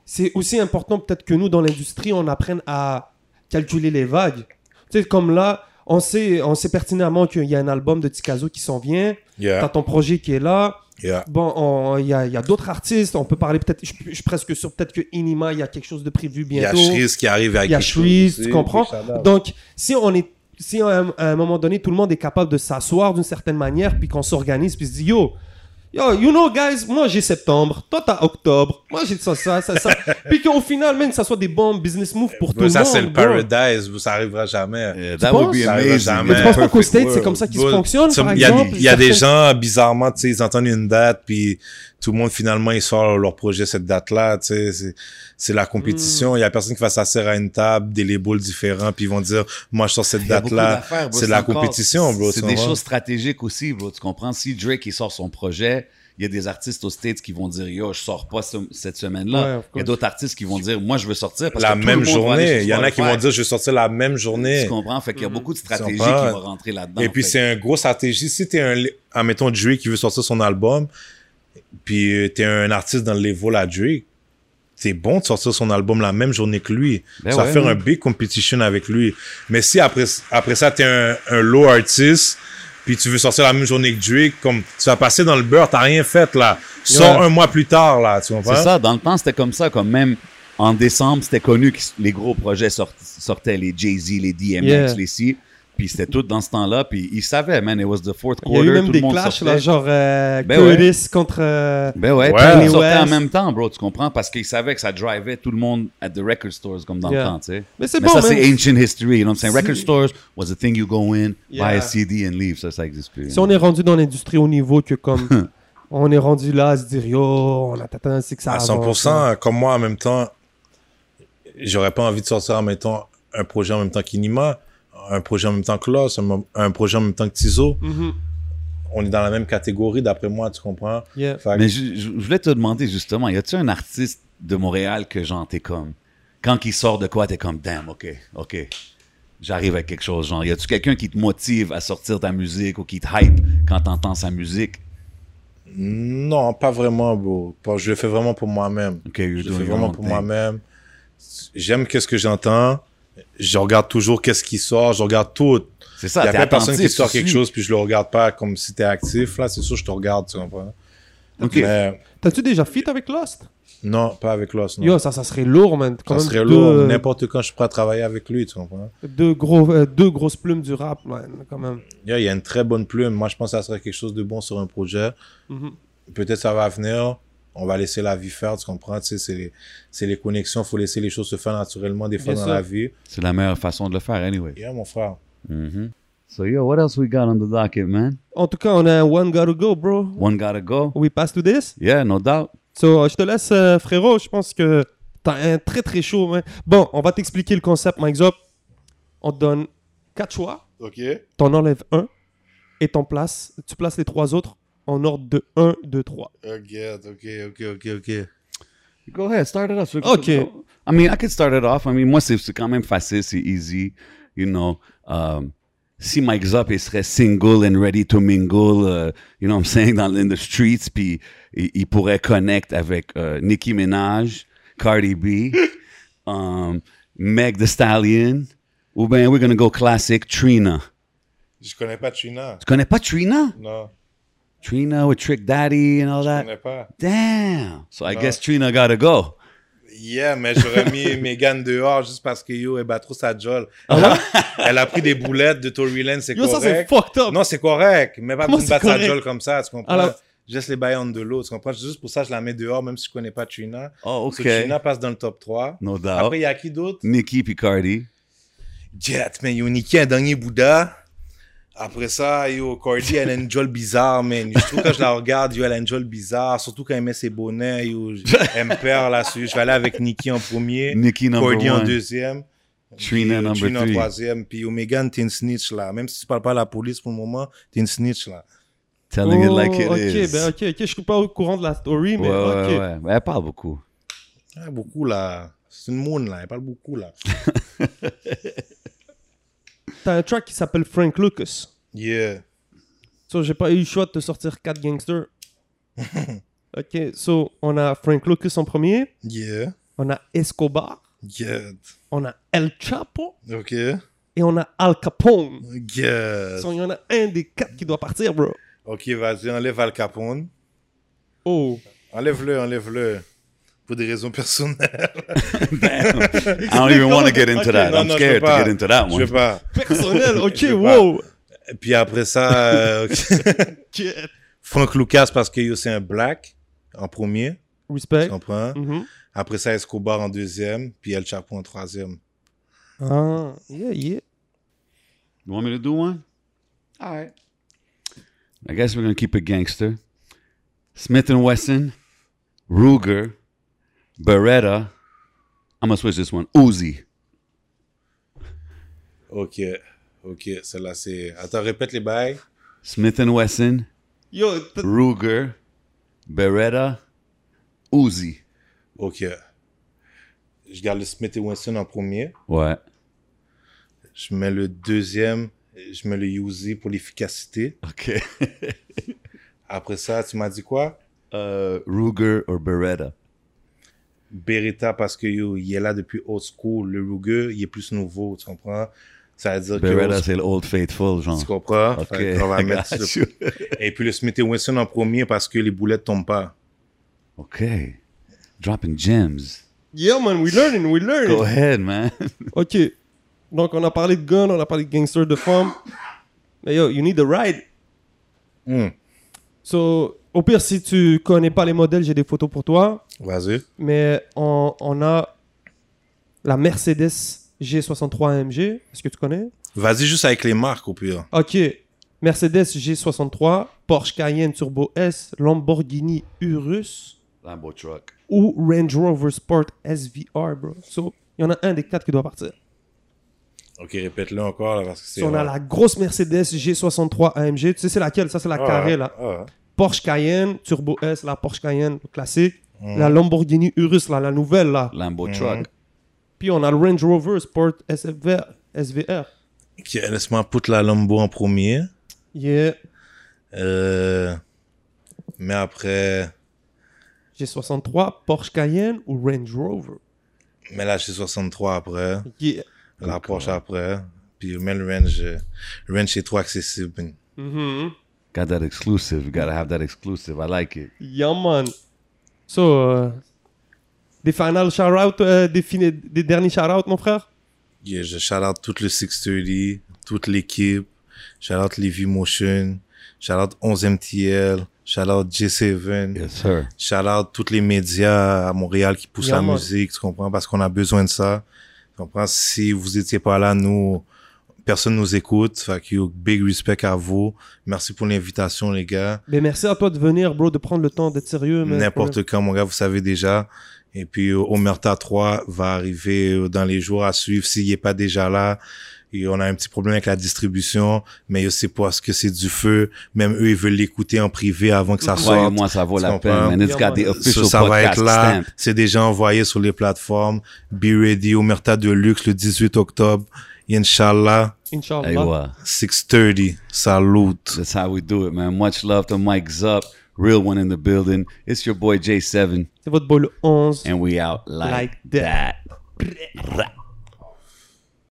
c'est aussi important peut-être que nous, dans l'industrie, on apprenne à calculer les vagues. Tu sais, comme là, on sait, on sait pertinemment qu'il y a un album de Tikazo qui s'en vient, t'as Yeah, ton projet qui est là. yeah. Bon, on- il y a, il y a d'autres artistes, on peut parler peut-être, je je suis presque sûr peut-être que Inima, il y a quelque chose de prévu Il y a bientôt. Shreeze qui arrive avec Il y a quelque chose Shreeze, aussi, tu comprends? puis Shada. Donc, si on est, si à un, à un moment donné, tout le monde est capable de s'asseoir d'une certaine manière, puis qu'on s'organise, puis se dit, yo, yo, you know, guys, moi j'ai septembre, toi t'as octobre, moi j'ai ça, ça, ça, ça. puis qu'au final, même que ça soit des bons business moves pour tout le ça, monde. c'est le bro. paradise, ça arrivera jamais. Yeah, that would be penses? amazing. Ça arrivera Mais tu jamais. penses pas qu'au Perfect States, c'est world. comme ça qu'ils se Bon, fonctionnent, Some- par Il y a, exemple? il y a des certaines- gens, bizarrement, tu sais, ils entendent une date, puis tout le monde, finalement, ils sortent leur projet cette date-là, tu sais, c'est- c'est la compétition. Il y a personne qui va s'asseoir à une table, des labels différents, puis ils vont dire, moi, je sors cette Il y a beaucoup date-là. d'affaires, bro. C'est de la encore- compétition, bro. C'est tu des comprends? choses stratégiques aussi, bro. Tu comprends? Si Drake, il sort son projet, il y a des artistes aux States qui vont dire, yo, je sors pas ce- cette Ouais, semaine-là. of il y a course. d'autres artistes qui vont dire, moi, je veux sortir. Parce La que tout même le monde va aller journée. chez Il y en a qui vont Spotify. dire, je vais sortir la même journée. Tu comprends? Fait qu'il Mm-hmm. y a beaucoup de stratégies qui comprends? vont rentrer là-dedans. Et puis, Fait c'est un gros stratégie. Si t'es un, admettons, Drake qui veut sortir son album, puis euh, t'es un artiste dans le level à Drake, c'est bon de sortir son album la même journée que lui. Ben ça va ouais, faire ouais. un big competition avec lui. Mais si après, après ça, t'es un, un low artist, puis tu veux sortir la même journée que Drake, comme tu vas passer dans le beurre, t'as rien fait là. Sors Ouais. un mois plus tard là, tu comprends? C'est ça, dans le temps, c'était comme ça, comme même en décembre, c'était connu que les gros projets sort- sortaient, les Jay-Z, les DMX, Yeah. les C. Puis c'était tout dans ce temps-là, puis ils savaient, man, it was the fourth Il y a quarter, eu même tout des le monde clashs, sortait. là, genre euh, Ben ouais. Curtis contre... euh, Ben ouais, Ouais. puis Kanye ils sortaient en West. même temps, bro, tu comprends? Parce qu'ils savaient que ça drivait tout le monde at the record stores, comme dans Yeah. le temps, tu sais. Mais c'est bon, ça, man. c'est ancient history, you know what I'm saying? Si- Record stores was a thing you go in, buy Yeah. a CD and leave. Ça, ça existe plus. Si on est rendu dans l'industrie au niveau que *laughs* comme on est rendu là à se dire yo, on a tendance que ça à avance, 100%, hein. euh, comme moi en même temps, j'aurais pas envie de sortir en même temps un projet en même temps qu'Inima, un projet en même temps que Lost, un, mo- un projet en même temps que Tizo. Mhm, On est dans la même catégorie d'après moi, tu comprends? yeah. Fait que- Mais je, je- je voulais te demander justement, y a-tu un artiste de Montréal que genre t'es comme, quand il sort de quoi, t'es comme, damn, ok, ok, j'arrive avec quelque chose, genre, y a-tu quelqu'un qui te motive à sortir ta musique ou qui te hype quand t'entends sa musique? Non, pas vraiment, bro. Pas- Je le fais vraiment pour moi-même. Ok, you're je le doing fais your vraiment own pour thing. moi-même. J'aime qu'est-ce que j'entends. Je regarde toujours qu'est-ce qui sort. Je regarde tout. C'est Il ça, y a t'es plein de personnes qui attentif, sortent tu quelque suis. chose puis je le regarde pas comme si t'es actif. Là, c'est sûr, je te regarde, tu comprends? Ok. Mais T'as-tu déjà fit avec Lost non, pas avec Lost. non. Yo, ça, ça serait lourd, man. Quand Ça même serait deux, euh, lourd. N'importe quand je pourrais travailler avec lui, tu comprends? deux, gros, euh, deux grosses plumes du rap, man, quand même. Yeah, il y a une très bonne plume. Moi, je pense que ça serait quelque chose de bon sur un projet. Mhm. Peut-être ça va venir. On va laisser la vie faire, tu comprends? Tu sais, c'est les, c'est les connexions. faut laisser les choses se faire naturellement des fois Bien dans sûr. la vie. C'est la meilleure façon de le faire, anyway. Yeah, mon frère. Mhm. So yo, what else we got on the docket, man? En tout cas, on a un one gotta go, bro. One gotta go. We pass to this. Yeah, no doubt. So, euh, je te laisse, euh, frérot. Je pense que t'as un très très chaud, man. Bon, on va t'expliquer le concept, Mike Zop. On te donne quatre choix. OK. t'en enlèves un et t'en places, tu places les trois autres en ordre de 1, 2, 3. OK, Oh, OK, OK, OK, OK. Go ahead, start it off. Okay. I mean, I could start it off. I mean, moi, c'est c'est quand même facile, c'est easy. You know, um, si Mike Zop, il serait single and ready to mingle, uh, you know what I'm saying, dans, in the streets, puis il, il pourrait connect avec euh, Nicki Minaj, Cardi B, *laughs* um, Meg The Stallion, ou bien, we're gonna go classic, Trina. Je connais pas Trina. Tu connais pas Trina? Non, Trina with Trick Daddy and all je that? connais pas. Damn! So I No. guess Trina gotta go. Yeah, mais *laughs* j'aurais mis Megan dehors juste parce que yo, elle bat trop sa jolle. elle a pris des boulettes de Tory Lane, c'est Ah Yo, correct. ça c'est fucked up. Non, c'est correct, mais pas Comment besoin de c'est battre sa correct? gueule comme ça, tu comprends? Alors- Je laisse les baillons de l'eau, tu comprends? Juste pour ça, je la mets dehors, même si je connais pas Trina. Oh, So, OK. Trina passe dans le top 3. No doubt. Après, il y a qui d'autre? Nikki puis Cardi. Jet, mais yo, Nikki, un dernier Bouddha. Après ça, yo, Cordy, elle a une jolle bizarre, man. Je trouve que quand je la regarde, yo, elle a une jolle bizarre. Surtout quand elle met ses bonnets, yo, je- elle me perd là. so, Je vais aller avec Nikki en premier, Nikki number Cordy en one. deuxième. Trina Puis, euh, number Trina en three. troisième. Puis Omegan, t'es une snitch là. Même si tu parles pas à la police pour le moment, t'es une snitch là. Telling it Oh, like it ok, is. ben ok, ok, je suis pas au courant de la story, mais ouais, ok. ouais, ouais. Elle parle beaucoup. Ah, beaucoup là. C'est une moon là. Elle parle *laughs* beaucoup là. T'as un track qui s'appelle Frank Lucas. Yeah. So, j'ai pas eu le choix de te sortir 4 *laughs* gangsters. ok, so, on a Frank Lucas en premier, Yeah. on a Escobar, Get. on a El Chapo Ok. et on a Al Capone. Get. So, il y en a un des quatre qui doit partir, bro. Ok, vas-y, enlève Al Capone. Oh. Enlève-le, enlève-le. Pour des raisons personnelles. I don't even want to get into Ok, that. non, I'm non, je veux scared to pas. get into that Je one. veux pas. *laughs* Personnel, ok, Je sais pas. wow. Et Puis après ça, *laughs* euh, ok. Get. Frank Lucas parce que yo, c'est un black en premier. Tu Respect. comprends? Mm-hmm. Mhm. Après ça, Escobar en deuxième. Puis El Chapo en troisième. Ah, yeah, yeah. You want me to do one? All right. I guess we're gonna keep it gangster. Smith and Wesson, Ruger, Beretta. I'm gonna switch this one. Uzi. Ok, ok, celle-là c'est. Attends, répète les bails. Smith and Wesson, Yo, t- Ruger, Beretta, Uzi. Ok. Je garde le Smith et Winston en premier. Ouais. Je mets le deuxième. Je mets le Uzi pour l'efficacité. Okay. *laughs* Après ça, tu m'as dit quoi? uh, Ruger or Beretta. Beretta parce que yo, il est là depuis old school. Le Ruger, il est plus nouveau, tu comprends? Ça veut dire Beretta, que. c'est l'Old Faithful, genre. Tu comprends? Ok, Fait qu'on va oh, *laughs* I mettre got le- you. Et puis le Smith et Winston en premier parce que les boulettes tombent pas. Okay. Dropping gems. yeah, man, we learning, we learning. Go ahead, man. *laughs* Ok. Donc, on a parlé de gun, on a parlé de gangster, de femmes. Mais yo, you need a ride. Hmm. So, au pire, si tu connais pas les modèles, j'ai des photos pour toi. Vas-y. Mais on, on a la Mercedes G63 AMG. Est-ce que tu connais Vas-y juste avec les marques au pire. Ok. Mercedes G63, Porsche Cayenne Turbo S, Lamborghini Urus Lambo truck. ou Range Rover Sport SVR, bro. So, il y en a un des quatre qui doit partir. Ok, répète-le encore là, parce que c'est. Si on a la grosse Mercedes G63 AMG, tu sais c'est laquelle Ça c'est la Ah, carrée là. ah. Porsche Cayenne, Turbo S, la Porsche Cayenne classique, la Lamborghini Urus là, la nouvelle là. Lambo truck. Puis on a le Range Rover Sport SFR, SVR. Ok, laisse-moi put la Lambo en premier. Yeah, Euh, mais après, G63, Porsche Cayenne ou Range Rover. mais la G63 après, Yeah. la Porsche après, puis même le Range, euh, le Range c'est trop accessible. Ben, Mhm. Got that exclusive. You gotta have that exclusive. I like it. Yeah, man. So, euh, des final shout-out, euh, des, fini- des derniers shout-out, mon frère Yeah, je shout out tout le 630, toute l'équipe, shout out Levi Motion, shout out 11MTL, shout out J7, Yes, sir. shout out tous les médias à Montréal qui poussent Yeah, la man. musique, tu comprends, parce qu'on a besoin de ça. Tu comprends, si vous étiez pas là, nous, personne nous écoute. Fait que, yo, big respect à vous. Merci pour l'invitation, les gars. Ben, merci à toi de venir, bro, de prendre le temps d'être sérieux. man. N'importe quand, mon gars, vous savez déjà. Et puis, euh, Omerta 3 va arriver euh, dans les jours à suivre s'il n'est pas déjà là. Et on a un petit problème avec la distribution, mais euh, c'est parce que c'est du feu. Même eux, ils veulent l'écouter en privé avant que ça sorte. Croyez-moi, ça vaut tu la peine, comprends? man. It's got the Yeah, man. official ça, ça va podcast être là. stamp. C'est déjà envoyé sur les plateformes. Be ready, Omerta de luxe le 18 octobre. Inch'Allah, Inch'Allah. Hey, what? 6.30. Salut. That's how we do it, man. Much love to Mike's up. Real one in the building. It's your boy J7, C'est votre boy le 11. and we out like, Like that.